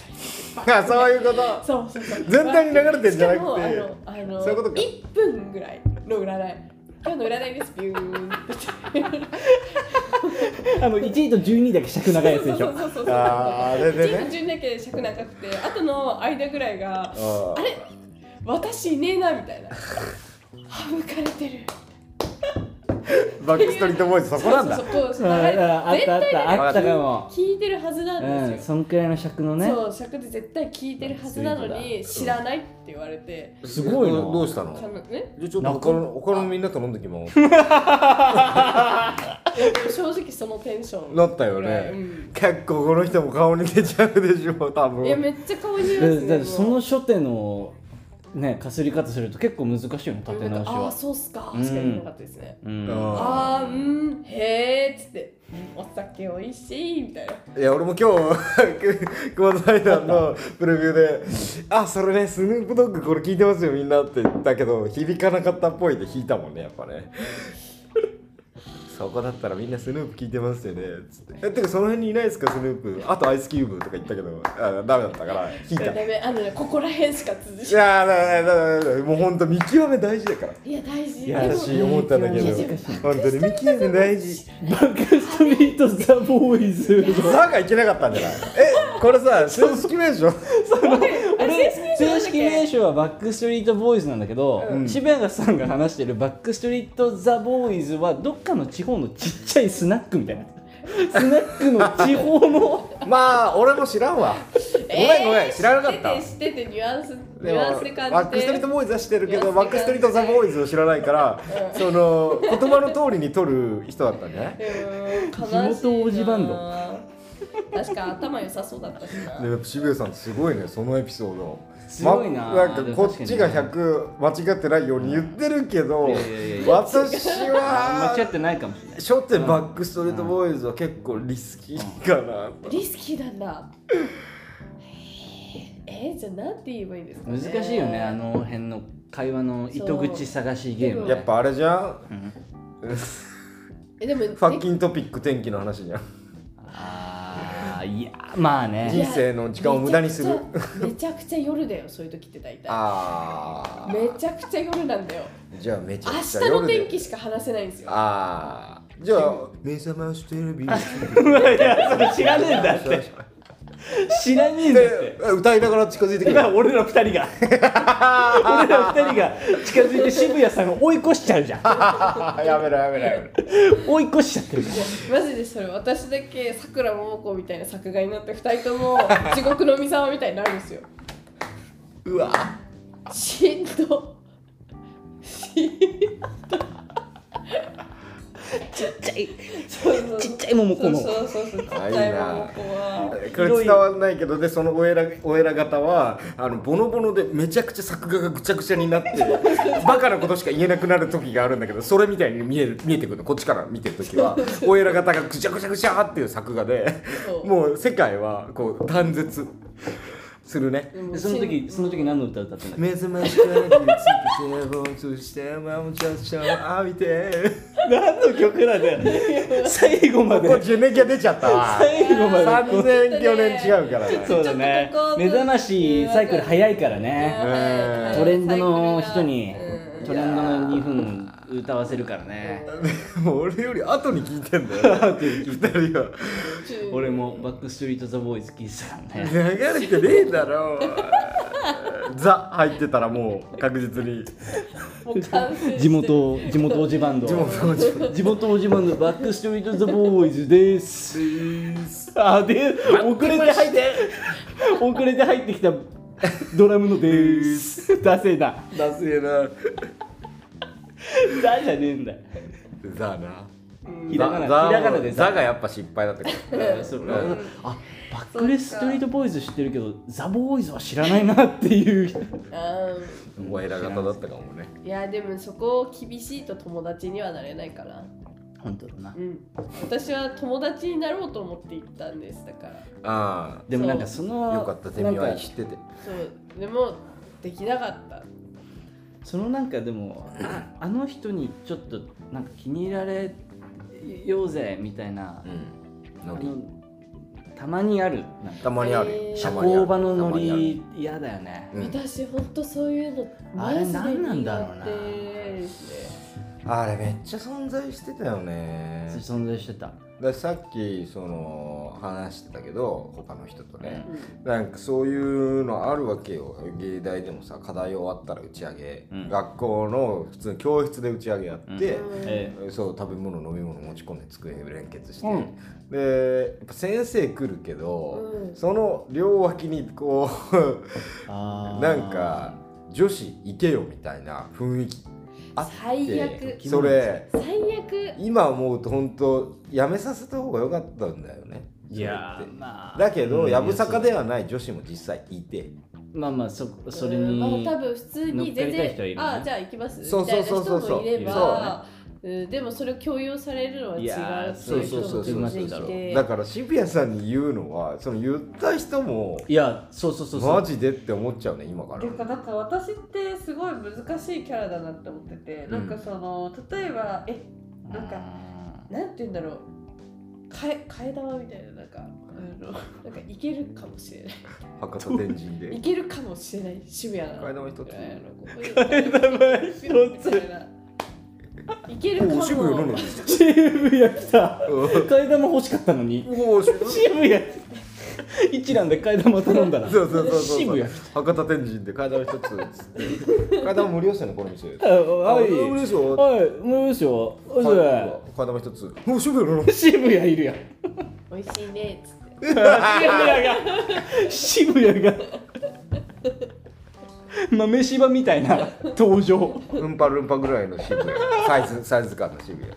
[SPEAKER 7] バ
[SPEAKER 8] あそういうこと
[SPEAKER 7] そうそうそう
[SPEAKER 8] 全体に流れてんじゃなくて
[SPEAKER 7] しかもあのあの
[SPEAKER 8] そういうことか
[SPEAKER 7] 1分ぐらいの占い今日の占いですビューンって
[SPEAKER 4] あの1位と12だけ尺長いやつでしょ
[SPEAKER 7] そうそうそうそう
[SPEAKER 8] ああれで
[SPEAKER 7] 1
[SPEAKER 8] ね
[SPEAKER 7] 分順だけ尺長くてあとの間ぐらいが
[SPEAKER 8] あ
[SPEAKER 7] あれ私いねえなみた いな省かれてる
[SPEAKER 8] ーバックストリートボーイズそこなんだ
[SPEAKER 7] そうそうそう
[SPEAKER 4] うん
[SPEAKER 7] 流れ
[SPEAKER 4] あったあったあったかも
[SPEAKER 7] 聞いてるはずな
[SPEAKER 4] うんん
[SPEAKER 7] です
[SPEAKER 4] そ
[SPEAKER 7] よ、
[SPEAKER 4] んくらいの尺のね
[SPEAKER 7] そう尺で絶対聞いてるはずなのに知らないって言われて、
[SPEAKER 4] すごいな
[SPEAKER 8] どうしたの
[SPEAKER 7] かのね、
[SPEAKER 8] じゃあちょっと他の他のみんなと飲んできます
[SPEAKER 7] 正直そのテンション
[SPEAKER 8] なったよね、
[SPEAKER 7] うん
[SPEAKER 8] 結構この人も顔に出ちゃうでしょ多分
[SPEAKER 7] いやめっちゃ顔に出ます
[SPEAKER 4] で
[SPEAKER 7] ね
[SPEAKER 4] だっ
[SPEAKER 7] も
[SPEAKER 4] て
[SPEAKER 7] う
[SPEAKER 4] その初手のねかすり方すると結構難しいよね立て
[SPEAKER 7] な
[SPEAKER 4] 直し
[SPEAKER 7] んかああ
[SPEAKER 4] は
[SPEAKER 7] そうっすか
[SPEAKER 4] うん
[SPEAKER 7] しか言えなかったですね、
[SPEAKER 4] うん
[SPEAKER 8] あ
[SPEAKER 7] ああうんへえっつってお酒おいしいみたいない
[SPEAKER 8] や俺 も今日久保財団のプレビューで「あそれねスヌープドッグこれ聞いてますよみんな」って言ったけど響かなかったっぽいで弾いたもんねやっぱねそこだったらみんなスヌープ聞いてますよねつって「えてかその辺にいないですかスヌープあとアイスキューブ」とか言ったけどあダメだったから弾いた
[SPEAKER 7] ダメあのねここら辺しか続
[SPEAKER 8] い
[SPEAKER 7] き
[SPEAKER 8] やーだだだだだもうほんと見極め大事だから
[SPEAKER 7] いや大事
[SPEAKER 8] いや私思ったんだけど
[SPEAKER 7] いやでも
[SPEAKER 8] 本当に見極め大事
[SPEAKER 4] バックストリートザ・ボーイズ
[SPEAKER 8] ザがいけなかったんじゃないえこれさ正式名 称
[SPEAKER 7] 俺
[SPEAKER 4] 正式名称はバックストリートボーイズなんだけど、渋谷さんが話してるバックストリートザ・ボーイズはどっかの地方のちっちゃいスナックみ たいなスナックの地方の
[SPEAKER 8] まあ俺も知らんわごめんごめん知らなかった
[SPEAKER 7] 知ってて知っててニュアンスニ
[SPEAKER 8] でも
[SPEAKER 7] ュアンスで感じて
[SPEAKER 8] バックストリートボーイズは知ってるけど
[SPEAKER 7] ニュ
[SPEAKER 8] バ
[SPEAKER 7] アンスで感じ
[SPEAKER 8] ック
[SPEAKER 7] て
[SPEAKER 8] ストリートザ・ボーイズを知らないからその言葉の通りに取る人だったんじゃないう
[SPEAKER 7] ーん悲しいな
[SPEAKER 4] 地元おじバンド
[SPEAKER 7] 確か頭良さそうだったしな
[SPEAKER 8] でやっぱ渋谷さんすごいねそのエピソード
[SPEAKER 4] すごいな
[SPEAKER 8] まなんかこっちが100間違ってないように言ってるけど
[SPEAKER 4] いやいやいや
[SPEAKER 8] 私は
[SPEAKER 4] 間違ってないかもしれない
[SPEAKER 8] 初手バックストリートボーイズは結構リスキーかなと
[SPEAKER 7] リスキーなんだへーえー、じゃあなんて言えばいいんですか、ね、
[SPEAKER 4] 難しいよねあの辺の会話の糸口探しゲームね
[SPEAKER 8] やっぱあれじゃん
[SPEAKER 7] えでも
[SPEAKER 8] ファッキントピック天気の話じゃん
[SPEAKER 4] あーいやまあね
[SPEAKER 8] 人生の時間を無駄にする
[SPEAKER 7] いやめちゃくちゃめちゃくちゃ夜だよそういう時って大体
[SPEAKER 8] ああ
[SPEAKER 7] めちゃくちゃ夜なんだよ
[SPEAKER 8] じゃあめちゃ
[SPEAKER 7] 明
[SPEAKER 8] くちゃ
[SPEAKER 7] 日の
[SPEAKER 8] 夜で
[SPEAKER 7] 天気しか話せないんですよ
[SPEAKER 8] ああじゃあ目覚ましテレビ
[SPEAKER 4] いやそれ知らねえんだって知らねえんだって
[SPEAKER 8] で歌いながら近づいてくる
[SPEAKER 4] 今 俺ら二人が俺ら二人が近づいて渋谷さんを追い越しちゃうじゃん
[SPEAKER 8] あやめろやめろやめろ
[SPEAKER 4] 追い越しちゃってるじゃん
[SPEAKER 7] マジでそれ私だけさくらももこみたいな作画になって二人とも地獄の三沢みたいになるんですよ
[SPEAKER 8] うわ
[SPEAKER 7] しんどしん
[SPEAKER 4] ちっちゃい
[SPEAKER 7] ど
[SPEAKER 4] ちっちゃい桃子の
[SPEAKER 7] そうそうそうそうちっち
[SPEAKER 8] あ
[SPEAKER 7] ゃ
[SPEAKER 8] いいない
[SPEAKER 7] 桃子は
[SPEAKER 8] これ伝わんないけどでそのお偉お偉方はあのボノボノでめちゃくちゃ作画がぐちゃぐちゃに なってバカなことしか言えなくなる時があるんだけどそれみたいに見える見えてくるのこっちから見てる時はお偉方がぐちゃぐちゃぐちゃっていう作画で
[SPEAKER 7] そう
[SPEAKER 8] もう世界はこう断絶するね。
[SPEAKER 7] もう
[SPEAKER 4] その時その時何の歌歌ったんだっ
[SPEAKER 8] 目覚ましテレビつけてボンとしてマムチャチャ浴び て
[SPEAKER 4] け 何の曲なんだよ最後ま
[SPEAKER 8] これジェネギャ出ちゃったわ
[SPEAKER 4] 最後まで
[SPEAKER 8] 3000去年違うからね
[SPEAKER 4] そうだね
[SPEAKER 7] ちょっとここ
[SPEAKER 4] 目覚ましサイクル早いからね
[SPEAKER 8] え
[SPEAKER 4] トレンドの人に
[SPEAKER 7] うん
[SPEAKER 4] トレンドの2分歌わせるからね
[SPEAKER 8] もう俺より後に聞いてんだよ2人は
[SPEAKER 4] 俺もバックストリート・ザ・ボーイズ聴いてたからね
[SPEAKER 8] 流れてねえだろザ入ってたらもう確実に
[SPEAKER 7] もう完成してる
[SPEAKER 4] 地元地元おじバンド地元おじバンドバックストリートザボーイズですあで遅れて入って遅れて入ってきたドラムのです出せな
[SPEAKER 8] ダセえな
[SPEAKER 4] だじゃねえんだよ
[SPEAKER 8] ザな
[SPEAKER 4] ひらがな
[SPEAKER 8] ザ
[SPEAKER 4] ひらがなで
[SPEAKER 8] ザ
[SPEAKER 4] ザ
[SPEAKER 8] がやっぱ失敗だったけど
[SPEAKER 4] あそうあバックレストリートボーイズ知ってるけどザ・ボーイズは知らないなってい う人
[SPEAKER 7] あー
[SPEAKER 8] お偉方だったかもね
[SPEAKER 7] いやでもそこを厳しいと友達にはなれないから
[SPEAKER 4] 本当だな
[SPEAKER 7] うん私は友達になろうと思って行ったんですだから
[SPEAKER 8] あ
[SPEAKER 4] でもなんかそ
[SPEAKER 8] あ
[SPEAKER 4] の
[SPEAKER 8] よかった手見
[SPEAKER 4] なん
[SPEAKER 8] は
[SPEAKER 4] か
[SPEAKER 8] 知ってて
[SPEAKER 7] そうでもできなかった
[SPEAKER 4] そのなんかでもああの人にちょっとなんか気に入られようぜみたいな、
[SPEAKER 8] うんノ
[SPEAKER 4] あ
[SPEAKER 8] リ
[SPEAKER 4] のたまにあるなんか
[SPEAKER 8] たまにある
[SPEAKER 7] えー
[SPEAKER 8] た
[SPEAKER 4] 社
[SPEAKER 8] まにある
[SPEAKER 4] 交場のノ
[SPEAKER 8] たまにある
[SPEAKER 4] リ嫌だよね
[SPEAKER 8] うん
[SPEAKER 7] 私ほんとそういうの
[SPEAKER 4] あれ何なんだろうな
[SPEAKER 7] マジで苦手ですね
[SPEAKER 8] あれめっちゃ存在してたよね
[SPEAKER 4] 存在してた
[SPEAKER 8] ださっきその話してたけど他の人とね、なんかそういうのあるわけよ芸大でもさ課題終わったら打ち上げ、
[SPEAKER 4] うん
[SPEAKER 8] 学校の普通の教室で打ち上げやって、
[SPEAKER 4] え
[SPEAKER 8] そう食べ物飲み物持ち込んで机連結して、
[SPEAKER 4] うん
[SPEAKER 8] でやっぱ先生来るけど、
[SPEAKER 7] うん
[SPEAKER 8] その両脇にこ
[SPEAKER 4] え
[SPEAKER 8] う
[SPEAKER 4] あー
[SPEAKER 8] なんか女子いてよみたいな雰囲気あって
[SPEAKER 7] 最悪
[SPEAKER 8] それ
[SPEAKER 7] 最悪
[SPEAKER 8] 今思うと本当やめさせた方が良かったんだよね
[SPEAKER 4] いや
[SPEAKER 8] それっ
[SPEAKER 4] ー
[SPEAKER 8] て
[SPEAKER 4] まあ
[SPEAKER 8] だけど、
[SPEAKER 4] うん
[SPEAKER 8] やぶさかではない女子も実際いて
[SPEAKER 4] まあまあそそれに、
[SPEAKER 7] うんまあ、多分普通に全
[SPEAKER 4] 乗っかりたい人はい
[SPEAKER 7] 然、
[SPEAKER 4] るね
[SPEAKER 7] ああじゃあ行きます
[SPEAKER 8] そうそうそうそう
[SPEAKER 7] みたいな人もいればうんでもそれを強要されるのは違
[SPEAKER 4] いうやー
[SPEAKER 7] っていう人も
[SPEAKER 8] そうそうそう
[SPEAKER 7] 出てき
[SPEAKER 4] そう
[SPEAKER 7] て
[SPEAKER 8] だから渋谷さんに言うのはその言った人も
[SPEAKER 4] いやそうそうそうそう
[SPEAKER 8] マジでって思っちゃうね今から
[SPEAKER 1] ていうかなんか私ってすごい難しいキャラだなって思ってて、なんかその例えばえなんかなんて言うんだろう
[SPEAKER 7] 替え替え玉みたいななんかあのなんかいけるかもしれない
[SPEAKER 8] 博多天神
[SPEAKER 7] い
[SPEAKER 8] で
[SPEAKER 7] けるかもしれない渋谷な
[SPEAKER 8] 替え玉一つ
[SPEAKER 7] 替え玉一ついけるか
[SPEAKER 8] おお
[SPEAKER 7] も
[SPEAKER 8] 渋谷なのに
[SPEAKER 4] チームや来た替え玉欲しかったのに
[SPEAKER 8] おお渋谷
[SPEAKER 4] チームや一覧で替え玉頼んだら
[SPEAKER 8] そうそうそう
[SPEAKER 4] チ
[SPEAKER 8] そ
[SPEAKER 4] ーム
[SPEAKER 8] う
[SPEAKER 4] や
[SPEAKER 8] 博多天神で替え玉一つっつって替え玉無料っすよねこの店
[SPEAKER 4] あは
[SPEAKER 8] あ
[SPEAKER 4] い
[SPEAKER 8] 無料ですよ
[SPEAKER 4] はい無理ですよおいし
[SPEAKER 8] 替え玉一つおお渋谷なのに
[SPEAKER 4] い渋谷いるやん
[SPEAKER 7] 美味しいねっつって
[SPEAKER 4] 渋谷が渋谷が豆柴みたいな登場
[SPEAKER 8] うんぱるんぱぐらいの渋谷サイズサイズ感の渋谷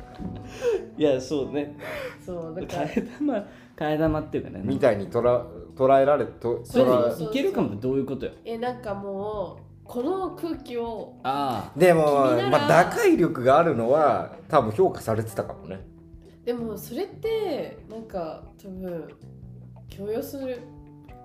[SPEAKER 4] いやそうね
[SPEAKER 7] そうだから
[SPEAKER 4] 替え玉替え玉っていうかね
[SPEAKER 8] みたいにとら捉えられと
[SPEAKER 4] それ
[SPEAKER 7] そうそう
[SPEAKER 8] 捉
[SPEAKER 7] そう
[SPEAKER 4] いけるかもってどういうことよ
[SPEAKER 7] えなんかもうこの空気を
[SPEAKER 4] あ
[SPEAKER 8] えでも
[SPEAKER 7] 君なら
[SPEAKER 8] まあ打開力があるのは多分評価されてたかもね
[SPEAKER 7] でもそれってなんか多分強要する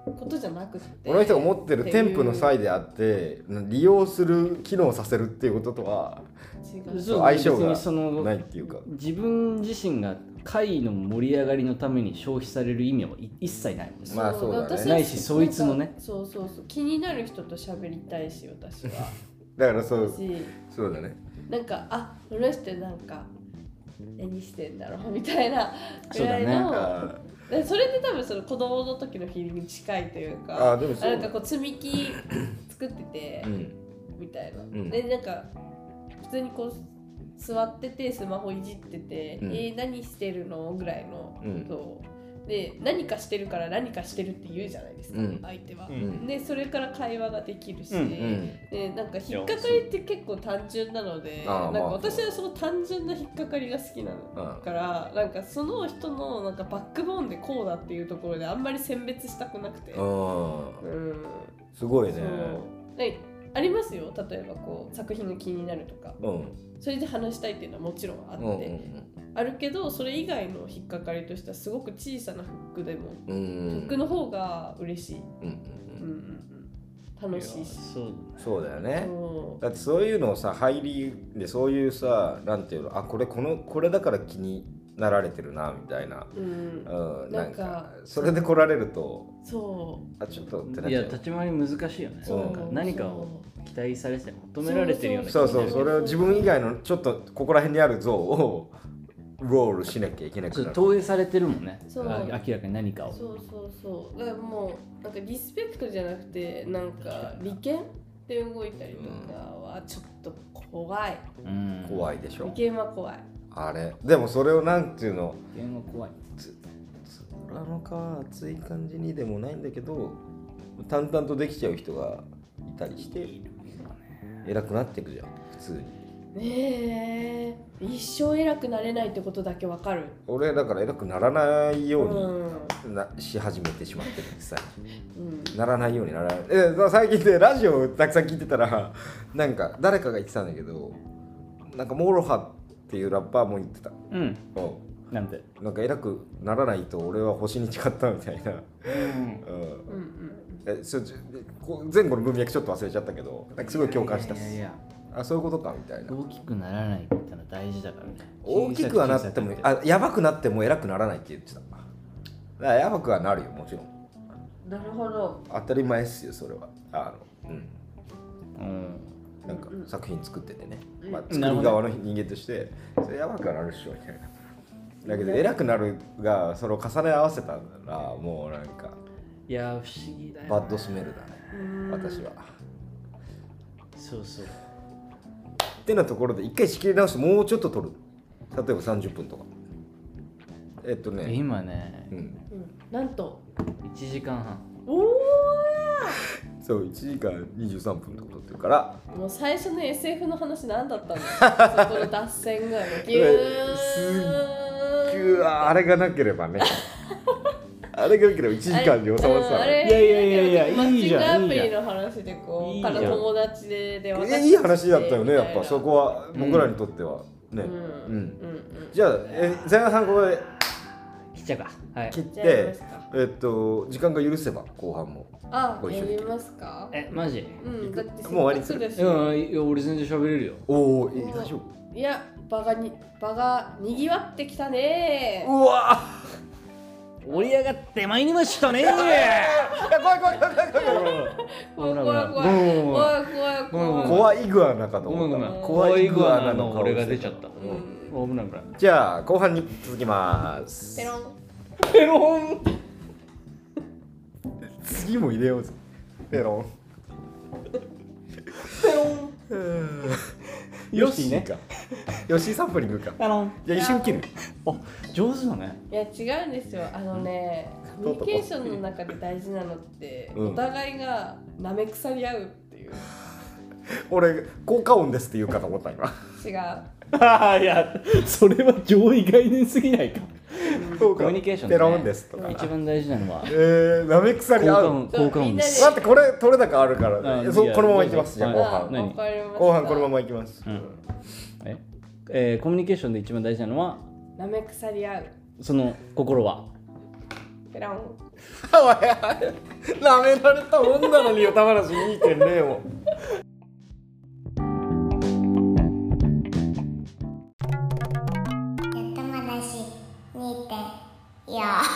[SPEAKER 7] ことじゃなくて
[SPEAKER 8] この人が持ってる添付の際であって利用する機能させるっていうこととは
[SPEAKER 7] 違
[SPEAKER 4] あ
[SPEAKER 7] う
[SPEAKER 8] う相性が
[SPEAKER 4] 別にその
[SPEAKER 8] ないっていうか
[SPEAKER 4] 自分自身が会の盛り上がりのために消費される意味はい一切ないもんね、
[SPEAKER 8] まあそうだね
[SPEAKER 7] 私
[SPEAKER 4] ないしそいつもね
[SPEAKER 7] なんかそうそうそう気になる人と喋りたいし私 は
[SPEAKER 8] だからそう
[SPEAKER 7] し
[SPEAKER 8] そうだね
[SPEAKER 7] なんかあこの人なんか何してんだろうみたいな
[SPEAKER 4] そ
[SPEAKER 7] ぐ
[SPEAKER 4] うだ
[SPEAKER 7] ら
[SPEAKER 4] ね
[SPEAKER 7] いの
[SPEAKER 8] あ
[SPEAKER 7] でそれって多分その子供の時のフィーリングに近いという
[SPEAKER 8] ー
[SPEAKER 7] か
[SPEAKER 8] あーでもそう
[SPEAKER 7] なんかこう積み木作ってて、
[SPEAKER 8] うん
[SPEAKER 7] みたいな、
[SPEAKER 8] ん
[SPEAKER 7] でなんか普通にこう座っててスマホいじってて「
[SPEAKER 8] うん
[SPEAKER 7] えー何してるの?」ぐらいの、
[SPEAKER 8] うん
[SPEAKER 7] そうで何かしてるから何かしてるって言うじゃないですか、
[SPEAKER 8] うん
[SPEAKER 7] 相手は。
[SPEAKER 8] うん
[SPEAKER 7] でそれから会話ができるし、
[SPEAKER 4] うんうん
[SPEAKER 8] うん
[SPEAKER 7] でなんか引っかかりって結構単純なので
[SPEAKER 8] あ
[SPEAKER 7] な
[SPEAKER 8] あ
[SPEAKER 7] んか
[SPEAKER 8] まあ
[SPEAKER 7] 私はその単純な引っかかりが好きなの
[SPEAKER 8] うん
[SPEAKER 7] からなんかその人のなんかバックボーンでこうだっていうところであんまり選別したくなくて。
[SPEAKER 8] うん
[SPEAKER 7] うん
[SPEAKER 8] すごい
[SPEAKER 7] そ
[SPEAKER 8] ね
[SPEAKER 7] うねありますよ例えばこう作品が気になるとか
[SPEAKER 8] うん
[SPEAKER 7] それで話したいっていうのはもちろんあって、
[SPEAKER 8] うんうん
[SPEAKER 7] あるけどそれ以外の引っかかりとしてはすごく小さなフックでも、
[SPEAKER 8] うんうん
[SPEAKER 7] フックの方が嬉しい、
[SPEAKER 8] うんう
[SPEAKER 7] うん
[SPEAKER 8] ん
[SPEAKER 7] うんうん、楽
[SPEAKER 4] いや
[SPEAKER 7] しいし
[SPEAKER 4] そう
[SPEAKER 8] そうだよね
[SPEAKER 7] そう
[SPEAKER 8] だってそういうのをさ入りでそういうさなんていうのあこれこのこれだから気になられてるなみたいな、
[SPEAKER 7] うん
[SPEAKER 8] うん、な
[SPEAKER 7] なんん
[SPEAKER 8] か
[SPEAKER 7] か
[SPEAKER 8] それで来られると
[SPEAKER 7] そう
[SPEAKER 8] あちょっとってなっ
[SPEAKER 4] い
[SPEAKER 8] ち
[SPEAKER 4] や
[SPEAKER 8] ゃ
[SPEAKER 4] 立
[SPEAKER 8] う
[SPEAKER 4] ち回り難しいよね
[SPEAKER 8] そう
[SPEAKER 4] なんか何かを期待されて求められてるような気
[SPEAKER 8] そう
[SPEAKER 4] がす
[SPEAKER 8] そ
[SPEAKER 4] る
[SPEAKER 8] うそれを自分以外のちょっとここら辺にある像をロールしなきゃいけな
[SPEAKER 4] ち
[SPEAKER 8] く
[SPEAKER 4] ょっ
[SPEAKER 8] な
[SPEAKER 4] と
[SPEAKER 8] る
[SPEAKER 4] 投影されてるもんね
[SPEAKER 7] そう
[SPEAKER 4] あ明らかに何かを
[SPEAKER 7] そうそうそうだからもうなんかリスペクトじゃなくてなんか利権で動いたりとかはちょっと怖い
[SPEAKER 4] うん
[SPEAKER 8] 怖いでし
[SPEAKER 7] 利
[SPEAKER 8] ょ
[SPEAKER 7] 権は怖い
[SPEAKER 8] あれでもそれをなんていうの
[SPEAKER 4] 電話怖い
[SPEAKER 8] 裏の皮厚い感じにでもないんだけど淡々とできちゃう人がいたりして偉くなっていくじゃん普通に
[SPEAKER 7] ねえ一生偉くなれないってことだけわかる
[SPEAKER 8] 俺だから偉くならないよ
[SPEAKER 7] う、
[SPEAKER 8] うんにな、し始めてしまってるんでさ
[SPEAKER 7] うん、
[SPEAKER 8] ならないようにならないえだから最近でラジオをたくさん聞いてたらなんか誰かが言ってたんだけどなんかモロハっていうラッパーも言ってた
[SPEAKER 4] うん
[SPEAKER 8] お
[SPEAKER 4] なんて
[SPEAKER 8] なんか偉くならないと俺は星に誓ったみたいな、うん
[SPEAKER 7] うんうん
[SPEAKER 8] えそうちょこう前後の文脈ちょっと忘れちゃったけどなんかすごい共感したっ
[SPEAKER 4] い
[SPEAKER 8] す
[SPEAKER 4] やいや
[SPEAKER 8] あそういうことかみたいな
[SPEAKER 4] 大きくならないってのは大事だからね
[SPEAKER 8] 大きくはなっても
[SPEAKER 4] 小さく小さく
[SPEAKER 8] あやばくなっても偉くならないって言ってただからやばくはなるよもちろん
[SPEAKER 1] なるほど
[SPEAKER 8] 当たり前っすよそれはあのうん
[SPEAKER 4] うん
[SPEAKER 8] なんか作品作っててね、まあ、
[SPEAKER 4] うん
[SPEAKER 8] 作る側の人間としてそれやばくはなるっしょみたいなだけど偉くなるがそれを重ね合わせたらもうなんか
[SPEAKER 4] いや不思議だよね
[SPEAKER 8] バッドスメルだね私は
[SPEAKER 4] そうそう
[SPEAKER 8] ってなところで一回仕切り直してもうちょっと取る例えば30分とかえっとね、
[SPEAKER 4] 今ね
[SPEAKER 8] うん、
[SPEAKER 7] うんなんと
[SPEAKER 4] 1時間半
[SPEAKER 7] おお
[SPEAKER 8] そう1時間23分とか取ってるから
[SPEAKER 7] もう最初の SF の話何だったのそこの脱線がギュー
[SPEAKER 8] すっげえあれがなければねあれがなければ1時間に収まってたの
[SPEAKER 7] あれ
[SPEAKER 4] いやいやいやいや
[SPEAKER 7] マッ
[SPEAKER 4] いい
[SPEAKER 7] チ
[SPEAKER 4] じ
[SPEAKER 7] ング
[SPEAKER 4] ゃ
[SPEAKER 7] ア
[SPEAKER 4] ん
[SPEAKER 7] プリの話でこ
[SPEAKER 4] いういじゃ
[SPEAKER 7] か
[SPEAKER 4] ん
[SPEAKER 7] ら友達でで私たち
[SPEAKER 8] えいい話だったよねやっぱそこ
[SPEAKER 7] は
[SPEAKER 8] は僕らにとっては、ね、
[SPEAKER 7] うん
[SPEAKER 8] う
[SPEAKER 7] うんんうん
[SPEAKER 8] じゃあえ前半ここで
[SPEAKER 4] 来ちゃうかはい
[SPEAKER 8] 切っ
[SPEAKER 7] じゃあやり
[SPEAKER 8] て
[SPEAKER 7] ますか
[SPEAKER 8] えっと時間が許せば後半も
[SPEAKER 7] あ
[SPEAKER 8] ご一緒
[SPEAKER 7] や
[SPEAKER 8] に
[SPEAKER 7] りますか
[SPEAKER 4] えマジ
[SPEAKER 7] うんだって
[SPEAKER 8] もう終わりにする
[SPEAKER 7] せっかくだし
[SPEAKER 4] うんいや俺全然喋れるよ
[SPEAKER 8] おおいい大丈夫
[SPEAKER 7] いや場がに場がにぎわってきたね
[SPEAKER 8] うわ
[SPEAKER 4] 盛り上がってまいりましたね
[SPEAKER 8] ーいや怖い怖い怖い怖い怖い怖い
[SPEAKER 7] 怖い怖い怖い
[SPEAKER 4] ごめんご
[SPEAKER 7] 怖い怖
[SPEAKER 8] 怖
[SPEAKER 7] い怖い
[SPEAKER 8] いグアナかと
[SPEAKER 4] めんごめん
[SPEAKER 8] 思
[SPEAKER 4] ご
[SPEAKER 8] っ
[SPEAKER 4] め
[SPEAKER 8] た
[SPEAKER 4] ん
[SPEAKER 8] 怖いグアナの
[SPEAKER 4] の
[SPEAKER 8] 顔
[SPEAKER 4] 俺が
[SPEAKER 8] して
[SPEAKER 4] 出ちゃった
[SPEAKER 7] ん
[SPEAKER 4] 危ない危ない
[SPEAKER 8] じゃあ後半に続きます
[SPEAKER 7] ペロン
[SPEAKER 4] ペロン
[SPEAKER 8] 次も入れようぜペロン
[SPEAKER 7] ペロン
[SPEAKER 4] よしね
[SPEAKER 8] ヨッシーかヨッシーサンプリングか
[SPEAKER 4] ペロン
[SPEAKER 8] じゃあ一瞬切る
[SPEAKER 4] あ上手だね
[SPEAKER 7] いや違うんですよあのねコミュニケーションの中で大事なのって
[SPEAKER 8] うん
[SPEAKER 7] お互いがなめ腐り合うっていう
[SPEAKER 8] 俺効果音ですって言うかと思った今
[SPEAKER 7] 違う
[SPEAKER 4] あ あいやそれは上位概念すぎないか
[SPEAKER 8] コ
[SPEAKER 4] コミュニケーションね
[SPEAKER 8] ペロンですとか
[SPEAKER 4] 一番大事なのは
[SPEAKER 8] えー、なめくさ
[SPEAKER 4] 効
[SPEAKER 8] り合
[SPEAKER 4] 果
[SPEAKER 8] う
[SPEAKER 4] 音効果音です
[SPEAKER 8] 待ってこれ取れ高あるから、
[SPEAKER 4] あ
[SPEAKER 8] ね、そ
[SPEAKER 4] いや
[SPEAKER 8] このままいきますじ
[SPEAKER 4] ど
[SPEAKER 8] ゃあ
[SPEAKER 4] う
[SPEAKER 8] 後
[SPEAKER 4] ぞ
[SPEAKER 7] あ
[SPEAKER 8] 半
[SPEAKER 4] はい何
[SPEAKER 7] わかりました
[SPEAKER 8] 後半このままいきます
[SPEAKER 4] うんええーコミュニケーションで一番大事なのは
[SPEAKER 7] なめくさり合う
[SPEAKER 4] その心は
[SPEAKER 7] ペロン
[SPEAKER 8] なめられたもんなのによたまらし2.0を
[SPEAKER 5] よたまなし2.4